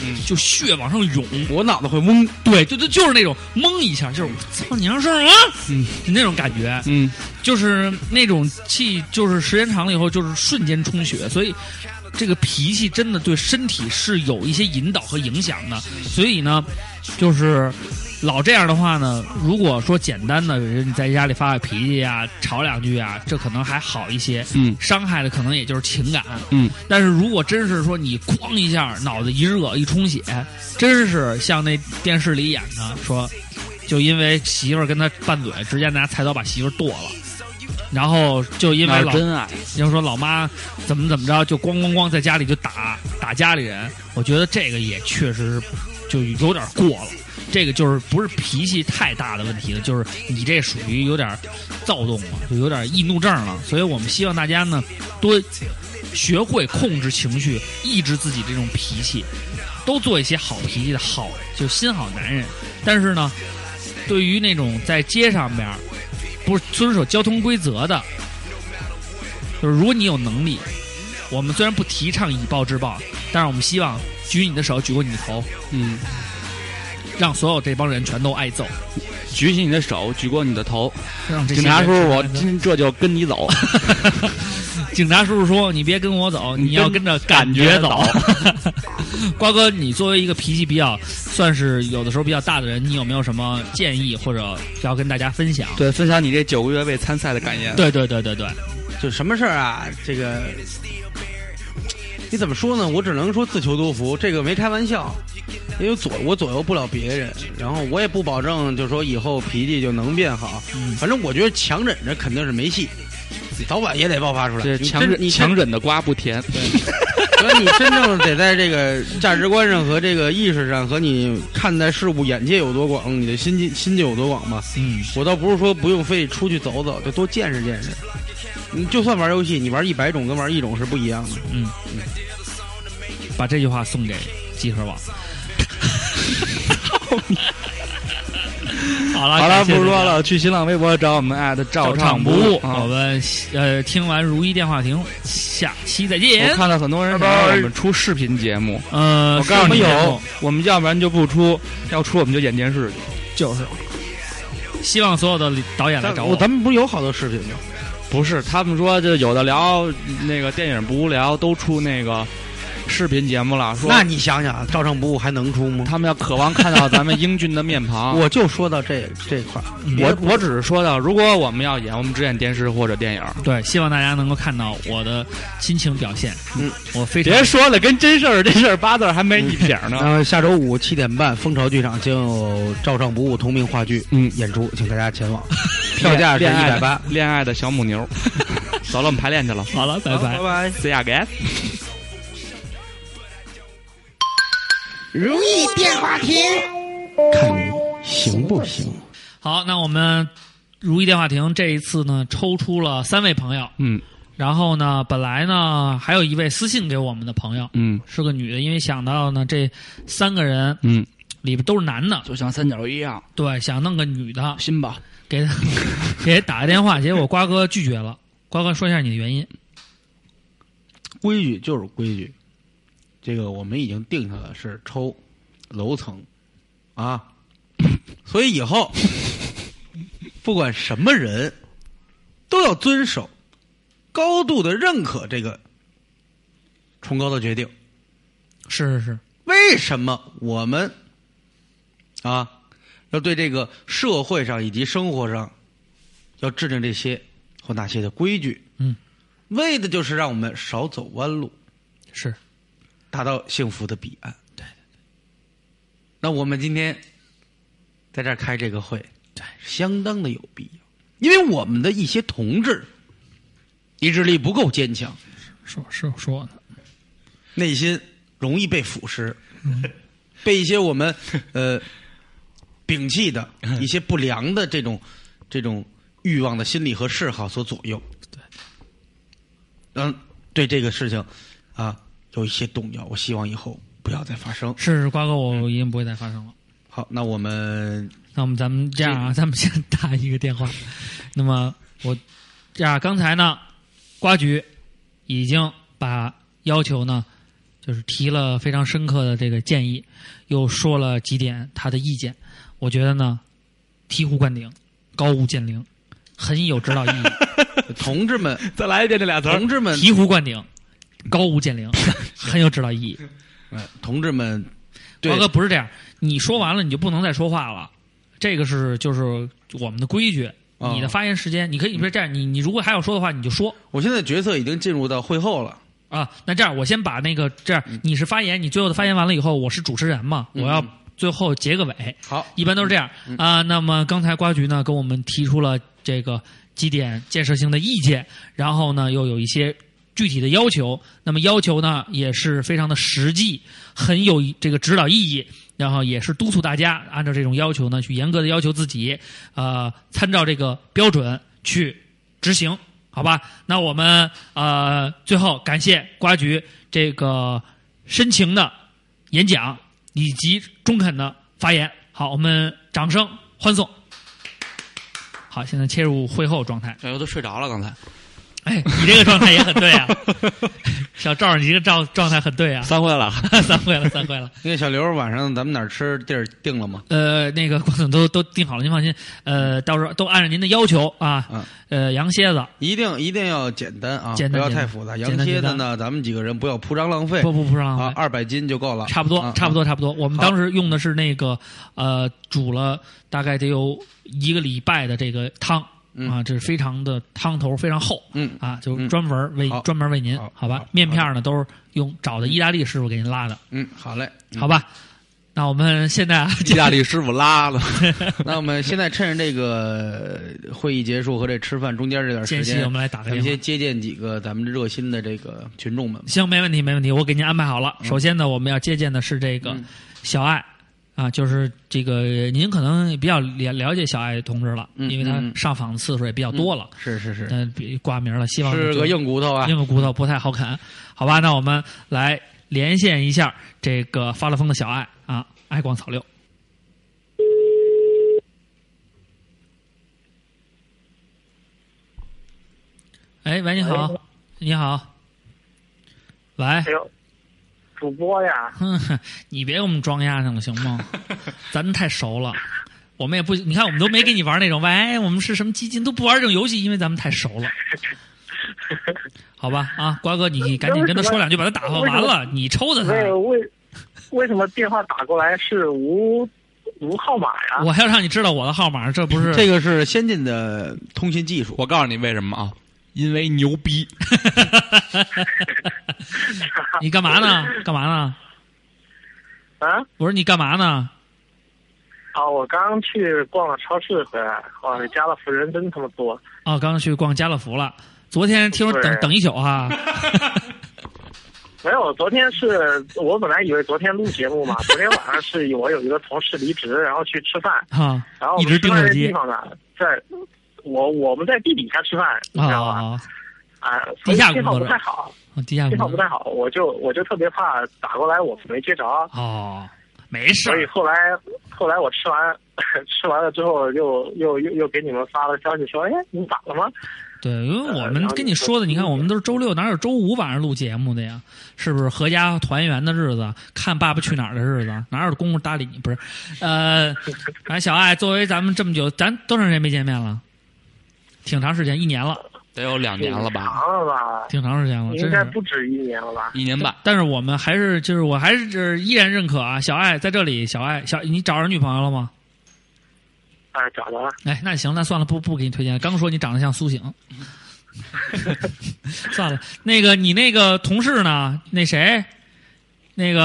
[SPEAKER 5] 嗯
[SPEAKER 4] 就血往上涌，
[SPEAKER 6] 我脑子会懵，
[SPEAKER 4] 对，就就就是那种懵一下，就是我操你娘事儿啊，
[SPEAKER 5] 嗯
[SPEAKER 4] 就那种感觉，
[SPEAKER 5] 嗯，
[SPEAKER 4] 就是那种气，就是时间长了以后，就是瞬间充血，所以这个脾气真的对身体是有一些引导和影响的。所以呢，就是老这样的话呢，如果说简单的，比如你在家里发发脾气啊，吵两句啊，这可能还好一些。
[SPEAKER 5] 嗯
[SPEAKER 4] 伤害的可能也就是情感。
[SPEAKER 5] 嗯，
[SPEAKER 4] 但是如果真是说你哐一下脑子一热一充血，真是像那电视里演的说，就因为媳妇儿跟他拌嘴，直接拿菜刀把媳妇儿剁了。然后就因为
[SPEAKER 5] 那
[SPEAKER 4] 老
[SPEAKER 5] 是真爱，
[SPEAKER 4] 就说老妈怎么怎么着，就咣咣咣在家里就打打家里人，我觉得这个也确实是就有点过了。这个就是不是脾气太大的问题了，就是你这属于有点躁动了，就有点易怒症了。所以我们希望大家呢多学会控制情绪，抑制自己这种脾气，都做一些好脾气的好，就心好男人。但是呢，对于那种在街上边儿不遵守交通规则的，就是如果你有能力，我们虽然不提倡以暴制暴，但是我们希望举你的手，举过你的头，
[SPEAKER 5] 嗯，
[SPEAKER 4] 让所有这帮人全都挨揍，
[SPEAKER 5] 举起你的手，举过你的头，
[SPEAKER 4] 让这些
[SPEAKER 5] 警察
[SPEAKER 4] 人
[SPEAKER 5] 叔叔，我
[SPEAKER 4] 全都挨揍
[SPEAKER 5] 今这就跟你走，
[SPEAKER 4] 警察叔叔说：“你别跟我走，你要跟着感觉走。”瓜哥，你作为一个脾气比较算是有的时候比较大的人，你有没有什么建议或者要跟大家分享？
[SPEAKER 5] 对，分享你这九个月未参赛的感言。
[SPEAKER 4] 对对对对对，
[SPEAKER 6] 就什么事儿啊，这个你怎么说呢？我只能说自求多福，这个没开玩笑，因为左我左右不了别人，然后我也不保证，就说以后脾气就能变好。
[SPEAKER 4] 嗯
[SPEAKER 6] 反正我觉得强忍着肯定是没戏，你早晚也得爆发出来。
[SPEAKER 5] 这
[SPEAKER 6] 你
[SPEAKER 5] 强
[SPEAKER 6] 真
[SPEAKER 5] 忍
[SPEAKER 6] 你真
[SPEAKER 5] 强忍的瓜不甜，
[SPEAKER 6] 所以你真正得在这个价值观上和这个意识上和你看待事物眼界有多广，你的心界心界有多广吧。
[SPEAKER 4] 嗯，
[SPEAKER 6] 我倒不是说不用非得出去走走，就多见识见识。你就算玩游戏，你玩一百种跟玩一种是不一样的。
[SPEAKER 4] 把这句话送给集合网。好了，
[SPEAKER 5] 好了，
[SPEAKER 4] 感谢
[SPEAKER 5] 不
[SPEAKER 4] 大家
[SPEAKER 5] 说了，去新浪微博找我们艾特照
[SPEAKER 4] 唱
[SPEAKER 5] 唱不
[SPEAKER 4] 误
[SPEAKER 5] 误。。
[SPEAKER 4] 我
[SPEAKER 5] 啊
[SPEAKER 4] 们呃听完如一电话亭，下期再
[SPEAKER 5] 我
[SPEAKER 4] 见。
[SPEAKER 5] 看到很多人想让我们出视频节目，
[SPEAKER 4] 呃，
[SPEAKER 5] 我告诉你，
[SPEAKER 4] 是我
[SPEAKER 5] 啊
[SPEAKER 4] 们节
[SPEAKER 5] 有
[SPEAKER 4] 目，
[SPEAKER 5] 我们要不然就不出，要出我们就演电视去。
[SPEAKER 4] 就是希望所有的导演来
[SPEAKER 6] 咱
[SPEAKER 4] 找我。
[SPEAKER 6] 咱们不是有好多视频吗？
[SPEAKER 5] 不是，他们说这有的聊那个电影不无聊，都出那个视频节目了。说
[SPEAKER 6] 那你想想，照常不误还能出吗？
[SPEAKER 5] 他们要渴望看到咱们英俊的面 庞。
[SPEAKER 6] 我就说到这这块儿，
[SPEAKER 5] 我我只是说到，如果我们要演，我们只演电视或者电影。
[SPEAKER 4] 对，希望大家能够看到我的心情表现。
[SPEAKER 6] 嗯，
[SPEAKER 4] 我非常
[SPEAKER 5] 别说了，跟真事儿这事儿八字儿还没一撇儿 呢。
[SPEAKER 6] 那下周五七点半，蜂巢剧场将有《照常不误》同名话剧
[SPEAKER 5] 嗯
[SPEAKER 6] 演出，请大家前 往，票价是一
[SPEAKER 5] 恋爱
[SPEAKER 6] 百
[SPEAKER 5] 的
[SPEAKER 6] 八。
[SPEAKER 5] 恋爱的小母 牛。走了，我们排练去了。
[SPEAKER 4] 好了，拜拜。
[SPEAKER 6] 拜。
[SPEAKER 5] See you again。
[SPEAKER 3] 如意电话亭，
[SPEAKER 4] 好，那我们如意电话亭这一次呢，抽出了三位朋友，
[SPEAKER 5] 嗯
[SPEAKER 4] 然后呢，本来呢还有一位私信给我们的朋友。
[SPEAKER 5] 嗯
[SPEAKER 4] 是个女的，因为想到呢，这三个人
[SPEAKER 5] 嗯，
[SPEAKER 4] 里边都是男的，
[SPEAKER 5] 就像三角一样，
[SPEAKER 4] 对，想弄个女的，
[SPEAKER 5] 新吧。
[SPEAKER 4] 给他给他打个电话，结果瓜哥拒绝了。瓜哥说一下你的原因。
[SPEAKER 6] 规矩就是规矩，这个我们已经定下了是抽楼层啊， 所以以后不管什么人都要遵守高度的认可这个崇高的决定。
[SPEAKER 4] 是是是，
[SPEAKER 6] 为什么我们啊要对这个社会上以及生活上要制定这些或那些的规矩？
[SPEAKER 4] 嗯，
[SPEAKER 6] 为的就是让我们少走弯路。
[SPEAKER 4] 是
[SPEAKER 6] 达到幸福的彼岸。对对对。那我们今天在这儿开这个会，对，相当的有必要，因为我们的一些同志意志力不够坚强，
[SPEAKER 4] 是是说我呢，
[SPEAKER 6] 内心容易被腐蚀， 被一些我们呃摒弃的一些不良的这种这种欲望的心理和嗜好所左右。对，嗯，对这个事情啊有一些动摇，我希望以后不要再发生。
[SPEAKER 4] 是是瓜哥，我一定不会再发生了。
[SPEAKER 6] 好，那我们
[SPEAKER 4] 那我们咱们这样啊，咱们先打一个电话。那么我呀，刚才呢，瓜局已经把要求呢，就是提了非常深刻的这个建议，又说了几点他的意见。我觉得呢，醍醐灌顶，高屋建瓴，很有指导意义。
[SPEAKER 6] 同 志们，
[SPEAKER 5] 再来一遍这俩词儿
[SPEAKER 6] 同。志们，
[SPEAKER 4] 醍醐灌顶，高屋建瓴，很有指导意义。
[SPEAKER 6] 哎同志们，对
[SPEAKER 4] 瓜哥不是这样，你说完了你就不能再说话了，这个是就是我们的规矩。
[SPEAKER 6] 啊
[SPEAKER 4] 你的发言时间，你可以不是这样，你你如果还要说的话，你就说
[SPEAKER 6] 我现在角色已经进入到会后了。
[SPEAKER 4] 啊。那这样，我先把那个这样，你是发言，你最后的发言完了以后，我是主持人嘛，我要最后结个尾，
[SPEAKER 6] 好，
[SPEAKER 4] 一般都是这样啊。那么刚才瓜局呢跟我们提出了这个几点建设性的意见，然后呢又有一些具体的要求。那么要求呢也是非常的实际，很有这个指导意义，然后也是督促大家按照这种要求呢去严格的要求自己，呃，参照这个标准去执行，好吧？那我们呃最后感谢瓜局这个深情的演讲以及中肯的发言。好，我们掌声欢送。好，现在切入会后状态。
[SPEAKER 5] 哎，我都睡着了，刚才
[SPEAKER 4] 哎，你这个状态也很对啊，小赵，你这个状状态很对啊。
[SPEAKER 5] 散会了。
[SPEAKER 4] 散会了，散会了。
[SPEAKER 6] 那个小刘晚上咱们哪儿吃地儿定了吗？
[SPEAKER 4] 呃，那个郭总都都定好了，您放心。呃，到时候都按照您的要求啊。
[SPEAKER 6] 嗯
[SPEAKER 4] 呃，羊蝎子
[SPEAKER 6] 一定一定要简单啊，
[SPEAKER 4] 简单
[SPEAKER 6] 不要
[SPEAKER 4] 简单
[SPEAKER 6] 太复杂。
[SPEAKER 4] 简
[SPEAKER 6] 羊
[SPEAKER 4] 单
[SPEAKER 6] 蝎
[SPEAKER 4] 简
[SPEAKER 6] 子
[SPEAKER 4] 单
[SPEAKER 6] 呢，咱们几个人不要铺张浪费
[SPEAKER 4] 不不不让
[SPEAKER 6] 啊，二百斤就够了，
[SPEAKER 4] 差不多，
[SPEAKER 6] 啊
[SPEAKER 4] 差不。多，差不多。我们
[SPEAKER 6] 好
[SPEAKER 4] 当时用的是那个呃，煮了大概得有一个礼拜的这个汤、
[SPEAKER 6] 嗯
[SPEAKER 4] 啊，这是非常的汤头非常厚，
[SPEAKER 6] 嗯
[SPEAKER 4] 啊，就
[SPEAKER 6] 嗯
[SPEAKER 4] 专门为、
[SPEAKER 6] 好
[SPEAKER 4] 专门为您，
[SPEAKER 6] 好
[SPEAKER 4] 吧？
[SPEAKER 6] 好
[SPEAKER 4] 面片儿呢都是用找的意大利师傅给您拉的，
[SPEAKER 6] 嗯，好嘞，
[SPEAKER 4] 好吧？那我们现在啊
[SPEAKER 5] 意大利师傅 拉了，
[SPEAKER 6] 那我们现在趁着这个会议结束和这吃饭中间这段时
[SPEAKER 4] 间隙
[SPEAKER 6] 间
[SPEAKER 4] 我，们来打个
[SPEAKER 6] 咱
[SPEAKER 4] 电
[SPEAKER 6] 们
[SPEAKER 4] 话
[SPEAKER 6] 先。接见几个咱们热心的这个群众们。
[SPEAKER 4] 行，没问题，没问题，我给您安排好了。首先呢，我们要接见的是这个
[SPEAKER 6] 嗯
[SPEAKER 4] 小爱。啊，就是这个，您可能比较了了解小爱同志了，
[SPEAKER 6] 嗯
[SPEAKER 4] 因为他
[SPEAKER 6] 嗯嗯
[SPEAKER 4] 上访次数也比较多了。
[SPEAKER 6] 是是是，
[SPEAKER 4] 嗯，比挂名了，希望
[SPEAKER 6] 是
[SPEAKER 4] 就
[SPEAKER 6] 个硬骨头啊。
[SPEAKER 4] 硬个骨头不太好啃，好吧？那我们来连线一下这个发了疯的小爱啊，爱逛草六。哎，喂，你好，你好，喂
[SPEAKER 3] 哎，呦，主播呀，
[SPEAKER 4] 哼， 你别给我们装丫上了，行吗？ 咱们太熟了，我们也不，你看我们都没跟你玩那种，喂，哎我们是什么激进，都不玩这种游戏，因为咱们太熟了。好吧，啊，瓜哥，你赶紧跟他说两句，把他打发完了，你抽的
[SPEAKER 3] 没有
[SPEAKER 4] 他，
[SPEAKER 3] 为为什么电话打过来是无无号码呀？
[SPEAKER 4] 我还要让你知道我的号码，这不是
[SPEAKER 6] 这个是先进的通信技术，
[SPEAKER 5] 我告诉你为什么啊？因为牛逼。
[SPEAKER 4] 你干嘛呢？干嘛呢？
[SPEAKER 3] 啊，
[SPEAKER 4] 我说你干嘛呢？
[SPEAKER 3] 啊，我刚去逛了超市回来，哇，这家乐福人真他妈多。
[SPEAKER 4] 哦，刚刚去逛家乐福了，昨天听说等
[SPEAKER 3] 对
[SPEAKER 4] 等一宿啊，
[SPEAKER 3] 没有，昨天是我本来以为昨天录节 目嘛，昨天晚上是我有一个同事离职，然后去吃饭，
[SPEAKER 4] 哈，
[SPEAKER 3] 然后我
[SPEAKER 4] 啊一直
[SPEAKER 3] 们吃饭
[SPEAKER 4] 盯手
[SPEAKER 3] 的地
[SPEAKER 4] 机啊
[SPEAKER 3] 方呢，在我我们在地底下吃饭，你知道吧？
[SPEAKER 4] 啊，
[SPEAKER 3] 啊，
[SPEAKER 4] 地
[SPEAKER 3] 所以
[SPEAKER 4] 下
[SPEAKER 3] 信号
[SPEAKER 4] 工作嗯
[SPEAKER 3] 不
[SPEAKER 4] 者
[SPEAKER 3] 太好，
[SPEAKER 4] 地下
[SPEAKER 3] 信号
[SPEAKER 4] 工
[SPEAKER 3] 不
[SPEAKER 4] 作
[SPEAKER 3] 太好，我就我就特别怕打过来我没接着，啊
[SPEAKER 4] 哦，没事
[SPEAKER 3] 所以
[SPEAKER 4] 儿，
[SPEAKER 3] 后来后来我吃完 吃完了之后又，又又又给你们发了消息说，哎，你咋了吗？
[SPEAKER 4] 对，因为我
[SPEAKER 3] 呃
[SPEAKER 4] 们
[SPEAKER 3] 然后
[SPEAKER 4] 跟
[SPEAKER 3] 就
[SPEAKER 4] 你
[SPEAKER 3] 说
[SPEAKER 4] 说的，你看
[SPEAKER 3] 自己
[SPEAKER 4] 我们都是周六，哪有周五晚上录节目的呀？是不是合家团圆的日子，看《爸爸去哪儿》的日子，哪有功夫搭理你？不是，呃，哎，小爱，作为咱们这么久，咱多长时间没见面了？挺长时间，一年了，
[SPEAKER 5] 得有两年了吧？
[SPEAKER 3] 长了吧？
[SPEAKER 4] 挺长时间了，
[SPEAKER 3] 应
[SPEAKER 4] 嗯真
[SPEAKER 3] 该
[SPEAKER 4] 是。
[SPEAKER 3] 不止一年了吧？
[SPEAKER 5] 一年半。
[SPEAKER 4] 但是我们还是就是我还是就是依然认可啊，小爱在这里，小爱小你找着女朋友了吗？
[SPEAKER 3] 哎，找着了，
[SPEAKER 4] 哎，那行，那算了，不不给你推荐了。刚说你长得像苏醒， 算了。那个你那个同事呢？那谁？那个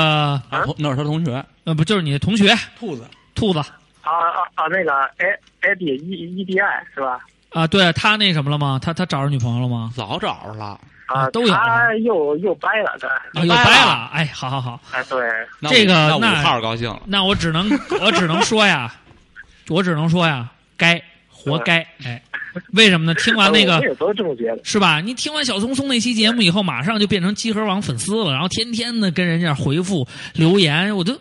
[SPEAKER 5] 啊那是他同学，
[SPEAKER 4] 呃，不就是你的同学
[SPEAKER 6] 兔子
[SPEAKER 4] 兔子
[SPEAKER 3] 啊啊啊，那个 A A D E E D I 是吧？
[SPEAKER 4] 啊？对他那什么了吗？他他找着女朋友了吗？
[SPEAKER 5] 早找着了。
[SPEAKER 4] 啊
[SPEAKER 3] 啊，
[SPEAKER 4] 都有
[SPEAKER 3] 他又又掰了，对，
[SPEAKER 4] 啊，又
[SPEAKER 5] 掰了
[SPEAKER 4] 掰了。哎，好好好，
[SPEAKER 3] 哎对，
[SPEAKER 5] 那
[SPEAKER 4] 这
[SPEAKER 5] 五
[SPEAKER 4] 个
[SPEAKER 5] 那
[SPEAKER 4] 那
[SPEAKER 5] 五号高兴了，
[SPEAKER 4] 那我只能我只能说呀，我只能说呀，该活该。哎，为什么呢？听完那
[SPEAKER 3] 我
[SPEAKER 4] 个
[SPEAKER 3] 们也都这么觉得。
[SPEAKER 4] 是吧？你听完小松松那期节目以后，马上就变成集合网粉丝了，然后天天的跟人家回复留言，我都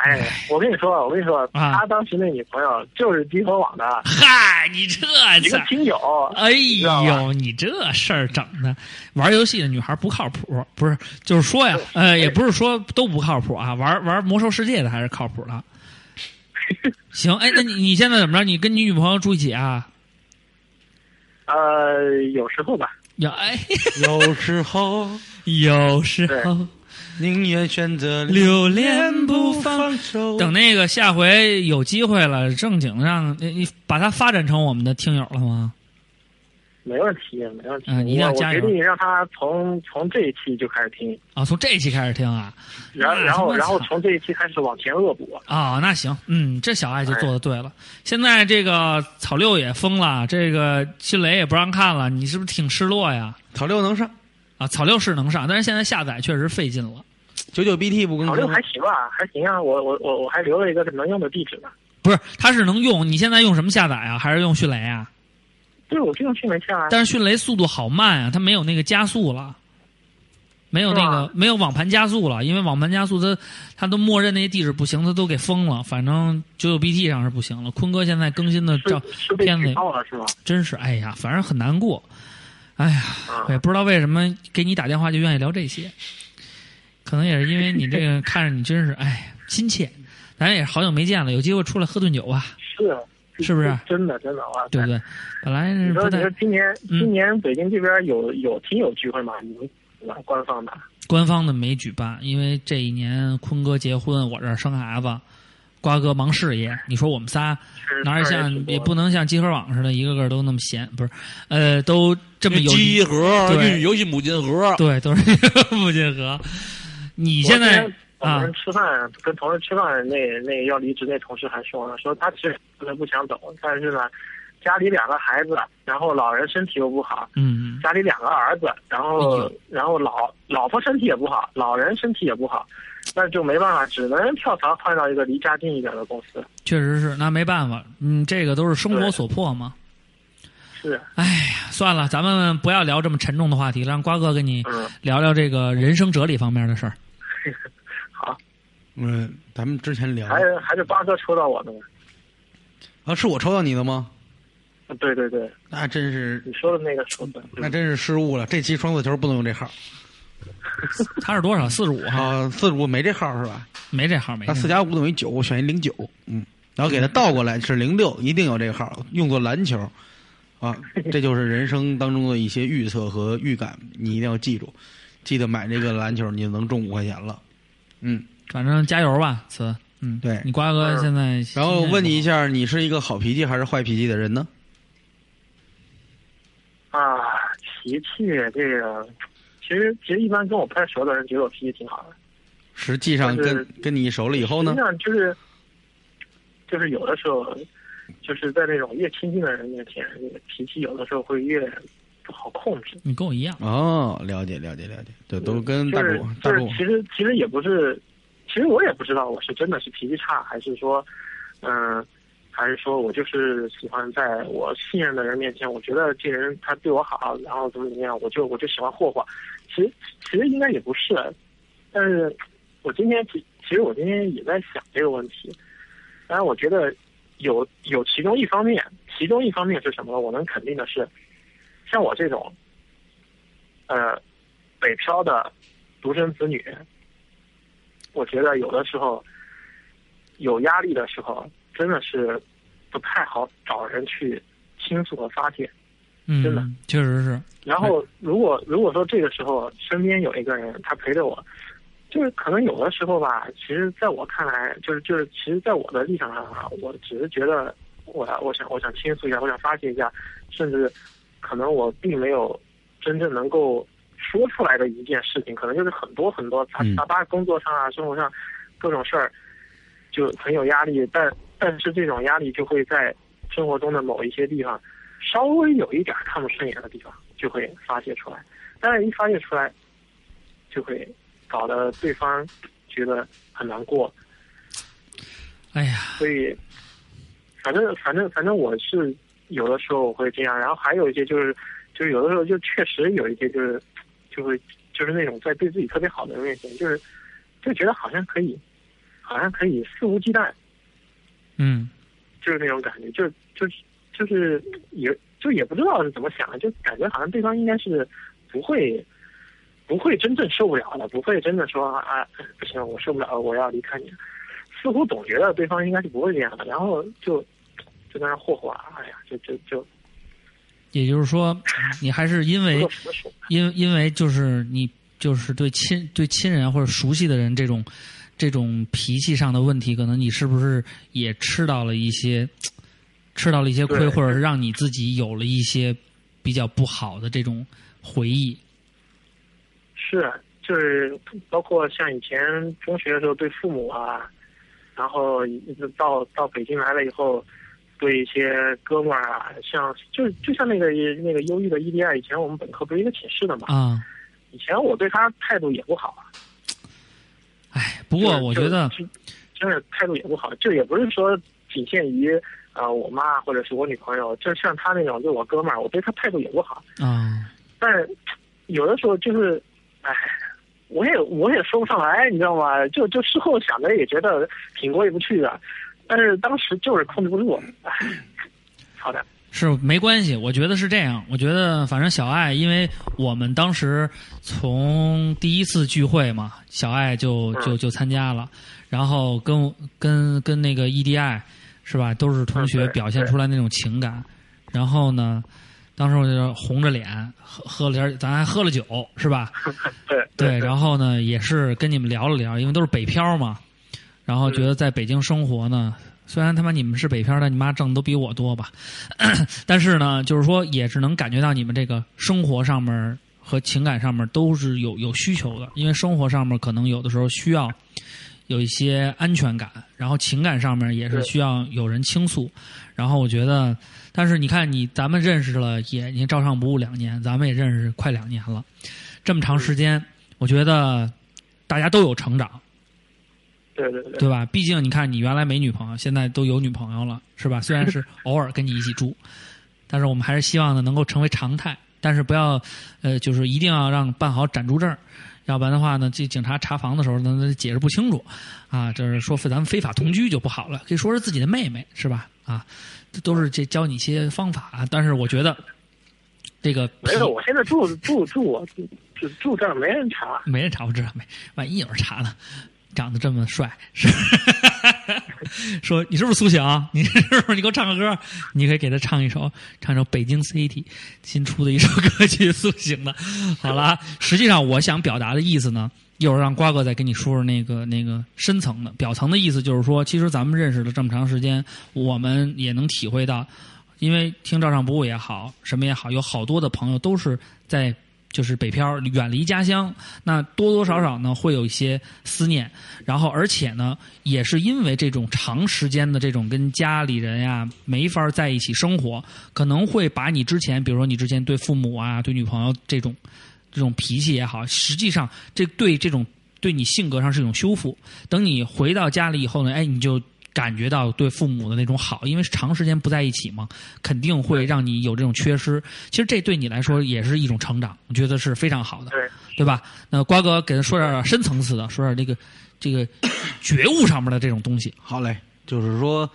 [SPEAKER 7] 哎，我跟你说，我跟你说，
[SPEAKER 4] 啊
[SPEAKER 7] 他当时那女朋友就是集合网的
[SPEAKER 4] 嗨，你这
[SPEAKER 7] 一个
[SPEAKER 4] 咋
[SPEAKER 7] 亲友，
[SPEAKER 4] 哎
[SPEAKER 7] 知道吧
[SPEAKER 4] 呦，你这事儿整的，玩游戏的女孩不靠谱，不是，就是说呀，呃，也不是说都不靠谱啊，玩玩魔兽世界的还是靠谱 的。行，哎，那你你现在怎么着？你跟你女朋友住一起啊？
[SPEAKER 7] 呃，有时候吧，
[SPEAKER 4] 有哎，
[SPEAKER 6] 有时 候
[SPEAKER 4] 有时候
[SPEAKER 6] 宁愿选择
[SPEAKER 4] 留恋不放。
[SPEAKER 6] 手
[SPEAKER 4] 等那个下回有机会了，正经让你你把它发展成我们的听友了吗？
[SPEAKER 7] 没问题，没问题。
[SPEAKER 4] 嗯你一定要
[SPEAKER 7] 我我
[SPEAKER 4] 加油
[SPEAKER 7] 决定让他从从这一期就开始听，
[SPEAKER 4] 啊，从这一期开始听啊。
[SPEAKER 7] 然后
[SPEAKER 4] 那
[SPEAKER 7] 然
[SPEAKER 4] 他
[SPEAKER 7] 后
[SPEAKER 4] 妈
[SPEAKER 7] 然后
[SPEAKER 4] 操
[SPEAKER 7] 从这一期开始往前恶补。
[SPEAKER 4] 啊、那行，嗯，这小爱就做的对了。现在这个草六也封了，这个迅雷也不让看了，你是不是挺失落呀？
[SPEAKER 6] 草六能上
[SPEAKER 4] 啊，草六是能上，但是现在下载确实费劲了。
[SPEAKER 6] 九九 BT 不更
[SPEAKER 4] 嗯
[SPEAKER 7] 好
[SPEAKER 6] 新
[SPEAKER 7] 六
[SPEAKER 6] 吗
[SPEAKER 7] 还？行吧，还行啊，我我我我还留了一个能用的地址呢。
[SPEAKER 4] 不是，它是能用，你现在用什么下载啊？还是用迅雷啊？
[SPEAKER 7] 对，我就用去没下啊。
[SPEAKER 4] 但是迅雷速度好慢啊，它没有那个加速了，没有那
[SPEAKER 7] 是
[SPEAKER 4] 个没有网盘加速了，因为网盘加速它它都默认那些地址不行，它都给封了。反正九九 BT 上是不行了。坤哥现在更新的照
[SPEAKER 7] 是是被
[SPEAKER 4] 片
[SPEAKER 7] 举
[SPEAKER 4] 尾
[SPEAKER 7] 报了是吗？
[SPEAKER 4] 真是哎呀，反正很难过。哎呀，
[SPEAKER 7] 啊
[SPEAKER 4] 我也不知道为什么给你打电话就愿意聊这些，可能也是因为你这个看着你真是哎亲切，咱也好久没见了，有机会出来喝顿酒吧，
[SPEAKER 7] 是
[SPEAKER 4] 是不是啊
[SPEAKER 7] 真的真的哇塞！
[SPEAKER 4] 对不对？本来
[SPEAKER 7] 你
[SPEAKER 4] 是
[SPEAKER 7] 说
[SPEAKER 4] 不
[SPEAKER 7] 你
[SPEAKER 4] 太
[SPEAKER 7] 说今年
[SPEAKER 4] 嗯
[SPEAKER 7] 今年北京这边有有听友聚会吗？你们官方的
[SPEAKER 4] 官方的没举办，因为这一年坤哥结婚，我这儿生孩子，瓜哥忙事业，你说我们仨
[SPEAKER 7] 是
[SPEAKER 4] 哪儿像
[SPEAKER 7] 挺多的
[SPEAKER 4] 也不能像集合网似的，一个个都那么闲，不是？呃，都这么有
[SPEAKER 5] 集合，
[SPEAKER 4] 对
[SPEAKER 5] 孕育游戏母亲河，
[SPEAKER 4] 对，都是 不结合。你现在
[SPEAKER 7] 我
[SPEAKER 4] 啊
[SPEAKER 7] 们吃饭跟同事吃饭，那那要离职那同事还说呢，说他其实真的不想走，但是呢，家里两个孩子，然后老人身体又不好，
[SPEAKER 4] 嗯。嗯
[SPEAKER 7] 家里两个儿子，然后、
[SPEAKER 4] 哎呦
[SPEAKER 7] 然后老老婆身体也不好，老人身体也不好，那就没办法，只能跳槽换到一个离家近一点的公司。
[SPEAKER 4] 确实是，那没办法，嗯，这个都是生活所迫嘛。
[SPEAKER 7] 是，
[SPEAKER 4] 哎呀，算了，咱们不要聊这么沉重的话题，让瓜哥跟你
[SPEAKER 7] 嗯，
[SPEAKER 4] 聊聊这个人生哲理方面的事儿。
[SPEAKER 6] 嗯，咱们之前聊
[SPEAKER 7] 还是还是八哥抽到我的呢。
[SPEAKER 6] 啊，是我抽到你的吗？
[SPEAKER 7] 对对对，
[SPEAKER 6] 那真是，
[SPEAKER 7] 你说的那个抽的，嗯
[SPEAKER 6] 那真是失误了。这期双色球不能用这号
[SPEAKER 4] 他是多少？四十
[SPEAKER 7] 哎
[SPEAKER 4] 五号，
[SPEAKER 6] 啊，四十五没这号是吧？
[SPEAKER 4] 没这号，没这
[SPEAKER 6] 那
[SPEAKER 4] 号
[SPEAKER 6] 四加五等于九，我选一零九，嗯，然后给它倒过来是零六，一定有这个号，用作篮球，啊，这就是人生当中的一些预测和预感，你一定要记住，记得买这个篮球，你就能中五块钱了，嗯，
[SPEAKER 4] 反正加油吧，词。嗯，
[SPEAKER 6] 对
[SPEAKER 4] 你瓜哥现在，
[SPEAKER 6] 然后问你一，下，你是一个好脾气还是坏脾气的人呢？
[SPEAKER 7] 啊，脾气这个，其实其实一般跟我不太熟的人觉得我脾气挺好的。
[SPEAKER 6] 实际上跟
[SPEAKER 7] 但是
[SPEAKER 6] 跟你熟了以后呢
[SPEAKER 7] 实际，上就是，就是有的时候，就是在那种越亲近的人面前，那个脾气有的时候会越不好控制。
[SPEAKER 4] 你跟我一样，
[SPEAKER 6] 哦，了解了解了解，对，都跟
[SPEAKER 7] 嗯就
[SPEAKER 6] 大
[SPEAKER 7] 是
[SPEAKER 6] 主
[SPEAKER 7] 就
[SPEAKER 6] 大
[SPEAKER 7] 是
[SPEAKER 6] 主，
[SPEAKER 7] 其实其实也不是，其实我也不知道我是真的是脾气差，还是说，嗯、还是说我就是喜欢在我信任的人面前，我觉得这人他对我好，然后怎么怎么样，我就我就喜欢霍霍。其实其实应该也不是，但是我今天其其实我今天也在想这个问题，当然我觉得有有其中一方面，其中一方面是什么呢？我能肯定的是，像我这种，呃，北漂的独生子女，我觉得有的时候有压力的时候，真的是不太好找人去倾诉和发泄。
[SPEAKER 4] 嗯，
[SPEAKER 7] 真的，
[SPEAKER 4] 确实是，
[SPEAKER 7] 然后，如果如果说这个时候身边有一个人他陪着我，就是可能有的时候吧，其实在我看来，就是就是，其实在我的立场上啊，我只是觉得我我想我想倾诉一下，我想发泄一下，甚至可能我并没有真正能够说出来的一件事情，可能就是很多很多杂
[SPEAKER 6] 嗯
[SPEAKER 7] 杂八工作上啊、生活上各种事儿就很有压力，但但是这种压力就会在生活中的某一些地方稍微有一点儿看不顺眼的地方就会发泄出来，但是一发泄出来，就会搞得对方觉得很难过，
[SPEAKER 4] 哎呀，
[SPEAKER 7] 所以反正反正反正我是有的时候我会这样，然后还有一些就是就是有的时候就确实有一些就是就会就是那种在对自己特别好的人面前，就是就觉得好像可以好像可以肆无忌惮，
[SPEAKER 4] 嗯
[SPEAKER 7] 就是那种感觉，就就就是也就也不知道是怎么想的，就感觉好像对方应该是不会不会真正受不了的，不会真的说啊不行，我受不了，我要离开你。似乎总觉得对方应该是不会这样的，然后就就在那儿霍霍啊，哎呀，就就就
[SPEAKER 4] 也就是说，你还是因
[SPEAKER 7] 不
[SPEAKER 4] 为
[SPEAKER 7] 做什么事。
[SPEAKER 4] 因因为就是你就是对亲对亲人或者熟悉的人这种这种脾气上的问题，可能你是不是也吃到了一些吃到了一些亏，
[SPEAKER 7] 对
[SPEAKER 4] 或者是让你自己有了一些比较不好的这种回忆？
[SPEAKER 7] 是，就是包括像以前中学的时候对父母啊，然后一直到到北京来了以后，对一些哥们儿啊，像就就像那个那个忧郁的 EDI，以前我们本科不是一个寝室的嘛，
[SPEAKER 4] 啊，
[SPEAKER 7] 以前我对他态度也不好啊，
[SPEAKER 4] 哎，不过
[SPEAKER 7] 就是
[SPEAKER 4] 我觉得，
[SPEAKER 7] 就真的态度也不好，这也不是说仅限于啊、呃我妈或者是我女朋友，就像他那种对我哥们儿，我对他态度也不好，
[SPEAKER 4] 啊，
[SPEAKER 7] 但是有的时候就是，哎，我也我也说不上来，你知道吗？就就事后想着也觉得挺过意不去的，但是当时就是控制不住。哎，好的，
[SPEAKER 4] 是没关系，我觉得是这样。我觉得反正小爱，因为我们当时从第一次聚会嘛，小爱就
[SPEAKER 7] 嗯
[SPEAKER 4] 就就参加了，然后跟我跟跟那个 EDI 是吧，都是同学
[SPEAKER 7] 嗯对
[SPEAKER 4] 表现出来那种情感。然后呢，当时我就红着脸喝喝了点儿，咱还喝了酒是吧？
[SPEAKER 7] 对
[SPEAKER 4] 对，
[SPEAKER 7] 对
[SPEAKER 4] 然后呢，也是跟你们聊了聊，因为都是北漂嘛，然后
[SPEAKER 7] 嗯
[SPEAKER 4] 觉得在北京生活呢，虽然他妈你们是北漂，但你妈挣的都比我多吧， 但是呢，就是说也是能感觉到你们这个生活上面和情感上面都是有有需求的，因为生活上面可能有的时候需要有一些安全感，然后情感上面也是
[SPEAKER 7] 对
[SPEAKER 4] 需要有人倾诉，然后我觉得，但是你看你咱们认识了也，你看照上不误两年，咱们也认识快两年了，这么
[SPEAKER 7] 嗯
[SPEAKER 4] 长时间，我觉得大家都有成长，
[SPEAKER 7] 对对对，
[SPEAKER 4] 对吧？毕竟你看，你原来没女朋友，现在都有女朋友了，是吧？虽然是偶尔跟你一起住， 但是我们还是希望呢能够成为常态。但是不要，呃，就是一定要让办好暂住证，要不然的话呢，这警察查房的时候呢，那解释不清楚，啊，就是说咱们非法同居就不好了，可以说是自己的妹妹，是吧？啊，这都是这教你一些方法啊。但是我觉得，这个
[SPEAKER 7] 没
[SPEAKER 4] 脾
[SPEAKER 7] 有，我现在住住住我住住这儿没人查，
[SPEAKER 4] 没人查，我知道没，万一有人查呢？长得这么帅， 是说你是不是苏醒？啊你是不是你给我唱个歌？你可以给他唱一首，唱一首《北京 City》新出的一首歌曲《苏醒》的。好啦，实际上我想表达的意思呢，一会儿让瓜哥再跟你说说那个那个深层的、表层的意思，就是说，其实咱们认识了这么长时间，我们也能体会到，因为听照上不误也好，什么也好，有好多的朋友都是在就是北漂，远离家乡，那多多少少呢会有一些思念，然后而且呢，也是因为这种长时间的这种跟家里人呀、没法在一起生活，可能会把你之前，比如说你之前对父母啊、对女朋友这种这种脾气也好，实际上这对这种对你性格上是一种修复。等你回到家里以后呢，哎，你就。感觉到对父母的那种好，因为长时间不在一起嘛，肯定会让你有这种缺失。其实这对你来说也是一种成长，我觉得是非常好的。
[SPEAKER 7] 对，
[SPEAKER 4] 对吧？那瓜哥给他说点儿深层次的，说点儿这个这个 觉悟上面的这种东西。
[SPEAKER 6] 好嘞，就是说，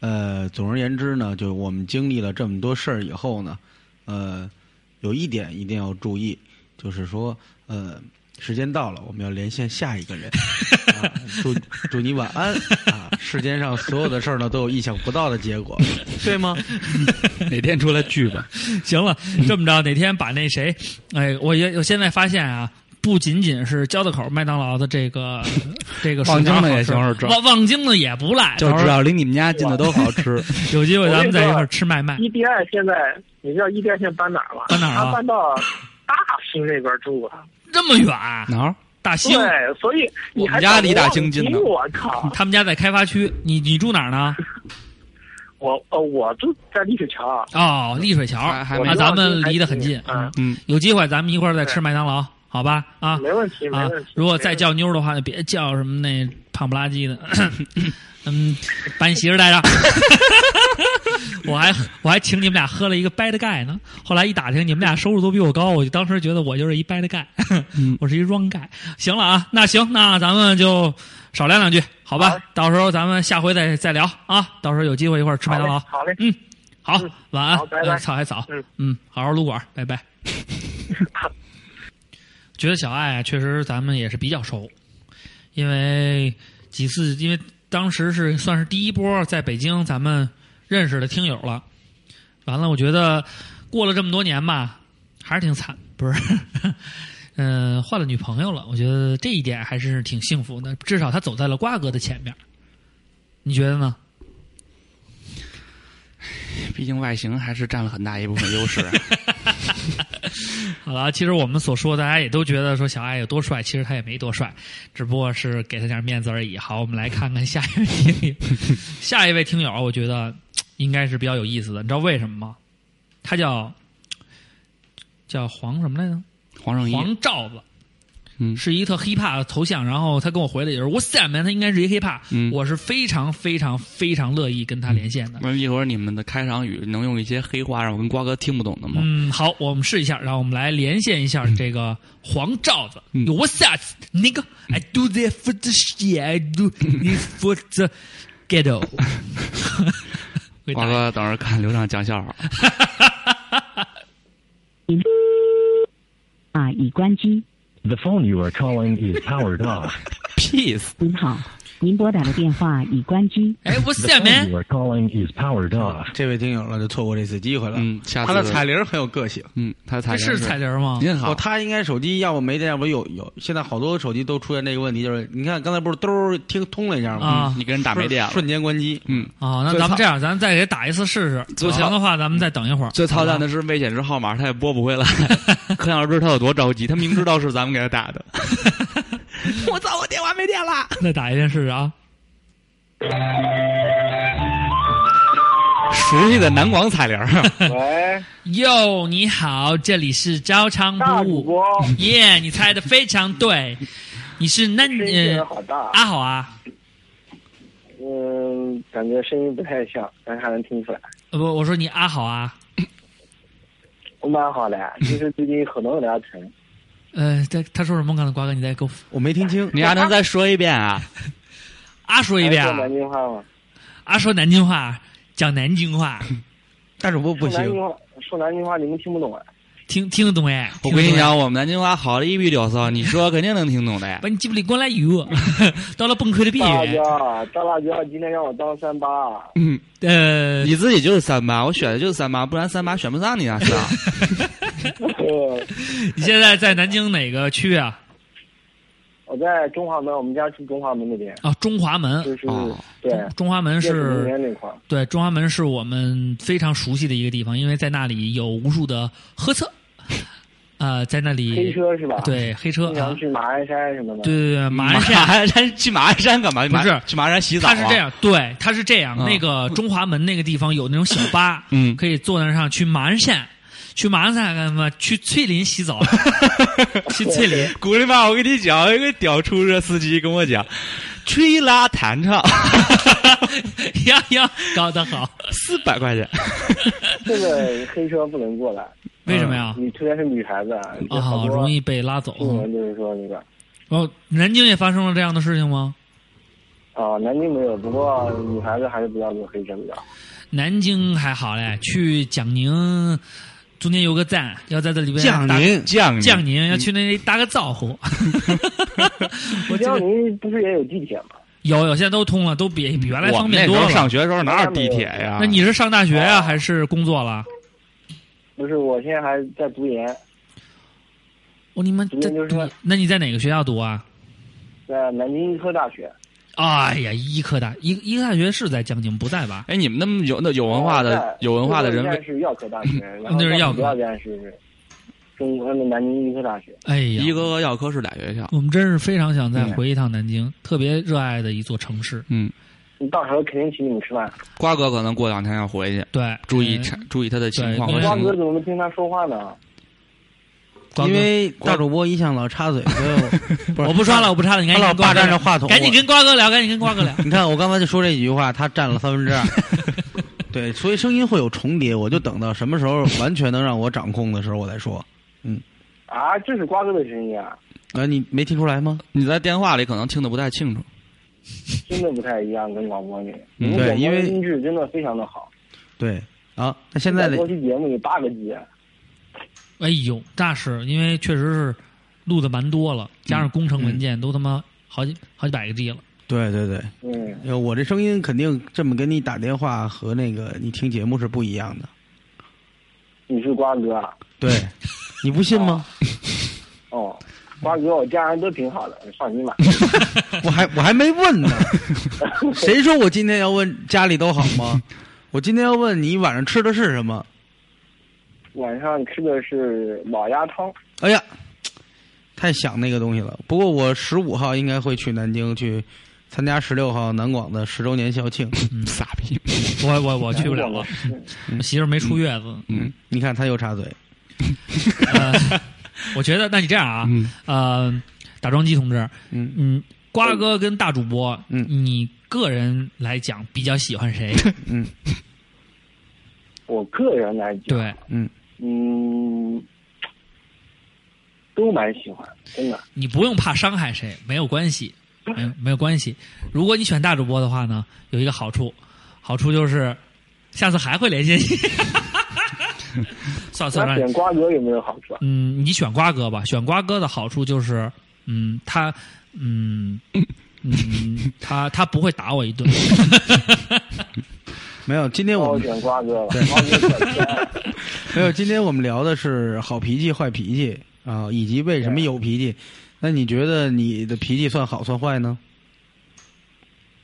[SPEAKER 6] 呃，总而言之呢，就是我们经历了这么多事儿以后呢，呃，有一点一定要注意，就是说，呃，时间到了，我们要连线下一 个人。啊、祝祝你晚安啊！世间上所有的事儿呢，都有意想不到的结果，对吗？
[SPEAKER 5] 哪天出来聚 吧？
[SPEAKER 4] 行了，
[SPEAKER 5] 嗯
[SPEAKER 4] 这么着，哪天把那谁，哎，我也我现在发现啊。不仅仅是交道口麦当劳的这 个这个薯
[SPEAKER 5] 望京
[SPEAKER 4] 条
[SPEAKER 5] 的
[SPEAKER 4] 好
[SPEAKER 5] 也
[SPEAKER 4] 吃
[SPEAKER 5] 行是吧
[SPEAKER 4] 望望京的也不赖，
[SPEAKER 5] 就
[SPEAKER 4] 到时
[SPEAKER 5] 知
[SPEAKER 4] 候
[SPEAKER 5] 道离你们家近的都好 吃。
[SPEAKER 4] 有机会咱们在一块儿吃麦麦。
[SPEAKER 7] EDI ，E 现在你知道 EDI 现在搬哪儿吗？
[SPEAKER 4] 哎搬哪儿了
[SPEAKER 7] 他搬到大兴那边住了。
[SPEAKER 4] 这么远，啊
[SPEAKER 5] 哪儿？
[SPEAKER 4] 大兴，
[SPEAKER 7] 对，所以你还
[SPEAKER 5] 我们家
[SPEAKER 7] 找
[SPEAKER 5] 离
[SPEAKER 7] 不
[SPEAKER 5] 大
[SPEAKER 7] 到
[SPEAKER 5] 兴近
[SPEAKER 7] 你
[SPEAKER 5] 呢
[SPEAKER 7] 我靠，
[SPEAKER 4] 他们家在开发区，你你住哪儿呢？
[SPEAKER 7] 我呃我住在丽水桥，啊
[SPEAKER 4] 哦，丽水桥，
[SPEAKER 5] 还还
[SPEAKER 4] 啊
[SPEAKER 5] 没，到
[SPEAKER 4] 咱们离得很近。
[SPEAKER 7] 嗯
[SPEAKER 5] 嗯，
[SPEAKER 4] 有机会咱们一块儿再吃麦当劳，好吧？啊，
[SPEAKER 7] 没问题，没
[SPEAKER 4] 啊
[SPEAKER 7] 问题。，
[SPEAKER 4] 如果再
[SPEAKER 7] 没问题
[SPEAKER 4] 叫妞儿的话，就别叫什么那胖不拉几的，嗯，把你媳妇儿带上。 我还我还请你们俩喝了一个 bad guy 呢，后来一打听你们俩收入都比我高，我就当 时觉得我就是一 bad guy，我是一 wrong guy。行了啊，那行，那咱们就少聊两句，好吧？
[SPEAKER 7] 好
[SPEAKER 4] 到时候咱们下回再再聊啊，到时候有机会一块儿吃麦当劳。
[SPEAKER 7] 好嘞，
[SPEAKER 4] 嗯，好
[SPEAKER 7] 嗯，
[SPEAKER 4] 晚安
[SPEAKER 7] 好拜。拜
[SPEAKER 4] 呃操还早
[SPEAKER 7] 嗯，
[SPEAKER 4] 嗯，好好撸管，拜 拜。觉得小爱啊，确实咱们也是比较熟，因为几次，因为当时是算是第一波在北京咱们认识的听友了。完了，我觉得过了这么多年吧，还是挺惨，不是？ 嗯、换了女朋友了，我觉得这一点还是挺幸福的，至少他走在了瓜哥的前面。你觉得呢？
[SPEAKER 5] 毕竟外形还是占了很大一部分优势。
[SPEAKER 4] 好了，其实我们所说，大家也都觉得说小爱有多帅，其实他也没多帅，只不过是给他点面子而已。好，我们来看看下一位听友，下一位听友，我觉得应该是比较有意思的，你知道为什么吗？他叫叫黄什么来着？
[SPEAKER 5] 黄圣依，
[SPEAKER 4] 黄罩子，
[SPEAKER 5] 嗯
[SPEAKER 4] 是一特 hiphop 的头像。然后他跟我回的也是 What's up man？他应该是一 hiphop，、
[SPEAKER 5] 嗯
[SPEAKER 4] 我是非常非常非常乐意跟他连线的。
[SPEAKER 5] 不是一会儿你们的开场语能用一些黑话让我跟瓜哥听不懂的吗？
[SPEAKER 4] 嗯，好，我们试一下，让我们来连线一下这个黄罩子。
[SPEAKER 5] 嗯
[SPEAKER 4] What's that, nigga? I do that for the shit, I do this for the ghetto 回
[SPEAKER 5] 瓜
[SPEAKER 4] 答。
[SPEAKER 5] 哥等着看刘畅讲笑话。
[SPEAKER 8] 啊，已关机。
[SPEAKER 9] The phone you are calling is powered off.
[SPEAKER 5] Peace，
[SPEAKER 8] 您好，您拨打的电话已关机。
[SPEAKER 4] 哎，What's
[SPEAKER 9] The
[SPEAKER 4] that,
[SPEAKER 9] phone
[SPEAKER 4] man？
[SPEAKER 9] you are calling is powered off.
[SPEAKER 6] 这位听友了就错过这次机会了。
[SPEAKER 5] 嗯下次
[SPEAKER 6] 他的彩铃很有个性。
[SPEAKER 5] 嗯，他的彩
[SPEAKER 4] 这
[SPEAKER 5] 铃
[SPEAKER 4] 是彩铃吗？
[SPEAKER 5] 您好
[SPEAKER 6] 哦，，他应该手机要么没电，要么有有。现在好多手机都出现这个问题，就是你看刚才不是嘚听通了一下吗？嗯
[SPEAKER 4] 啊
[SPEAKER 5] 嗯你给人打没电了。
[SPEAKER 6] 瞬间关机。
[SPEAKER 5] 嗯，
[SPEAKER 4] 啊、那
[SPEAKER 5] 最
[SPEAKER 4] 咱们
[SPEAKER 5] 操
[SPEAKER 4] 这样，咱们再给打一次试试。
[SPEAKER 5] 最
[SPEAKER 4] 不
[SPEAKER 5] 操
[SPEAKER 4] 行的话，咱们再等一会儿。
[SPEAKER 5] 最操蛋
[SPEAKER 4] 的，
[SPEAKER 5] 的是危险是号码，他也拨 不回来，可想而知他有多着急。他明知道是咱们给他打 的。我操！我电话没电了。
[SPEAKER 4] 再打一遍试试啊。
[SPEAKER 5] 熟悉的南广 彩铃儿，
[SPEAKER 7] 喂，
[SPEAKER 4] 哟，你好，这里是招商
[SPEAKER 7] 大
[SPEAKER 4] 部
[SPEAKER 7] 主播，
[SPEAKER 4] 耶你猜的非常对，你是那
[SPEAKER 7] 声音
[SPEAKER 4] 嗯、
[SPEAKER 7] 好大，
[SPEAKER 4] 阿好啊。
[SPEAKER 7] 嗯，感觉声音不太像，但是还能听出来。
[SPEAKER 4] 呃不，我说你阿好啊，
[SPEAKER 7] 我蛮好的，就是最近很多人聊天，
[SPEAKER 4] 呃，他他说什么？刚才瓜哥，你再给我
[SPEAKER 6] 我没听清，
[SPEAKER 5] 你还能再说一遍啊？
[SPEAKER 4] 阿说一遍
[SPEAKER 7] 哎说
[SPEAKER 4] 啊，
[SPEAKER 7] 南京话嘛，
[SPEAKER 4] 阿说南京话，讲南京话，
[SPEAKER 6] 大主播不
[SPEAKER 7] 说南
[SPEAKER 6] 行
[SPEAKER 7] 京。话，说南京话你们听不懂啊。
[SPEAKER 4] 听听得懂哎。
[SPEAKER 5] 我跟
[SPEAKER 4] 听
[SPEAKER 5] 你
[SPEAKER 4] 得懂哎，
[SPEAKER 5] 讲，我们南京话好的一比九骚，你说肯定能听懂的呀
[SPEAKER 4] 把。你鸡巴里光来油， 到了崩溃的边
[SPEAKER 7] 大辣
[SPEAKER 4] 缘。
[SPEAKER 7] 椒，大辣椒，今天让我当三八，啊
[SPEAKER 5] 嗯，
[SPEAKER 4] 呃，
[SPEAKER 5] 你自己就是三八，我选的就是三八，不然三八选不上你啊，是吧？
[SPEAKER 4] 嗯
[SPEAKER 7] 呃，
[SPEAKER 4] 你现在在南京哪个区啊？
[SPEAKER 7] 我在中华门，我们家住中华门那边，
[SPEAKER 4] 啊，中华门。
[SPEAKER 7] 就是、
[SPEAKER 5] 哦
[SPEAKER 7] 对，
[SPEAKER 4] 中华门
[SPEAKER 7] 电子名
[SPEAKER 4] 是
[SPEAKER 7] 媛那块儿，
[SPEAKER 4] 对中华门是我们非常熟悉的一个地方，因为在那里有无数的喝 车，啊，在那里
[SPEAKER 7] 黑车是吧？，
[SPEAKER 4] 对黑车
[SPEAKER 7] 经
[SPEAKER 4] 啊
[SPEAKER 7] 常，去马鞍山什么的。
[SPEAKER 4] 对对对，
[SPEAKER 5] 嗯
[SPEAKER 4] 马鞍山
[SPEAKER 5] 马鞍山去马鞍山干嘛？
[SPEAKER 4] 不是
[SPEAKER 5] 去马鞍山洗澡？啊
[SPEAKER 4] 他是这，样，对，他是这样。
[SPEAKER 5] 嗯
[SPEAKER 4] 那个中华门那个地方有那种小巴，
[SPEAKER 5] 嗯
[SPEAKER 4] 可以坐那上去马鞍山，去马鞍山干嘛？去翠林洗澡，去翠 林。
[SPEAKER 5] 古力妈，我跟你讲，有一个屌出租车司机跟我讲，吹拉弹唱
[SPEAKER 4] 呀呀，搞得好！
[SPEAKER 5] 四百块钱，
[SPEAKER 7] 这个黑车不能过来，
[SPEAKER 4] 为什么呀？
[SPEAKER 7] 你特别是女孩子啊，嗯就嗯好
[SPEAKER 4] 啊，
[SPEAKER 7] 多
[SPEAKER 4] 容易被拉走。
[SPEAKER 7] 新闻就是说那个
[SPEAKER 4] 哦，南京也发生了这样的事情吗？
[SPEAKER 7] 啊，南京没有，不过女孩子还是不要坐黑车比较好。
[SPEAKER 4] 南京还好嘞，去蒋宁，中间有个站，要在这里边
[SPEAKER 6] 蒋
[SPEAKER 4] 啊打
[SPEAKER 6] 宁，
[SPEAKER 5] 降
[SPEAKER 4] 蒋宁要去那里搭个招呼。 我这
[SPEAKER 7] 江
[SPEAKER 4] 个
[SPEAKER 7] 宁不是也有地铁吗？
[SPEAKER 4] 有有，现在都通了，都比比原来
[SPEAKER 5] 我
[SPEAKER 4] 方
[SPEAKER 5] 们
[SPEAKER 4] 便
[SPEAKER 5] 那时
[SPEAKER 4] 多
[SPEAKER 5] 候
[SPEAKER 4] 了。
[SPEAKER 5] 上学哦的时候哪有地铁呀？
[SPEAKER 4] 那你是上大学呀、还是工作了？
[SPEAKER 7] 不是，我现在还在读研，
[SPEAKER 4] 我、哦你们
[SPEAKER 7] 读
[SPEAKER 4] 这
[SPEAKER 7] 研究生，
[SPEAKER 4] 那你在哪个学校读啊？
[SPEAKER 7] 在南京医科大学。
[SPEAKER 4] 哎呀，医科大医医科大学是在江津，不在吧？
[SPEAKER 5] 哎，你们那么有那有文化的
[SPEAKER 7] 在
[SPEAKER 5] 有文化的人
[SPEAKER 7] 中
[SPEAKER 5] 为
[SPEAKER 7] 国，哦站是药科大学，然后
[SPEAKER 4] 那是药科
[SPEAKER 7] 第二站是中国的南京医科大学。
[SPEAKER 4] 哎
[SPEAKER 5] 一
[SPEAKER 4] 呀，
[SPEAKER 5] 哥哥药科嗯是俩学校。
[SPEAKER 4] 我们真是非常想再回一趟南京，特别热爱的一座城市。
[SPEAKER 5] 嗯，
[SPEAKER 7] 你到时候肯定请你们吃饭。
[SPEAKER 5] 瓜哥可能过两天要回去，
[SPEAKER 4] 对，
[SPEAKER 5] 注意
[SPEAKER 4] 呃
[SPEAKER 5] 查注意他的情况嗯
[SPEAKER 4] 对
[SPEAKER 5] 和
[SPEAKER 7] 瓜
[SPEAKER 5] 行
[SPEAKER 7] 哥
[SPEAKER 5] 为。
[SPEAKER 7] 怎么没听他说话呢？
[SPEAKER 4] 瓜哥
[SPEAKER 6] 因为大主播一向老插嘴，所 以我不是
[SPEAKER 4] 我不刷了，我不刷了，你赶紧
[SPEAKER 6] 他老
[SPEAKER 4] 跟瓜哥
[SPEAKER 6] 霸占
[SPEAKER 4] 聊
[SPEAKER 6] 着话筒
[SPEAKER 4] 赶紧跟瓜哥聊，赶紧跟瓜哥聊。
[SPEAKER 6] 你看，我刚才就说这几句话，他占了三分 之二。对，所以声音会有重叠，我就等到什么时候完全能让我掌控的时候，我再说。
[SPEAKER 7] 啊，这是瓜哥的声音啊！
[SPEAKER 6] 啊，你没听出来吗？
[SPEAKER 5] 你在电话里可能听得不太清楚。
[SPEAKER 7] 真的不太一样，跟广播里，
[SPEAKER 6] 嗯
[SPEAKER 7] 你们
[SPEAKER 6] 对
[SPEAKER 7] 广播
[SPEAKER 6] 因为
[SPEAKER 7] 的音质真的非常的好。
[SPEAKER 6] 对啊，那现在的
[SPEAKER 7] 播期节目有八个级，
[SPEAKER 4] 哎呦，那是因为确实是录的蛮多了，加上
[SPEAKER 5] 嗯
[SPEAKER 4] 工程文件都他妈好几好几百个 G 了。
[SPEAKER 6] 对对对，
[SPEAKER 7] 嗯，
[SPEAKER 6] 呃我这声音肯定这么跟你打电话和那个你听节目是不一样的。
[SPEAKER 7] 你是瓜哥啊？
[SPEAKER 6] 对，你不信吗？
[SPEAKER 7] 哦，瓜哥，我家人都挺好的，放心吧。
[SPEAKER 6] 我还我还没问呢，谁说我今天要问家里都好吗？我今天要问你晚上吃的是什么？
[SPEAKER 7] 晚上吃的是老鸭汤，
[SPEAKER 6] 哎呀，太想那个东西了。不过我十五号应该会去南京去参加十六号南广的十周年校庆。
[SPEAKER 5] 傻逼，
[SPEAKER 4] 嗯我我我去不了
[SPEAKER 7] 难过
[SPEAKER 4] 了，
[SPEAKER 6] 嗯
[SPEAKER 4] 我媳妇儿没出月 子。
[SPEAKER 5] 嗯，
[SPEAKER 6] 你看他又插嘴，
[SPEAKER 4] 呃，我觉得，那你这样啊，
[SPEAKER 5] 嗯
[SPEAKER 4] 呃，打桩机同志，
[SPEAKER 6] 嗯
[SPEAKER 4] 嗯，瓜哥跟大主播，
[SPEAKER 6] 嗯
[SPEAKER 4] 你个人来讲比较喜欢 谁？
[SPEAKER 6] 嗯
[SPEAKER 7] 我个人来讲，
[SPEAKER 4] 对
[SPEAKER 6] 嗯，
[SPEAKER 7] 嗯，都蛮喜欢，真的。
[SPEAKER 4] 你不用怕伤害谁，没有关系，没有没有关系。如果你选大主播的话呢，有一个好处，好处就是下次还会联系你。 算了算了，
[SPEAKER 7] 那
[SPEAKER 4] 让
[SPEAKER 7] 选
[SPEAKER 4] 你
[SPEAKER 7] 瓜哥有没有好处啊？
[SPEAKER 4] 嗯，你选瓜哥吧，选瓜哥的好处就是，嗯，他，嗯。嗯，他他不会打我一顿，
[SPEAKER 6] 没有，今天
[SPEAKER 7] 那
[SPEAKER 6] 我
[SPEAKER 7] 我
[SPEAKER 6] 们
[SPEAKER 7] 选瓜哥吧，瓜哥可偏爱了
[SPEAKER 6] 没有，今天我们聊的是好脾气、坏脾气啊，以及为什么有脾气。那你觉得你的脾气算好算坏呢？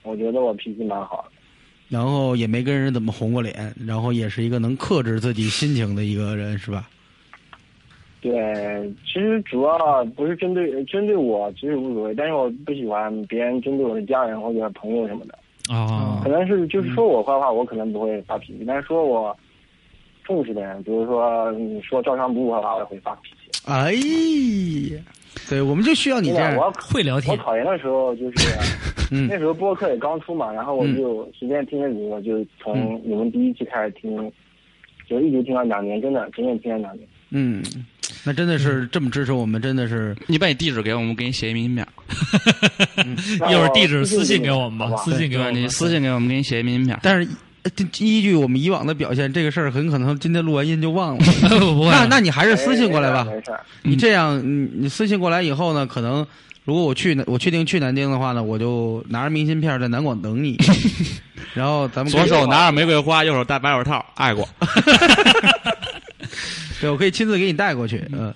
[SPEAKER 7] 我觉得我脾气蛮好的，
[SPEAKER 6] 然后也没跟人怎么红过脸，然后也是一个能克制自己心情的一个人，是吧？
[SPEAKER 7] 对，其实主要不是针对针对我，其实无所谓，但是我不喜欢别人针对我的家人或者朋友什么的。
[SPEAKER 4] 哦，
[SPEAKER 7] 可能是就是说我坏话，我可能不会发脾气，但是说我重视的人，比如说你说照常不误的话，我会发脾气。
[SPEAKER 6] 哎呀，对，我们就需要你
[SPEAKER 7] 真
[SPEAKER 6] 这
[SPEAKER 7] 的，我
[SPEAKER 6] 样。
[SPEAKER 4] 会聊
[SPEAKER 7] 我
[SPEAKER 4] 天。
[SPEAKER 7] 考研的时候就是
[SPEAKER 6] 嗯
[SPEAKER 7] 那时候播客也刚出嘛，然后我就随便听了你，我就从
[SPEAKER 6] 嗯
[SPEAKER 7] 你们第一期开始听，就一直听了两年，真的整整听了两年。
[SPEAKER 6] 嗯，那真的是这么支持我们，真的是
[SPEAKER 5] 你把你地址给我们，我给你写一明信片。
[SPEAKER 4] 一会儿地址私信给我们
[SPEAKER 7] 好
[SPEAKER 4] 吧，
[SPEAKER 7] 吧
[SPEAKER 4] 私信给我
[SPEAKER 5] 对，
[SPEAKER 4] 们
[SPEAKER 5] 你。私信给我们，给你写一明信片。
[SPEAKER 6] 但是呃这依据我们以往的表现，这个事儿很可能今天录完音就忘 了。
[SPEAKER 4] 不 不会，
[SPEAKER 5] 啊
[SPEAKER 6] 那那你还是私信过来吧。
[SPEAKER 7] 哎没事儿，
[SPEAKER 6] 你这样，你你私信过来以后呢，可能如果我去南，我确定去南京的话呢，我就拿着明信片在南广 等你，然后咱们可
[SPEAKER 5] 左
[SPEAKER 6] 以
[SPEAKER 5] 手拿着玫瑰花，右手戴白手套，爱 过。
[SPEAKER 6] 对，我可以亲自给你带过去。嗯，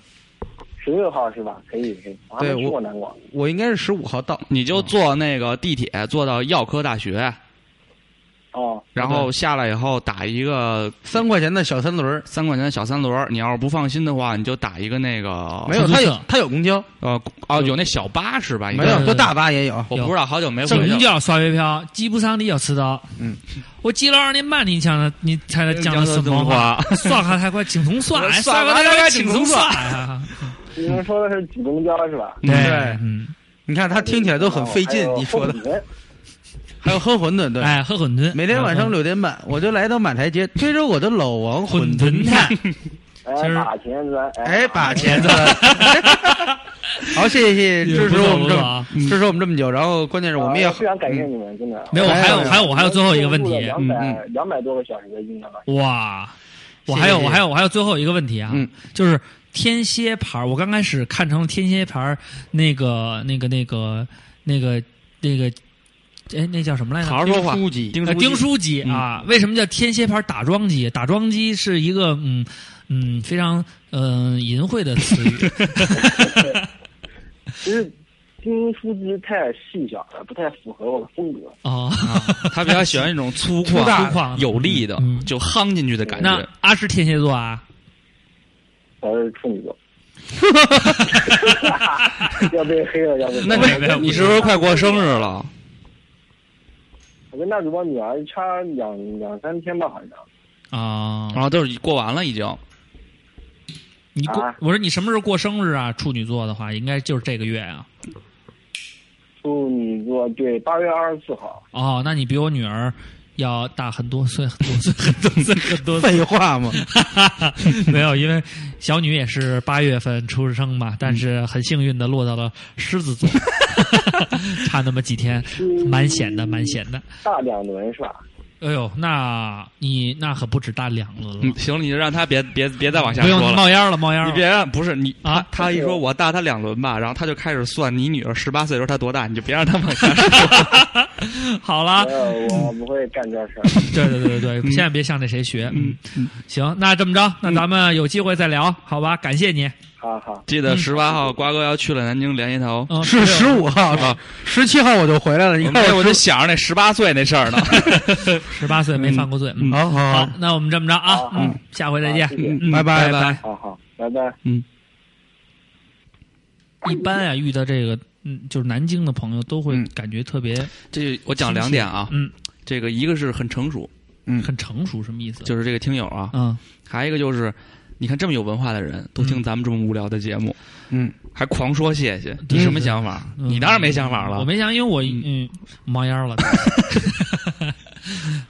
[SPEAKER 7] 十六号是吧？可以可以，我还
[SPEAKER 6] 对
[SPEAKER 7] 没去
[SPEAKER 6] 我
[SPEAKER 7] 过南广。
[SPEAKER 6] 我应该是十五号到。
[SPEAKER 5] 你就坐那个地铁，坐到药科大学，
[SPEAKER 7] 哦，
[SPEAKER 5] 然后下来以后打一个
[SPEAKER 6] 三块钱的小三轮儿，
[SPEAKER 5] 三块钱的小三轮儿。你要是不放心的话，你就打一个那个
[SPEAKER 6] 没有，
[SPEAKER 4] 出租
[SPEAKER 6] 他有
[SPEAKER 4] 车
[SPEAKER 6] 他有公交，
[SPEAKER 5] 呃哦，有那小巴是吧？应该
[SPEAKER 6] 没有，
[SPEAKER 4] 对
[SPEAKER 6] 就大巴也有。
[SPEAKER 5] 我不知道，好久没回
[SPEAKER 4] 郑
[SPEAKER 5] 去
[SPEAKER 4] 明
[SPEAKER 5] 了。
[SPEAKER 4] 叫刷月票，基本上你要迟到。
[SPEAKER 6] 嗯，
[SPEAKER 4] 我记了二年半，你讲的你才能讲的什么话？ 算下太快，请从算，
[SPEAKER 5] 算
[SPEAKER 4] 下
[SPEAKER 5] 下
[SPEAKER 4] 太
[SPEAKER 5] 太
[SPEAKER 4] 快，
[SPEAKER 5] 快
[SPEAKER 4] 请
[SPEAKER 5] 请
[SPEAKER 4] 从
[SPEAKER 5] 从
[SPEAKER 4] 算
[SPEAKER 5] 算
[SPEAKER 4] 啊。
[SPEAKER 7] 你们说的是挤公交是吧？
[SPEAKER 5] 嗯
[SPEAKER 6] 对，
[SPEAKER 4] 嗯，
[SPEAKER 6] 你看他听起来都很费劲
[SPEAKER 7] 哦，
[SPEAKER 6] 你说的
[SPEAKER 7] 还有后门
[SPEAKER 6] 还有喝馄饨，对，
[SPEAKER 4] 哎，喝馄饨，
[SPEAKER 6] 每天晚上
[SPEAKER 4] 喝
[SPEAKER 6] 六点半，我就来到满台街，推着我的老王
[SPEAKER 4] 馄
[SPEAKER 6] 馄
[SPEAKER 4] 饨
[SPEAKER 6] 饨
[SPEAKER 4] 菜。其
[SPEAKER 7] 哎，
[SPEAKER 4] 实
[SPEAKER 7] 把钱咱
[SPEAKER 6] 哎，把钱
[SPEAKER 7] 咱
[SPEAKER 6] 子， 好，谢谢支持我们
[SPEAKER 4] 不错不错啊
[SPEAKER 6] 这么支持我们这么久，然后关键是我们也
[SPEAKER 7] 哎非常感啊谢你们，真的。
[SPEAKER 4] 没有，我
[SPEAKER 6] 哎
[SPEAKER 4] 还有
[SPEAKER 6] 哎
[SPEAKER 4] 还有我还有最后一个问题，
[SPEAKER 7] 两
[SPEAKER 6] 嗯
[SPEAKER 7] 百两百多个小时的啊音量吧。
[SPEAKER 4] 哇，我
[SPEAKER 6] 谢
[SPEAKER 4] 还有
[SPEAKER 6] 谢
[SPEAKER 4] 我还有我还有最后一个问题啊，
[SPEAKER 6] 嗯
[SPEAKER 4] 就是天蝎牌儿，我刚开始看成了天蝎牌儿那个那个那个那个那个，哎，那叫什么来着？
[SPEAKER 5] 好好说话。
[SPEAKER 6] 书记，
[SPEAKER 5] 丁
[SPEAKER 4] 呃
[SPEAKER 5] 丁
[SPEAKER 4] 丁书机啊，为什么叫天蝎牌打桩机？打桩机是一个嗯嗯非常嗯、呃淫秽的词语，
[SPEAKER 7] 其实听书机太细小了，不太符合我的风格。
[SPEAKER 4] 哦，
[SPEAKER 5] 他比较喜欢那种粗
[SPEAKER 4] 粗大粗犷
[SPEAKER 5] 犷、有力的
[SPEAKER 4] 嗯，
[SPEAKER 5] 就夯进去的感
[SPEAKER 4] 那
[SPEAKER 5] 觉。
[SPEAKER 4] 阿是天蝎座啊，
[SPEAKER 7] 我是处女 座，要被黑了，要被黑了
[SPEAKER 5] 那你你是不是快过生日了？
[SPEAKER 7] 我跟大主播女儿差两两三天吧，好像。
[SPEAKER 4] 啊、
[SPEAKER 5] 然后都是过完了已经。
[SPEAKER 4] 你过、
[SPEAKER 7] 啊
[SPEAKER 4] 我说你什么时候过生日啊？处女座的话，应该就是这个月啊。
[SPEAKER 7] 处女座对，八月二十四号。
[SPEAKER 4] 哦，那你比我女儿要大很多岁，很多岁，很多岁，很多岁。
[SPEAKER 6] 废 话嘛，
[SPEAKER 4] 没有，因为小女也是八月份出生嘛，但是很幸运的落到了狮子座。 差那么几天，蛮险的，蛮险的。
[SPEAKER 7] 大两轮是吧？
[SPEAKER 4] 哎呦，那你那可不止大两轮了，
[SPEAKER 5] 嗯，行，你就让他别别别再往下
[SPEAKER 4] 不
[SPEAKER 5] 说
[SPEAKER 4] 用
[SPEAKER 5] 了。
[SPEAKER 4] 冒烟了，冒烟
[SPEAKER 5] 你
[SPEAKER 4] 了。
[SPEAKER 5] 别让不是你
[SPEAKER 4] 啊
[SPEAKER 5] 他他一说我大他两轮吧，然后他就开始算你女儿十八岁的时候他多大，你就别让他往下说。
[SPEAKER 4] 好了，
[SPEAKER 7] 呃，我不会干这 事儿。
[SPEAKER 4] 对对对对对，千万别向那谁学。嗯，行，那这么着，那咱们有机会再聊，好吧？感谢你。
[SPEAKER 7] 好好，
[SPEAKER 5] 记
[SPEAKER 6] 嗯
[SPEAKER 5] 得十八号瓜哥要去了南京联谊头，
[SPEAKER 4] 嗯，
[SPEAKER 6] 是十五号，十七号我就回来了。你看
[SPEAKER 5] 哎，
[SPEAKER 6] 我
[SPEAKER 5] 我就想着那十八岁那 事儿呢。
[SPEAKER 4] 十八岁没犯过罪。嗯，
[SPEAKER 6] 好好
[SPEAKER 4] 好
[SPEAKER 6] 好，，
[SPEAKER 4] 那我们这么着啊
[SPEAKER 7] 好，
[SPEAKER 4] 嗯，下回再见
[SPEAKER 7] 好。啊谢谢，
[SPEAKER 5] 嗯
[SPEAKER 6] 拜拜
[SPEAKER 5] 拜。
[SPEAKER 7] 好好，拜拜。
[SPEAKER 4] 一般啊，遇到这个，嗯，就是南京的朋友都会
[SPEAKER 5] 嗯
[SPEAKER 4] 感觉特别，
[SPEAKER 5] 这我讲两点啊，
[SPEAKER 4] 嗯，
[SPEAKER 5] 这个一个是很成熟，
[SPEAKER 4] 很成熟，什么意思？
[SPEAKER 5] 就是这个听友啊，
[SPEAKER 4] 嗯，
[SPEAKER 5] 还有一个就是，你看这么有文化的人都听咱们这么无聊的节目，
[SPEAKER 6] 嗯，
[SPEAKER 5] 还狂说谢谢，
[SPEAKER 4] 对
[SPEAKER 5] 你什么想法？
[SPEAKER 4] 嗯
[SPEAKER 5] 你当然没想法了。
[SPEAKER 4] 我没想，因为我嗯冒 烟了。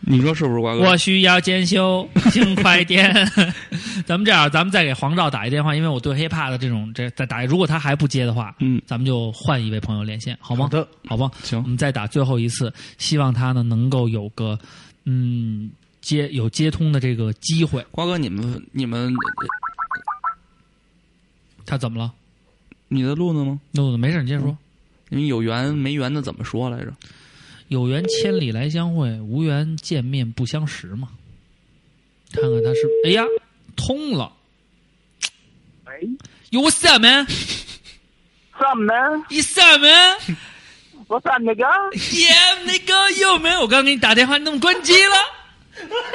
[SPEAKER 5] 你说是不是瓜哥？
[SPEAKER 4] 我需要兼修，请快点。 咱们这样，咱们再给黄照打一电话，因为我对 hiphop 的这种这再打，如果他还不接的话，
[SPEAKER 5] 嗯，
[SPEAKER 4] 咱们就换一位朋友连线，好吗
[SPEAKER 6] 好？的，
[SPEAKER 4] 好吧，
[SPEAKER 5] 行
[SPEAKER 4] 我们再打最后一次，希望他呢能够有个嗯接有接通的这个机会。
[SPEAKER 5] 瓜哥，你们你们
[SPEAKER 4] 他怎么了？
[SPEAKER 5] 你的路呢吗？
[SPEAKER 4] 那我没事，你接着
[SPEAKER 5] 嗯
[SPEAKER 4] 说。
[SPEAKER 5] 你们有缘没缘的怎么说来着？
[SPEAKER 4] 有缘千里来相会，无缘见面不相识嘛。看看他是，哎呀，通了。
[SPEAKER 7] 喂
[SPEAKER 4] 哟，What's up, man?
[SPEAKER 7] ，Sam 呢
[SPEAKER 4] What's up, man?
[SPEAKER 7] ？What's up，那个？
[SPEAKER 4] Yeah, 那个又没有，我刚给你打电话，你怎么关机了？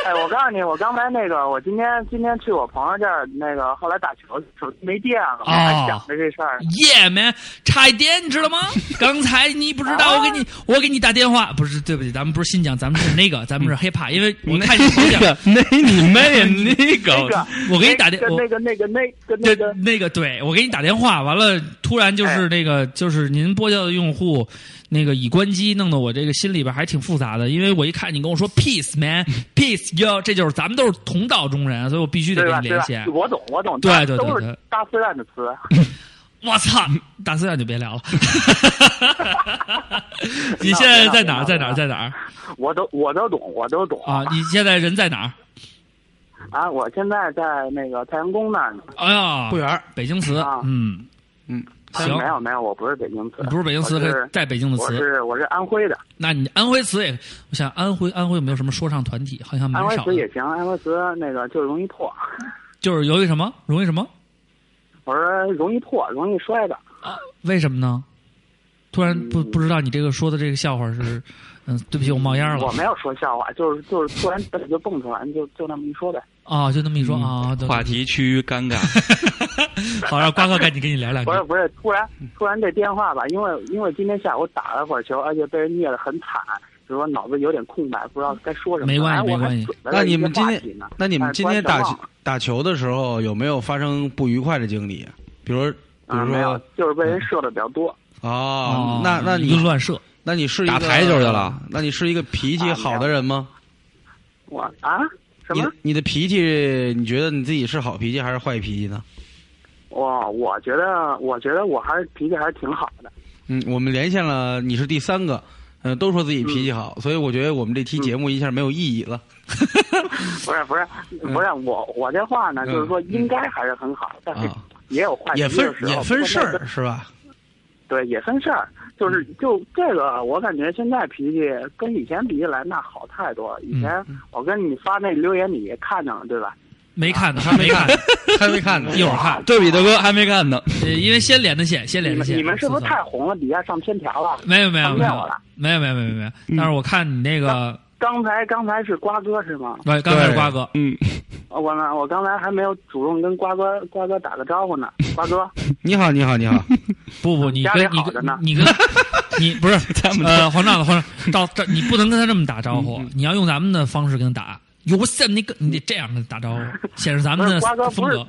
[SPEAKER 7] 哎，我告诉你，我刚才那个，我今天今天去我朋友这儿，那个后来打球，手机没电
[SPEAKER 4] 哦
[SPEAKER 7] 了，我还想着这事儿。
[SPEAKER 4] Yeah, man，差一点，你知道 吗？刚才你不知
[SPEAKER 5] 啊
[SPEAKER 4] 道，我给你，我给你打电话，不是，对不起，咱们不是新疆，咱们是那个，咱 们是 hiphop，因为我看你头像，
[SPEAKER 5] 那你 妹那
[SPEAKER 7] 那个
[SPEAKER 5] 个，
[SPEAKER 4] 我给你打电
[SPEAKER 7] 那
[SPEAKER 4] 我
[SPEAKER 7] 个那个那个哎那
[SPEAKER 4] 对
[SPEAKER 7] 个
[SPEAKER 4] 那个，对我给你打电话，完了，突然就是那个，就是您拨叫的用户，那个已关机，弄得我这个心里边还挺复杂的，因为我一看你跟我说 peace
[SPEAKER 6] 嗯
[SPEAKER 4] man，peace yo，这就是咱们都是同道中人，所以我必须得
[SPEAKER 7] 对
[SPEAKER 4] 跟
[SPEAKER 7] 吧？
[SPEAKER 4] 你
[SPEAKER 7] 对
[SPEAKER 4] 连
[SPEAKER 7] 吧
[SPEAKER 4] 线？。
[SPEAKER 7] 我懂，我懂，
[SPEAKER 4] 对
[SPEAKER 7] 大
[SPEAKER 4] 对对
[SPEAKER 7] 都
[SPEAKER 4] 对
[SPEAKER 7] 是大自然的词。
[SPEAKER 4] 我操，
[SPEAKER 6] 嗯
[SPEAKER 4] 大四让啊就别 聊了。你现在在哪儿？在哪儿？在哪儿？
[SPEAKER 7] 我都我都懂，我都懂
[SPEAKER 4] 啊，你现在人在哪儿？
[SPEAKER 7] 啊！我现在在那个太阳宫那儿呢。
[SPEAKER 4] 哎呀，
[SPEAKER 6] 不远儿，
[SPEAKER 4] 北京词
[SPEAKER 7] 啊，
[SPEAKER 4] 嗯，行
[SPEAKER 7] 没有没有，我不是北京词，
[SPEAKER 4] 你不是北京词，
[SPEAKER 7] 我
[SPEAKER 4] 可以
[SPEAKER 7] 是
[SPEAKER 4] 在北京的
[SPEAKER 7] 我
[SPEAKER 4] 词。
[SPEAKER 7] 是我是安徽的，
[SPEAKER 4] 那你安徽词也，我想安徽安徽有没有什么说唱团体？好像蛮
[SPEAKER 7] 安徽
[SPEAKER 4] 少
[SPEAKER 7] 词也
[SPEAKER 4] 的，
[SPEAKER 7] 行，安徽词那个就是容易破，
[SPEAKER 4] 就是由于什么，容易什么
[SPEAKER 7] 我说容易破，容易摔的。
[SPEAKER 4] 啊？为什么呢？突然不不知道你这个说的这个笑话是，嗯，对不起，我冒烟了
[SPEAKER 7] 我没有说笑话，就是就是突然就蹦出来，就就那么一说呗。
[SPEAKER 4] 啊，就那么一
[SPEAKER 7] 嗯
[SPEAKER 4] 说啊，对
[SPEAKER 5] 话题趋于尴尬。
[SPEAKER 4] 好，让瓜哥赶紧跟你聊两句
[SPEAKER 7] 不。是不是，突然突然这电话吧，因为因为今天下午打了会儿球，而且被人虐得很惨，就说脑子有点空白，不知道该说什么。
[SPEAKER 4] 没关系
[SPEAKER 7] 哎我
[SPEAKER 4] 没关系
[SPEAKER 7] 还准备
[SPEAKER 6] 那
[SPEAKER 7] 了一
[SPEAKER 6] 你
[SPEAKER 7] 些
[SPEAKER 6] 们今
[SPEAKER 7] 话题
[SPEAKER 6] 天
[SPEAKER 7] 呢，
[SPEAKER 6] 那你们
[SPEAKER 7] 哎
[SPEAKER 6] 今
[SPEAKER 7] 突然
[SPEAKER 6] 天打
[SPEAKER 7] 全忘
[SPEAKER 6] 球
[SPEAKER 7] 了
[SPEAKER 6] 打球的时候有没有发生不愉快的经历？比如，比
[SPEAKER 7] 啊
[SPEAKER 6] 如
[SPEAKER 7] 没有
[SPEAKER 6] 说，，
[SPEAKER 7] 就是被人射的比较多。
[SPEAKER 6] 哦，那那
[SPEAKER 4] 一顿
[SPEAKER 6] 你
[SPEAKER 4] 啊乱射，
[SPEAKER 6] 那你是一个
[SPEAKER 5] 打台球去了？
[SPEAKER 6] 那你是一个脾气
[SPEAKER 7] 啊
[SPEAKER 6] 好的人吗？
[SPEAKER 7] 我啊什
[SPEAKER 6] 你
[SPEAKER 7] 么？
[SPEAKER 6] 你的脾气，你觉得你自己是好脾气还是坏脾气呢？
[SPEAKER 7] 我我觉得我觉得我还是脾气还是挺好的。
[SPEAKER 6] 嗯，我们连线了，你是第三个，嗯、都说自己脾气好，所以我觉得我们
[SPEAKER 7] 嗯
[SPEAKER 6] 这期节目一下没有意义了。
[SPEAKER 7] 不是不是
[SPEAKER 6] 嗯
[SPEAKER 7] 不是，我我这话呢，就是说应该还是很好，但是
[SPEAKER 6] 啊
[SPEAKER 7] 也哎有坏脾
[SPEAKER 6] 也
[SPEAKER 7] 气的
[SPEAKER 6] 分
[SPEAKER 7] 时候
[SPEAKER 6] 也分事，
[SPEAKER 7] 不过那
[SPEAKER 6] 儿是吧？
[SPEAKER 7] 对，也分事儿，就是
[SPEAKER 5] 嗯
[SPEAKER 7] 就这个，我感觉现在脾气跟以前比起来，那好太多了。
[SPEAKER 5] 嗯
[SPEAKER 7] 以前我跟你发那留言，你也看见了对吧？
[SPEAKER 4] 没看呢，
[SPEAKER 6] 啊
[SPEAKER 4] 还没 看呢，
[SPEAKER 6] 还没看 呢，
[SPEAKER 4] 一会
[SPEAKER 7] 啊
[SPEAKER 4] 儿看。
[SPEAKER 5] 对比的哥还没看呢，
[SPEAKER 4] 呃，因为先连的线，先
[SPEAKER 7] 你
[SPEAKER 4] 连的
[SPEAKER 7] 们
[SPEAKER 4] 线。
[SPEAKER 7] 你们是不是
[SPEAKER 4] 四
[SPEAKER 7] 太红了，底下上天条了
[SPEAKER 4] 层？？没有没有
[SPEAKER 7] 看
[SPEAKER 4] 没
[SPEAKER 7] 见
[SPEAKER 4] 有
[SPEAKER 7] 我了。
[SPEAKER 4] 没有没有没有没有没有。但是我看你那个，
[SPEAKER 6] 嗯
[SPEAKER 7] 刚才刚才是瓜哥是吗？
[SPEAKER 4] 喂，刚才是瓜哥，
[SPEAKER 5] 嗯，
[SPEAKER 7] 我呢，我刚才还没有主动跟瓜哥瓜哥打个招呼呢。瓜 哥，
[SPEAKER 6] 你好，你好，你 好，
[SPEAKER 4] 不不，你
[SPEAKER 7] 家
[SPEAKER 4] 跟
[SPEAKER 7] 里
[SPEAKER 4] 你
[SPEAKER 7] 好着呢
[SPEAKER 4] 跟你跟你 不是呃黄丈子黄丈到这，你不能跟他这么打招
[SPEAKER 6] 嗯
[SPEAKER 4] 呼，你要用咱们的方式跟他打。有我塞那个，你得这样跟他打 招呼，显示咱们
[SPEAKER 7] 不
[SPEAKER 4] 的
[SPEAKER 7] 是瓜哥
[SPEAKER 4] 风
[SPEAKER 7] 不是
[SPEAKER 4] 格。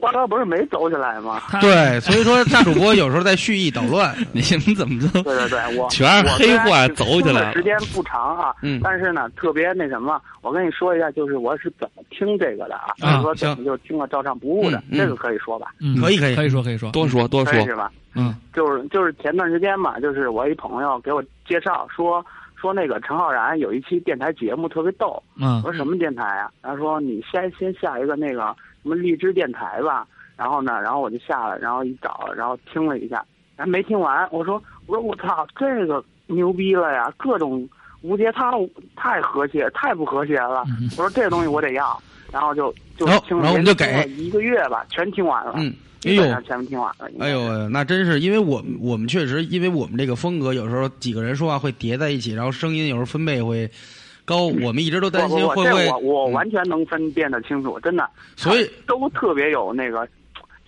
[SPEAKER 7] 瓜哥不是没走起来吗？
[SPEAKER 4] 他，
[SPEAKER 6] 对，所以说大主播有时候在蓄意捣乱，
[SPEAKER 5] 你们怎么都
[SPEAKER 7] 对对对，我
[SPEAKER 5] 全是黑户啊走起来了
[SPEAKER 7] 我虽然听的时间不长啊，
[SPEAKER 6] 嗯
[SPEAKER 7] 但是呢，特别那什么，我跟你说一下，就是我是怎么听这个的啊，
[SPEAKER 4] 啊
[SPEAKER 7] 就是说怎么就听了照唱不误的，
[SPEAKER 6] 嗯嗯
[SPEAKER 7] 这个可以说吧，
[SPEAKER 4] 嗯
[SPEAKER 6] 可以可以
[SPEAKER 4] 可以说可以说。
[SPEAKER 5] 多说多
[SPEAKER 7] 可以
[SPEAKER 5] 说
[SPEAKER 7] 哎是，吧？
[SPEAKER 4] 嗯
[SPEAKER 7] 就是就是前段时间嘛，就是我一朋友给我介绍说说那个陈浩然有一期电台节目特别逗，
[SPEAKER 4] 嗯
[SPEAKER 7] 我说什么电台啊？他说你先先下一个那个什么荔枝电台吧。然后呢，然后我就下了，然后一找，然后听了一下，还没听完。我说我说我操，这个牛逼了呀！各种无节操太和谐，太不和谐了。
[SPEAKER 4] 嗯
[SPEAKER 7] 我说这东西我得要，然后就就
[SPEAKER 6] 然后
[SPEAKER 7] 听了，
[SPEAKER 6] 然后我们就给
[SPEAKER 7] 连听了一个月吧，全听完了。
[SPEAKER 6] 嗯，哎
[SPEAKER 7] 基
[SPEAKER 6] 呦
[SPEAKER 7] 本，上全听完了。应该
[SPEAKER 6] 哎
[SPEAKER 7] 是，
[SPEAKER 6] 呦，那真是，因为我我们确实，因为我们这个风格，有时候几个人说话会叠在一起，然后声音有时候分贝会高，我们一直都担心
[SPEAKER 7] 不不
[SPEAKER 6] 会
[SPEAKER 7] 不，
[SPEAKER 6] 不会嗯
[SPEAKER 7] 这嗯我我完全能分辨得清楚，真的。
[SPEAKER 6] 所以
[SPEAKER 7] 都特别有那个，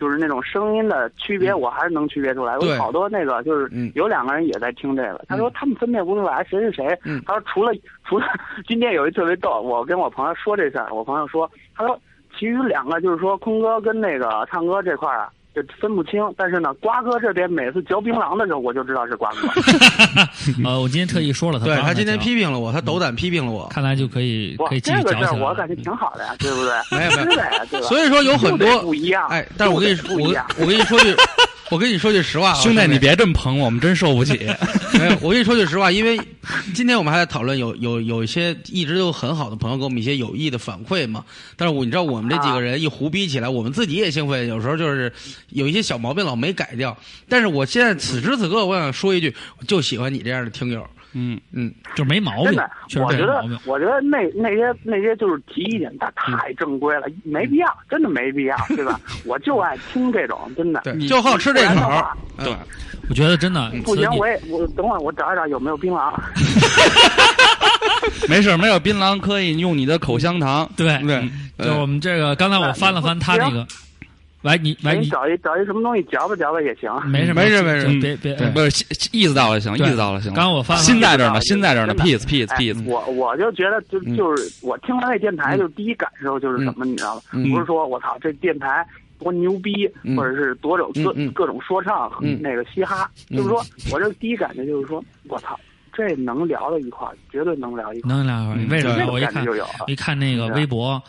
[SPEAKER 7] 就是那种声音的区别，我还是能区别出来。
[SPEAKER 6] 嗯对
[SPEAKER 7] 我好多那个就是
[SPEAKER 6] 嗯
[SPEAKER 7] 有两个人也在听这个，他说他们分辨不出来谁是谁
[SPEAKER 6] 嗯。
[SPEAKER 7] 他说除了 除了今天有一特别逗，我跟我朋友说这事儿，我朋友说他说其余两个就是说坤哥跟那个唱歌这块儿啊。就分不清，但是呢，瓜哥这边每次嚼槟榔的时候，我就知道是 瓜哥。
[SPEAKER 4] 呃，我今天特意说了他，
[SPEAKER 6] 对
[SPEAKER 4] 不让
[SPEAKER 6] 他今天
[SPEAKER 4] 讲
[SPEAKER 6] 批评了我，他斗胆批评了我，
[SPEAKER 4] 看来就可以
[SPEAKER 7] 哇
[SPEAKER 4] 可以，继
[SPEAKER 7] 这
[SPEAKER 4] 续
[SPEAKER 7] 个
[SPEAKER 4] 讲起
[SPEAKER 7] 事
[SPEAKER 4] 来
[SPEAKER 7] 儿
[SPEAKER 4] 了。
[SPEAKER 7] 我感觉挺好的呀，对不对？
[SPEAKER 6] 没有没有
[SPEAKER 7] 是的呀，对吧？
[SPEAKER 6] 所以说有很
[SPEAKER 7] 就得
[SPEAKER 6] 多
[SPEAKER 7] 不一样。
[SPEAKER 6] 哎，但是我跟你
[SPEAKER 7] 就
[SPEAKER 6] 说，
[SPEAKER 7] 得不一
[SPEAKER 6] 我
[SPEAKER 7] 样。
[SPEAKER 6] 我跟你说句，我跟你说句实话啊，
[SPEAKER 5] 兄弟，你别这么捧我，我们真受不起。
[SPEAKER 6] 没有，哎我跟你说句实话，因为今天我们还在讨论有有有一些一直都很好的朋友给我们一些有益的反馈嘛。但是我你知道我们这几个人一胡逼起来，我们自己也兴奋，有时候就是有一些小毛病老没改掉。但是我现在此时此刻，我想说一句，我就喜欢你这样的听友。
[SPEAKER 5] 嗯，
[SPEAKER 6] 嗯，
[SPEAKER 4] 就是没毛
[SPEAKER 7] 真
[SPEAKER 4] 病
[SPEAKER 7] 的，
[SPEAKER 4] 确，实
[SPEAKER 7] 我觉
[SPEAKER 4] 没
[SPEAKER 7] 得
[SPEAKER 4] 毛病。，
[SPEAKER 7] 我觉得那那些那些就是提意见，他
[SPEAKER 6] 嗯
[SPEAKER 7] 太正规了，没必要，真的没 必要，对吧？我就爱听这种，真的。
[SPEAKER 6] 对，嗯就好吃这
[SPEAKER 7] 不然的
[SPEAKER 6] 口儿嗯
[SPEAKER 7] 话。
[SPEAKER 6] 对，
[SPEAKER 4] 我觉得真的，所
[SPEAKER 7] 不
[SPEAKER 4] 以
[SPEAKER 7] 行，
[SPEAKER 4] 你
[SPEAKER 7] 我也我等会儿我找一找有没有槟榔。
[SPEAKER 5] 没事，没有槟榔可以用你的口香糖。嗯
[SPEAKER 4] 对
[SPEAKER 6] 对，嗯
[SPEAKER 4] 就是我们这个，刚才我翻了翻他那个，喂你喂
[SPEAKER 7] 你
[SPEAKER 4] 你，
[SPEAKER 7] 找一找一什么东西嚼吧嚼吧也行。
[SPEAKER 4] 没事
[SPEAKER 6] 没事没
[SPEAKER 4] 就
[SPEAKER 6] 事
[SPEAKER 4] 就别嗯别
[SPEAKER 5] 不是意思到了行，意
[SPEAKER 4] 对
[SPEAKER 5] 思到了行。
[SPEAKER 4] 刚刚我发了
[SPEAKER 5] 心在这儿呢，心在这儿 呢
[SPEAKER 7] 真的
[SPEAKER 5] ，peace peace
[SPEAKER 7] 哎
[SPEAKER 5] peace。
[SPEAKER 7] 我我就觉得就
[SPEAKER 6] 嗯
[SPEAKER 7] 就是我听完那电台，就第一感受就是什么，你知道吗？
[SPEAKER 6] 嗯
[SPEAKER 7] 不是说我操这电台多牛逼，
[SPEAKER 6] 嗯
[SPEAKER 7] 或者是多种各
[SPEAKER 6] 嗯嗯
[SPEAKER 7] 各种说唱和
[SPEAKER 6] 嗯
[SPEAKER 7] 那个嘻哈，
[SPEAKER 6] 嗯
[SPEAKER 7] 就是说我这第一感觉就是说我操这能聊到一块儿，绝对能聊一块儿，
[SPEAKER 4] 能聊会儿。为什
[SPEAKER 7] 这
[SPEAKER 4] 么？
[SPEAKER 7] 种
[SPEAKER 4] 我一
[SPEAKER 7] 感
[SPEAKER 4] 看
[SPEAKER 7] 觉嗯
[SPEAKER 4] 哎
[SPEAKER 7] 就有了。
[SPEAKER 4] 一看那个微博，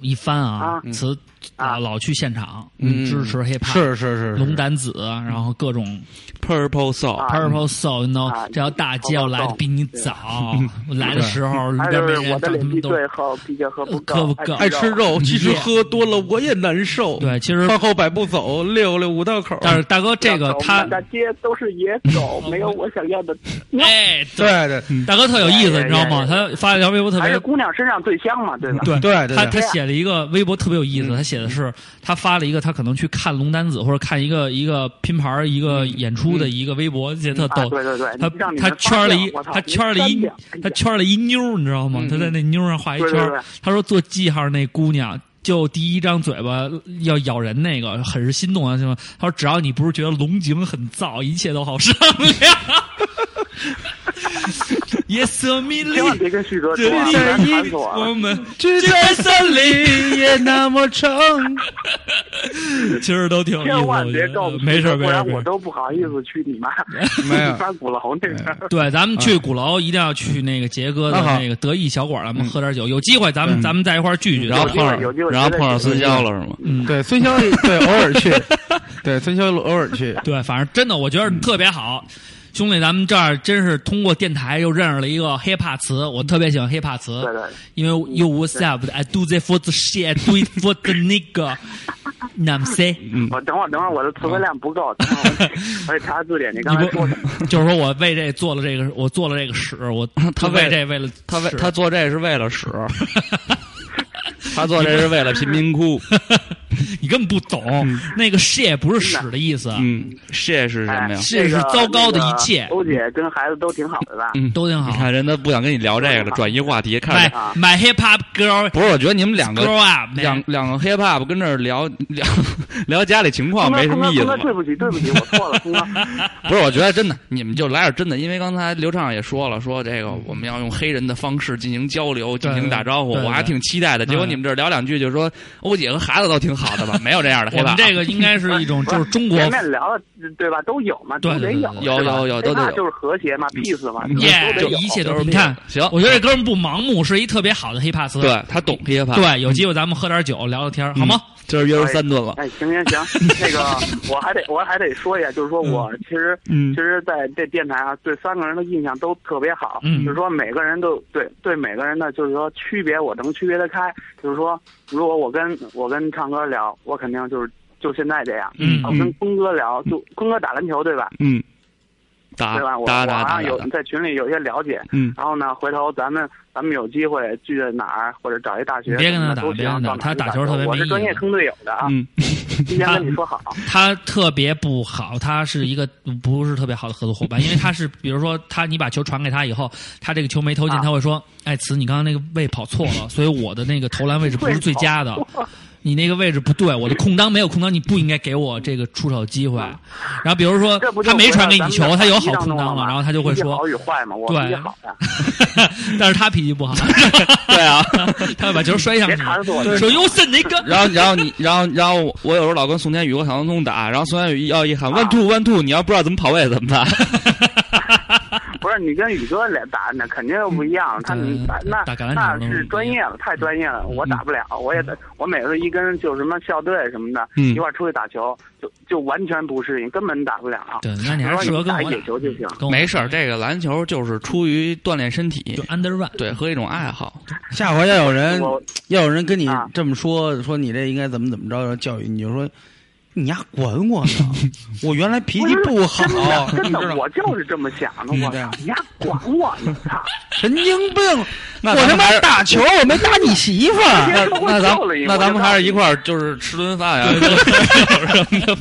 [SPEAKER 4] 一翻啊
[SPEAKER 7] 啊，
[SPEAKER 4] 词
[SPEAKER 7] 啊
[SPEAKER 4] 老去现场
[SPEAKER 6] 嗯
[SPEAKER 4] 支持 hiphop，
[SPEAKER 6] 是是是，
[SPEAKER 4] 龙胆子，然后各种
[SPEAKER 5] Purple soul，
[SPEAKER 7] 啊
[SPEAKER 4] purple soul，you
[SPEAKER 7] 啊
[SPEAKER 4] know，这条大街要来的比你早，我
[SPEAKER 6] 嗯
[SPEAKER 4] 来的时候里
[SPEAKER 7] 还
[SPEAKER 4] 边没
[SPEAKER 7] 有就是
[SPEAKER 4] 人，长
[SPEAKER 7] 我的
[SPEAKER 4] 他
[SPEAKER 7] 脸皮
[SPEAKER 4] 们都
[SPEAKER 7] 最厚，啤酒喝不
[SPEAKER 4] 喝
[SPEAKER 7] 够哎
[SPEAKER 4] 不，够
[SPEAKER 6] 爱吃肉，其实喝多了我也难受。
[SPEAKER 4] 对。其实，
[SPEAKER 6] 饭后百步走，溜溜五道口。
[SPEAKER 4] 但是大哥这个他
[SPEAKER 7] 满，大街都是野狗，没有我想要的。
[SPEAKER 4] 哎，对，
[SPEAKER 6] 对对
[SPEAKER 4] 大哥特有意思，
[SPEAKER 7] 哎
[SPEAKER 4] 你知道吗？
[SPEAKER 7] 哎
[SPEAKER 4] 他发了一条微博特
[SPEAKER 7] 还
[SPEAKER 4] 别
[SPEAKER 7] 是姑娘身上最香嘛，对吧？
[SPEAKER 4] 对
[SPEAKER 7] 嗯
[SPEAKER 6] 对对
[SPEAKER 4] 他
[SPEAKER 6] 对
[SPEAKER 4] 他写了一个微博特别有意思，他写的是他发了一个他可能去看龙丹子或者看一个一个拼盘儿一个演出的一个微博，写得特
[SPEAKER 7] 嗯啊，
[SPEAKER 4] 逗。
[SPEAKER 7] 对对对，
[SPEAKER 4] 他
[SPEAKER 7] 让你
[SPEAKER 4] 他
[SPEAKER 7] 们发
[SPEAKER 4] 圈了
[SPEAKER 7] 现
[SPEAKER 4] 一
[SPEAKER 7] 我操
[SPEAKER 4] 他
[SPEAKER 7] 你
[SPEAKER 4] 圈了
[SPEAKER 7] 三
[SPEAKER 4] 一
[SPEAKER 7] 两哎呀嗯
[SPEAKER 4] 他圈了一妞儿，你知道吗？他在那妞儿上画一圈
[SPEAKER 7] 对对对
[SPEAKER 4] 儿，他说做记号那姑娘。就第一张嘴巴要咬人那个，很是心动啊！什么？他说只要你不是觉得龙井很燥，一切都好商量。yes, m i l
[SPEAKER 7] 千
[SPEAKER 4] y
[SPEAKER 7] 万别跟旭哥说
[SPEAKER 4] 这
[SPEAKER 7] 啊，
[SPEAKER 4] 里
[SPEAKER 7] 不然烦死我
[SPEAKER 4] 我
[SPEAKER 7] 了。
[SPEAKER 4] 们
[SPEAKER 6] 聚在森林也那么长。
[SPEAKER 4] 其实都挺有意思的。
[SPEAKER 7] 千万
[SPEAKER 4] 我觉
[SPEAKER 7] 别告
[SPEAKER 4] 得
[SPEAKER 7] 诉我，
[SPEAKER 4] 没事儿没
[SPEAKER 7] 不
[SPEAKER 4] 事儿
[SPEAKER 7] 然
[SPEAKER 4] 没事
[SPEAKER 7] 我
[SPEAKER 4] 儿。
[SPEAKER 7] 都不好意思去你妈
[SPEAKER 6] 没有
[SPEAKER 7] 翻鼓楼那边。
[SPEAKER 4] 对，咱们去鼓楼一定要去那个杰哥的
[SPEAKER 6] 那
[SPEAKER 5] 啊
[SPEAKER 6] 好
[SPEAKER 4] 那个德意小馆，咱们喝点酒。有机会咱们咱们在一块儿聚聚。
[SPEAKER 5] 嗯然后碰上
[SPEAKER 7] 有机会
[SPEAKER 5] 然后碰上孙骁了是吗？
[SPEAKER 4] 嗯，
[SPEAKER 6] 对，孙骁对偶尔去，对孙骁偶尔去，
[SPEAKER 4] 对，反正真的我觉得特别好。兄弟，咱们这儿真是通过电台又认识了一个 hiphop 词，我特别喜欢 hiphop 词，
[SPEAKER 7] 对对
[SPEAKER 4] 因为 you what's up，I do that for the shit，I do it for the nigga，那么 say，
[SPEAKER 7] 我等会儿，等会儿我的词汇量不够，等会儿我我得查字典。你刚才说什 么？
[SPEAKER 4] 就是说我为这做了这个，我做了这个屎，我
[SPEAKER 5] 他
[SPEAKER 4] 为
[SPEAKER 5] 为
[SPEAKER 4] 这为了
[SPEAKER 5] 他为
[SPEAKER 4] 屎
[SPEAKER 5] 他做这是为了屎， 他做这是为了贫民窟。
[SPEAKER 4] 你根本不懂，那个 shit 不是屎的意思，
[SPEAKER 5] 嗯，谢是什么
[SPEAKER 7] 哎
[SPEAKER 5] 呀，？
[SPEAKER 4] 这是
[SPEAKER 7] 那个
[SPEAKER 4] 糟糕的一切
[SPEAKER 7] 那个欧姐跟孩子都挺好的吧？
[SPEAKER 5] 嗯，
[SPEAKER 4] 都挺
[SPEAKER 5] 你
[SPEAKER 4] 好。
[SPEAKER 5] 看人家不想跟你聊这个了，转移话题，看着
[SPEAKER 4] My 哎 my hip hop girl
[SPEAKER 5] 啊不是，我觉得你们两个
[SPEAKER 4] grow up，man 哎
[SPEAKER 5] 两两个 hip hop 跟这儿聊聊 聊家里情况
[SPEAKER 7] 坤
[SPEAKER 5] 没
[SPEAKER 7] 哥
[SPEAKER 5] 什么意
[SPEAKER 7] 坤
[SPEAKER 5] 思吧
[SPEAKER 7] 哥，坤哥，？对不起，对不起，我错了，坤哥。
[SPEAKER 5] 不是，我觉得真的，你们就来点真的，因为刚才刘畅也说了，说这个我们要用黑人的方式进行交流，进行打招呼，
[SPEAKER 4] 嗯对对
[SPEAKER 5] 我还挺期待的。
[SPEAKER 4] 对
[SPEAKER 5] 哦结果你们这儿聊两句，就说欧姐和孩子都挺好的吧？没有这 样的黑
[SPEAKER 4] 我们
[SPEAKER 5] 怕啊。
[SPEAKER 4] 这个应该是一种
[SPEAKER 7] 不
[SPEAKER 4] 就是中国
[SPEAKER 7] 前面聊的对吧？都有嘛，
[SPEAKER 4] 对
[SPEAKER 7] 都
[SPEAKER 4] 对
[SPEAKER 7] 得
[SPEAKER 4] 对
[SPEAKER 7] 有，
[SPEAKER 5] 有
[SPEAKER 7] 是吧
[SPEAKER 5] 有有都得
[SPEAKER 7] 黑怕
[SPEAKER 5] 有
[SPEAKER 7] 就是和谐嘛，peace 嘛，
[SPEAKER 4] 耶
[SPEAKER 7] 都得有
[SPEAKER 4] 一切都
[SPEAKER 5] 就是
[SPEAKER 4] 平看。
[SPEAKER 5] 行，
[SPEAKER 4] 我觉得这嗯哥们不盲目，是一特别好的黑怕词。
[SPEAKER 5] 对嗯他懂这些怕，
[SPEAKER 4] 对，有机会咱们喝点酒聊聊天儿，好吗？
[SPEAKER 5] 这是约出三 顿了。
[SPEAKER 7] 哎，行行行，那个我还得我还得说一下，就是说我其实、
[SPEAKER 4] 嗯
[SPEAKER 7] 其实在这电台啊，对三个人的印象都特别好，
[SPEAKER 4] 嗯
[SPEAKER 7] 就是说每个人都对对每个人的就是说区别我能区别得开，就是说如果我跟我跟唱歌聊，我肯定就是就现在这样，
[SPEAKER 4] 嗯
[SPEAKER 7] 我跟坤哥聊，就坤哥打篮球对吧？
[SPEAKER 5] 嗯，
[SPEAKER 4] 啊
[SPEAKER 5] 打
[SPEAKER 7] 对吧？我我
[SPEAKER 5] 打打
[SPEAKER 7] 好
[SPEAKER 5] 打
[SPEAKER 7] 像有
[SPEAKER 5] 打，
[SPEAKER 7] 在群里有一些了解，
[SPEAKER 5] 嗯，
[SPEAKER 7] 然后呢，回头咱们咱们有机会聚在哪儿，或者找一大学，
[SPEAKER 4] 别跟他打
[SPEAKER 7] 什么的都
[SPEAKER 4] 别跟他
[SPEAKER 7] 行
[SPEAKER 4] 打
[SPEAKER 7] 到哪儿
[SPEAKER 4] 他
[SPEAKER 7] 就
[SPEAKER 4] 打
[SPEAKER 7] 打
[SPEAKER 4] 球特别
[SPEAKER 7] 我
[SPEAKER 4] 没
[SPEAKER 7] 是
[SPEAKER 4] 意
[SPEAKER 7] 专
[SPEAKER 4] 思
[SPEAKER 7] 业坑队友的啊，
[SPEAKER 5] 嗯，
[SPEAKER 7] 提前跟你说好。
[SPEAKER 4] 他特别不好，他是一个不是特别好的合作伙 伴，因为他是比如说他你把球传给他以后，他这个球没投进，
[SPEAKER 7] 啊
[SPEAKER 4] 他会说：“哎，慈，你刚刚那个位跑错了，所以我的那个投篮位置不是最佳 的，你那个位置不对，我的空当没有空当，你不应该给我这个出手机会。”然后比如说
[SPEAKER 7] 啊这不就
[SPEAKER 4] 他没传给你
[SPEAKER 7] 回
[SPEAKER 4] 球，
[SPEAKER 7] 到咱
[SPEAKER 4] 他
[SPEAKER 7] 们
[SPEAKER 4] 有
[SPEAKER 7] 的
[SPEAKER 4] 好
[SPEAKER 7] 反
[SPEAKER 4] 空
[SPEAKER 7] 击当中
[SPEAKER 4] 当
[SPEAKER 7] 了
[SPEAKER 4] 了，
[SPEAKER 7] 嘛
[SPEAKER 4] 然后他就会
[SPEAKER 7] 脾气
[SPEAKER 4] 说
[SPEAKER 7] 好与坏嘛，我
[SPEAKER 4] 对
[SPEAKER 7] 脾气好啊的，
[SPEAKER 4] 但是他脾气 不好，
[SPEAKER 5] 对啊。
[SPEAKER 4] 他会把球摔向
[SPEAKER 7] 别
[SPEAKER 4] 你，
[SPEAKER 7] 缠死我了。
[SPEAKER 4] 说：“哟森那个。”
[SPEAKER 5] 然后，然后你， 然后，然后我我有时候老跟宋天宇、我小唐宗打，然后宋天宇要一喊
[SPEAKER 7] 啊
[SPEAKER 5] one two one two，你要不知道怎么跑位怎么办？
[SPEAKER 7] 不是你跟宇哥俩打，那肯定不一样。他
[SPEAKER 4] 嗯
[SPEAKER 7] 打那
[SPEAKER 4] 打橄榄球都不一
[SPEAKER 7] 那是
[SPEAKER 4] 样嗯
[SPEAKER 7] 专业了，太专业了，我打不了。我也我每次一跟就什么校队什么的
[SPEAKER 5] 嗯
[SPEAKER 7] 一块儿出去打球，就就完全不适应，根本打不了。
[SPEAKER 4] 对，那你还
[SPEAKER 7] 说
[SPEAKER 4] 是适合
[SPEAKER 7] 你
[SPEAKER 4] 跟
[SPEAKER 7] 打
[SPEAKER 4] 我嗯
[SPEAKER 7] 野球就行。
[SPEAKER 4] 跟我
[SPEAKER 5] 没事儿，这个篮球就是出于锻炼身体
[SPEAKER 4] 就，under run。
[SPEAKER 5] 对和一种爱 好。
[SPEAKER 6] 下回要有人
[SPEAKER 7] 我
[SPEAKER 6] 要有人跟你
[SPEAKER 7] 啊
[SPEAKER 6] 这么说，说你这应该怎么怎么着，然后教育你就说。你丫管我 呢！我原来脾气不好，
[SPEAKER 7] 真的真
[SPEAKER 6] 你 知
[SPEAKER 7] 的，
[SPEAKER 6] 道
[SPEAKER 7] 我就是这么想的。
[SPEAKER 6] 嗯
[SPEAKER 7] 我
[SPEAKER 6] 对
[SPEAKER 7] 操，你丫管我呢！ 操，
[SPEAKER 6] 神经病！
[SPEAKER 5] 那
[SPEAKER 6] 我
[SPEAKER 5] 咱
[SPEAKER 6] 他
[SPEAKER 5] 们还
[SPEAKER 6] 妈
[SPEAKER 5] 是
[SPEAKER 6] 打球，我没打你媳妇 儿。
[SPEAKER 5] 那
[SPEAKER 7] 别说
[SPEAKER 5] 那咱
[SPEAKER 7] 我笑了一会儿
[SPEAKER 5] 那咱们还是一块儿就是吃 顿饭呀，啊 有什么的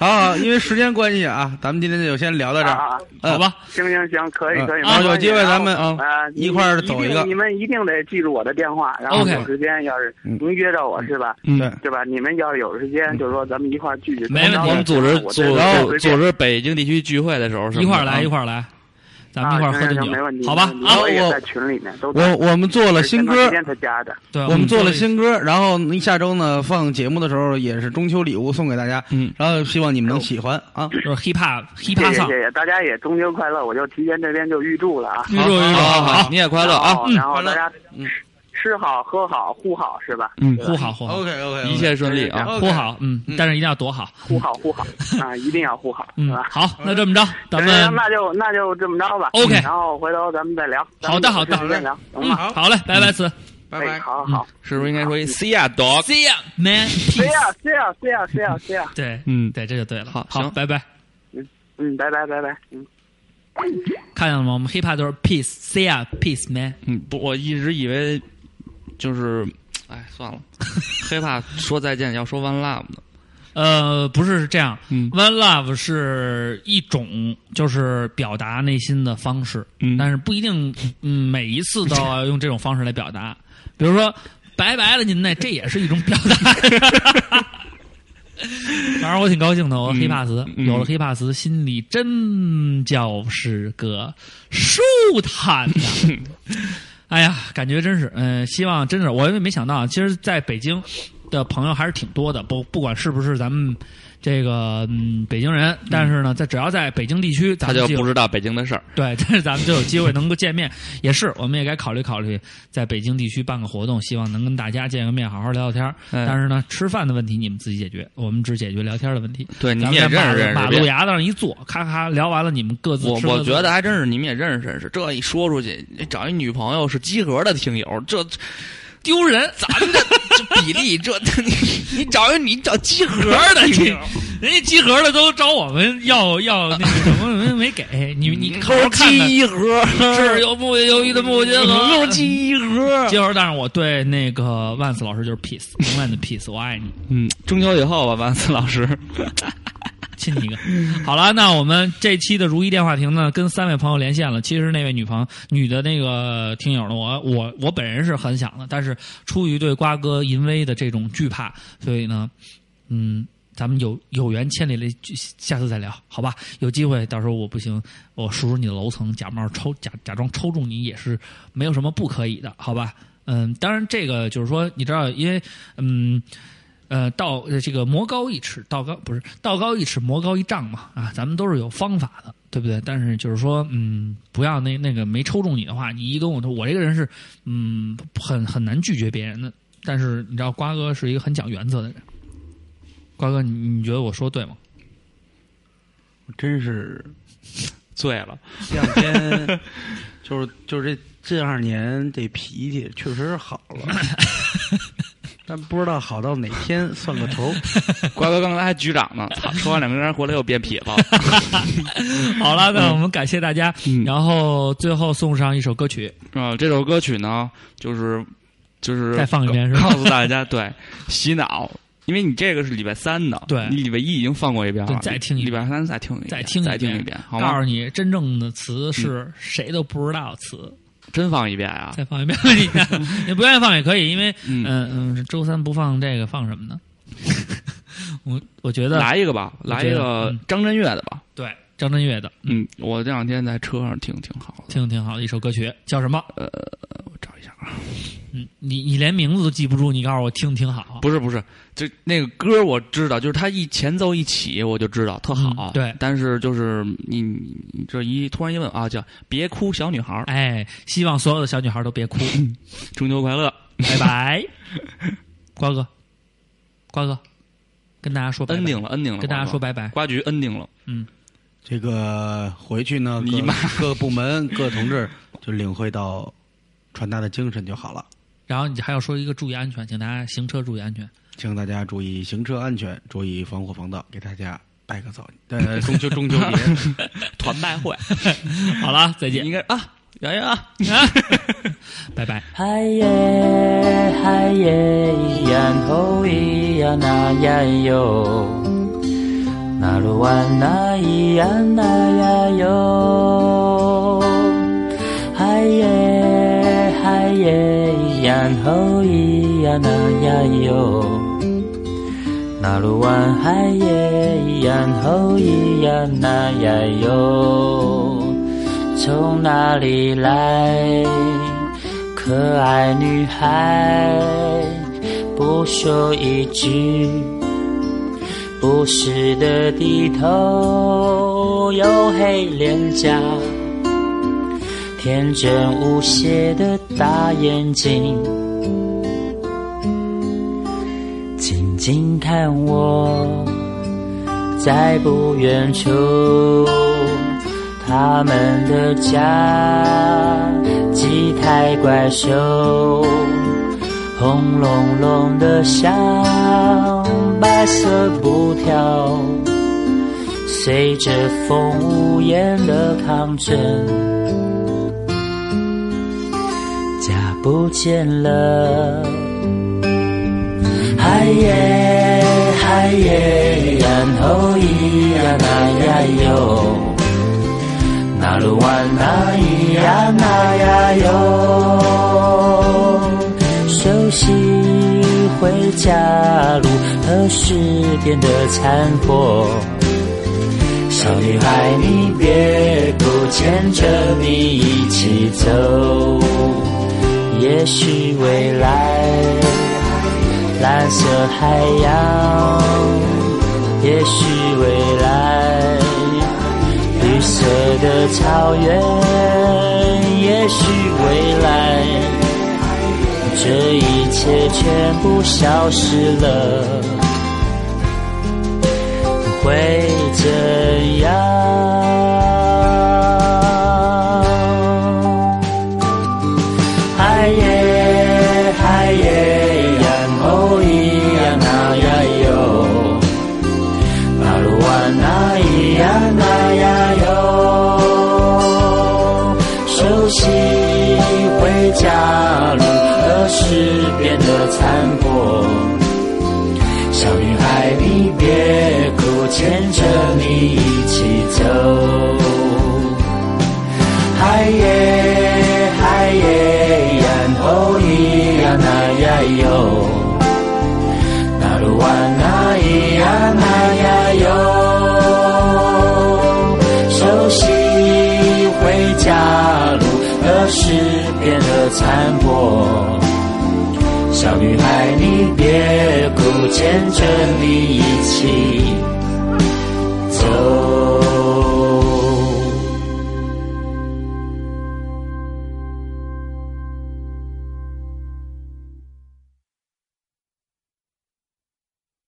[SPEAKER 6] 好好，因为时间关系啊，咱们今天就先聊到这
[SPEAKER 7] 啊
[SPEAKER 6] 儿，嗯
[SPEAKER 7] 啊，啊
[SPEAKER 6] 好吧？
[SPEAKER 7] 行行行，可以
[SPEAKER 6] 嗯
[SPEAKER 7] 可以。
[SPEAKER 6] 啊
[SPEAKER 7] 没关
[SPEAKER 6] 有
[SPEAKER 7] 系
[SPEAKER 6] 机会
[SPEAKER 7] 然后
[SPEAKER 6] 咱们啊
[SPEAKER 7] 呃
[SPEAKER 6] 一块儿
[SPEAKER 7] 定
[SPEAKER 6] 走一个
[SPEAKER 7] 你们一定得记住我的电话，然后
[SPEAKER 4] OK
[SPEAKER 7] 有时间要是能约着我是吧？
[SPEAKER 5] 嗯
[SPEAKER 6] 对，
[SPEAKER 7] 对吧？你们要是有时间，就是说咱们一块儿聚聚。
[SPEAKER 4] 没问题
[SPEAKER 7] 然后
[SPEAKER 5] 我们组织
[SPEAKER 7] 我
[SPEAKER 5] 组
[SPEAKER 7] 这然后
[SPEAKER 5] 织组织北京地区聚会的时候，
[SPEAKER 4] 一块儿来，一
[SPEAKER 5] 儿。
[SPEAKER 4] 块儿来，咱们一块儿喝顿
[SPEAKER 7] 没问
[SPEAKER 4] 酒，
[SPEAKER 7] 题，
[SPEAKER 4] 好吧
[SPEAKER 7] 没问？题
[SPEAKER 4] 啊，
[SPEAKER 7] 我也
[SPEAKER 6] 我
[SPEAKER 7] 在群里面都在
[SPEAKER 6] 我我们做了新
[SPEAKER 7] 前段
[SPEAKER 6] 歌
[SPEAKER 7] 时，间才加的。
[SPEAKER 5] 嗯
[SPEAKER 4] 对，
[SPEAKER 6] 我们做了
[SPEAKER 4] 新
[SPEAKER 6] 新歌，然后下周呢放节目的时候也是中秋礼物送给大家，
[SPEAKER 5] 嗯，
[SPEAKER 6] 然后希望你们能喜欢啊。
[SPEAKER 4] 就是 hip hop hip
[SPEAKER 7] 谢
[SPEAKER 4] hop
[SPEAKER 7] 谢
[SPEAKER 4] song，
[SPEAKER 7] 谢谢大家，也中秋快乐！我就提前这边就预祝了啊，
[SPEAKER 4] 预祝预祝
[SPEAKER 5] 好好好，
[SPEAKER 4] 好，
[SPEAKER 5] 你也快乐
[SPEAKER 7] 然
[SPEAKER 5] 啊！
[SPEAKER 7] 后
[SPEAKER 4] 嗯
[SPEAKER 7] 然后
[SPEAKER 6] 快乐
[SPEAKER 7] 大家吃好喝好护好是吧？
[SPEAKER 5] 嗯，
[SPEAKER 4] 呼好呼好
[SPEAKER 6] 哦 OK，
[SPEAKER 5] 一切顺利啊！
[SPEAKER 4] 呼好，嗯，但是一定要躲好，
[SPEAKER 7] 护好护好啊，一定要护好，是
[SPEAKER 4] 嗯，
[SPEAKER 7] 吧？
[SPEAKER 4] 好，那这么着，咱
[SPEAKER 7] 行行
[SPEAKER 4] 们
[SPEAKER 7] 行哎那就那就这么着吧
[SPEAKER 4] OK
[SPEAKER 7] 然后回头咱们再聊。
[SPEAKER 4] 好的好的
[SPEAKER 7] 再聊，行
[SPEAKER 4] 嗯，
[SPEAKER 7] 吗？
[SPEAKER 4] 好嘞，拜拜，此
[SPEAKER 6] 拜
[SPEAKER 7] 哎，好好，
[SPEAKER 5] 是不是应该说一 see ya dog？
[SPEAKER 4] ，See ya man，
[SPEAKER 7] 这样这样这样这样这样，
[SPEAKER 4] 对，
[SPEAKER 5] 嗯
[SPEAKER 4] 对，这就对了，
[SPEAKER 5] 好
[SPEAKER 4] 好，
[SPEAKER 5] 行
[SPEAKER 4] 拜拜，
[SPEAKER 7] 嗯，拜拜拜拜，嗯。
[SPEAKER 4] 看见了吗？我们 hip hop 都是 peace，See ya peace man，
[SPEAKER 5] 嗯，不，我一直以为就是，哎，算了，黑怕说再见要说 one love 呢。
[SPEAKER 4] 呃，不是是这样
[SPEAKER 5] 嗯
[SPEAKER 4] ，One Love 是一种就是表达内心的方式，
[SPEAKER 5] 嗯
[SPEAKER 4] 但是不一定，嗯，每一次都要用这种方式来表达。比如说，拜拜了您呢，这也是一种表达。 反正我挺高兴的，我
[SPEAKER 5] 嗯
[SPEAKER 4] 黑怕词、
[SPEAKER 5] 嗯
[SPEAKER 4] 有了黑怕词，心里真就是个舒坦 呐、哎呀，感觉真是，嗯、希望真是，我也没想到，其实在北京的朋友还是挺多的，不不管是不是咱们这个嗯北京人，但是呢，在只要在北京地区，咱
[SPEAKER 5] 他
[SPEAKER 4] 们
[SPEAKER 5] 就
[SPEAKER 4] 有
[SPEAKER 5] 不知道北京的事儿。
[SPEAKER 4] 对， 但是咱们就有机会能够见面，也是，我们也该考虑考虑，在北京地区办个活动，希望能跟大家见个面，好好聊聊天儿。
[SPEAKER 5] 嗯
[SPEAKER 4] 但是呢，吃饭的问题你们自己解决，我们只解决聊天儿的问题。
[SPEAKER 5] 对，你
[SPEAKER 4] 咱
[SPEAKER 5] 们
[SPEAKER 4] 们
[SPEAKER 5] 也
[SPEAKER 4] 在
[SPEAKER 5] 认识认识
[SPEAKER 4] 马路马
[SPEAKER 5] 别
[SPEAKER 4] 路牙子上一坐，咔咔聊完了，你们各自
[SPEAKER 5] 我
[SPEAKER 4] 吃各
[SPEAKER 5] 我
[SPEAKER 4] 自
[SPEAKER 5] 觉得还真是，你们也认识认识。这一说出去，你找一女朋友是集合的听友，这丢人。咱们 这这比例，这你你找一你找集合
[SPEAKER 4] 盒 的
[SPEAKER 5] 的
[SPEAKER 4] 听
[SPEAKER 5] 听友，
[SPEAKER 4] 人家哎集合的都找我们要要那个什么没没给你
[SPEAKER 5] 嗯
[SPEAKER 4] 你好好看看，
[SPEAKER 5] 集合
[SPEAKER 4] 是有木有一的木结合，
[SPEAKER 5] 又集合。
[SPEAKER 4] 结合。但是我对那个万斯老师就是 peace，永远的 peace，我爱你。
[SPEAKER 5] 嗯，中秋以后吧，万斯老师。
[SPEAKER 4] 亲你一个。好了，那我们这期的如意电话亭呢，跟三位朋友连线了。其实那位女朋友女的那个听友呢，我我我本人是很想的，但是出于对瓜哥淫威的这种惧怕，所以呢，嗯。咱们有有缘千里来，下次再聊，好吧？有机会到时候我不行，我数数你的楼层，假冒抽假假装抽中你也是没有什么不可以的，好吧？嗯，当然这个就是说，你知道，因为嗯，
[SPEAKER 10] 呃，道呃这个魔高一尺，道高不是道高一尺，魔高一丈嘛啊，咱们都是有方法的，对不对？但是就是说，嗯，不要那那个没抽中你的话，你一跟我说，我这个人是嗯很很难拒绝别人的。但是你知道，瓜哥是一个很讲原则的人。瓜哥，你你觉得我说对吗？
[SPEAKER 6] 真是
[SPEAKER 5] 醉了，
[SPEAKER 6] 这两天就是就是这近二年这脾气确实是好 了，但不知道好到哪天算个 头。
[SPEAKER 5] 瓜哥刚才还局长呢，操，说完两个人回来又变痞 了。
[SPEAKER 10] 好了，那我们感谢大家，
[SPEAKER 5] 嗯
[SPEAKER 10] 然后最后送上一首歌曲，
[SPEAKER 5] 啊，这首歌曲呢，就是就是
[SPEAKER 10] 再放一遍是吧
[SPEAKER 5] 告告诉大家，对，洗脑，因为你这个是礼拜三的，
[SPEAKER 10] 对
[SPEAKER 5] 你礼拜一已经放过一遍了，
[SPEAKER 10] 对再听一
[SPEAKER 5] 礼
[SPEAKER 10] 遍
[SPEAKER 5] 拜三再听一遍，
[SPEAKER 10] 再
[SPEAKER 5] 再
[SPEAKER 10] 听一遍
[SPEAKER 5] 听一遍，好
[SPEAKER 10] 告
[SPEAKER 5] 吗
[SPEAKER 10] 诉？你真正的词是谁都不知道的词。
[SPEAKER 5] 真放一遍啊！
[SPEAKER 10] 再放一遍，你 你不愿意放也可以，因为嗯
[SPEAKER 5] 嗯
[SPEAKER 10] 嗯、周三不放这个，放什么呢？ 我我觉得
[SPEAKER 5] 来一个吧，
[SPEAKER 10] 我
[SPEAKER 5] 来
[SPEAKER 10] 觉
[SPEAKER 5] 一
[SPEAKER 10] 得
[SPEAKER 5] 个
[SPEAKER 10] 嗯
[SPEAKER 5] 张震岳的吧。
[SPEAKER 10] 对张震岳的，嗯，
[SPEAKER 5] 嗯，我这两天在车上听挺好的。
[SPEAKER 10] 听着挺好的一首歌曲，叫什么？
[SPEAKER 5] 呃，我找一下啊，
[SPEAKER 10] 嗯，你你连名字都记不住，你告诉我听挺好。
[SPEAKER 5] 不是不是，就那个歌我知道，就是他一前奏一起我就知道特好。
[SPEAKER 10] 嗯对
[SPEAKER 5] 但是就是你你你这一突然一问啊，叫《别哭小女孩儿》，
[SPEAKER 10] 哎，希望所有的小女孩都别 哭，
[SPEAKER 5] 中秋快乐。
[SPEAKER 10] 拜拜，瓜哥，瓜哥，跟大家说拜拜
[SPEAKER 5] 恩定了，恩定了，
[SPEAKER 10] 跟大家说拜拜。
[SPEAKER 5] 瓜局恩定了，
[SPEAKER 6] 这个回去呢，
[SPEAKER 5] 你
[SPEAKER 6] 各
[SPEAKER 5] 妈
[SPEAKER 6] 各部门各同志就领会到传达的精神就好了，
[SPEAKER 10] 然后你还要说一个注意安全，请大家行车注意安 全。
[SPEAKER 6] 请大家注意行车安全，注意防火防盗，给大家拜个早，呃，中秋中秋节。
[SPEAKER 5] 团拜会，
[SPEAKER 10] 好了，再见
[SPEAKER 5] 应该啊，圆圆啊。
[SPEAKER 10] 啊， 拜拜。
[SPEAKER 4] 嗨耶嗨耶，咿呀吼咿呀那呀哟，那鲁哇那咿呀那呀哟，嗨耶嗨耶，咿呀吼咿呀那呀哟，那鲁哇嗨耶咿呀吼咿呀那呀哟。从哪里来？可爱女孩，不说一句，不时的低头，黝黑脸颊，天真无邪的大眼睛，静静看我，在不远处，他们的家，几台怪兽，轰隆隆的响，白色布条，随着风无言的抗争，家不见了。嗨耶嗨耶，然后咿呀那呀哟。那鲁哇那咿呀那呀哟，熟悉回家路和失点的残破。小女孩，你别哭，牵着你一起走，也许未来蓝色海洋，也许未来。绿色的草原，也许未来，这一切全部消失了，会怎样？嗨耶嗨耶，呀哦咿呀那呀哟。那鲁哇啊那咿呀那呀哟，熟悉回家路和失变的残破。小女孩，你别哭，牵着你一起走。嗨耶嗨耶，呀哦咿呀那呀哟。那鲁哇那咿呀那呀哟，熟悉回家路和失变的残破。小女孩，你别哭，牵着你一起。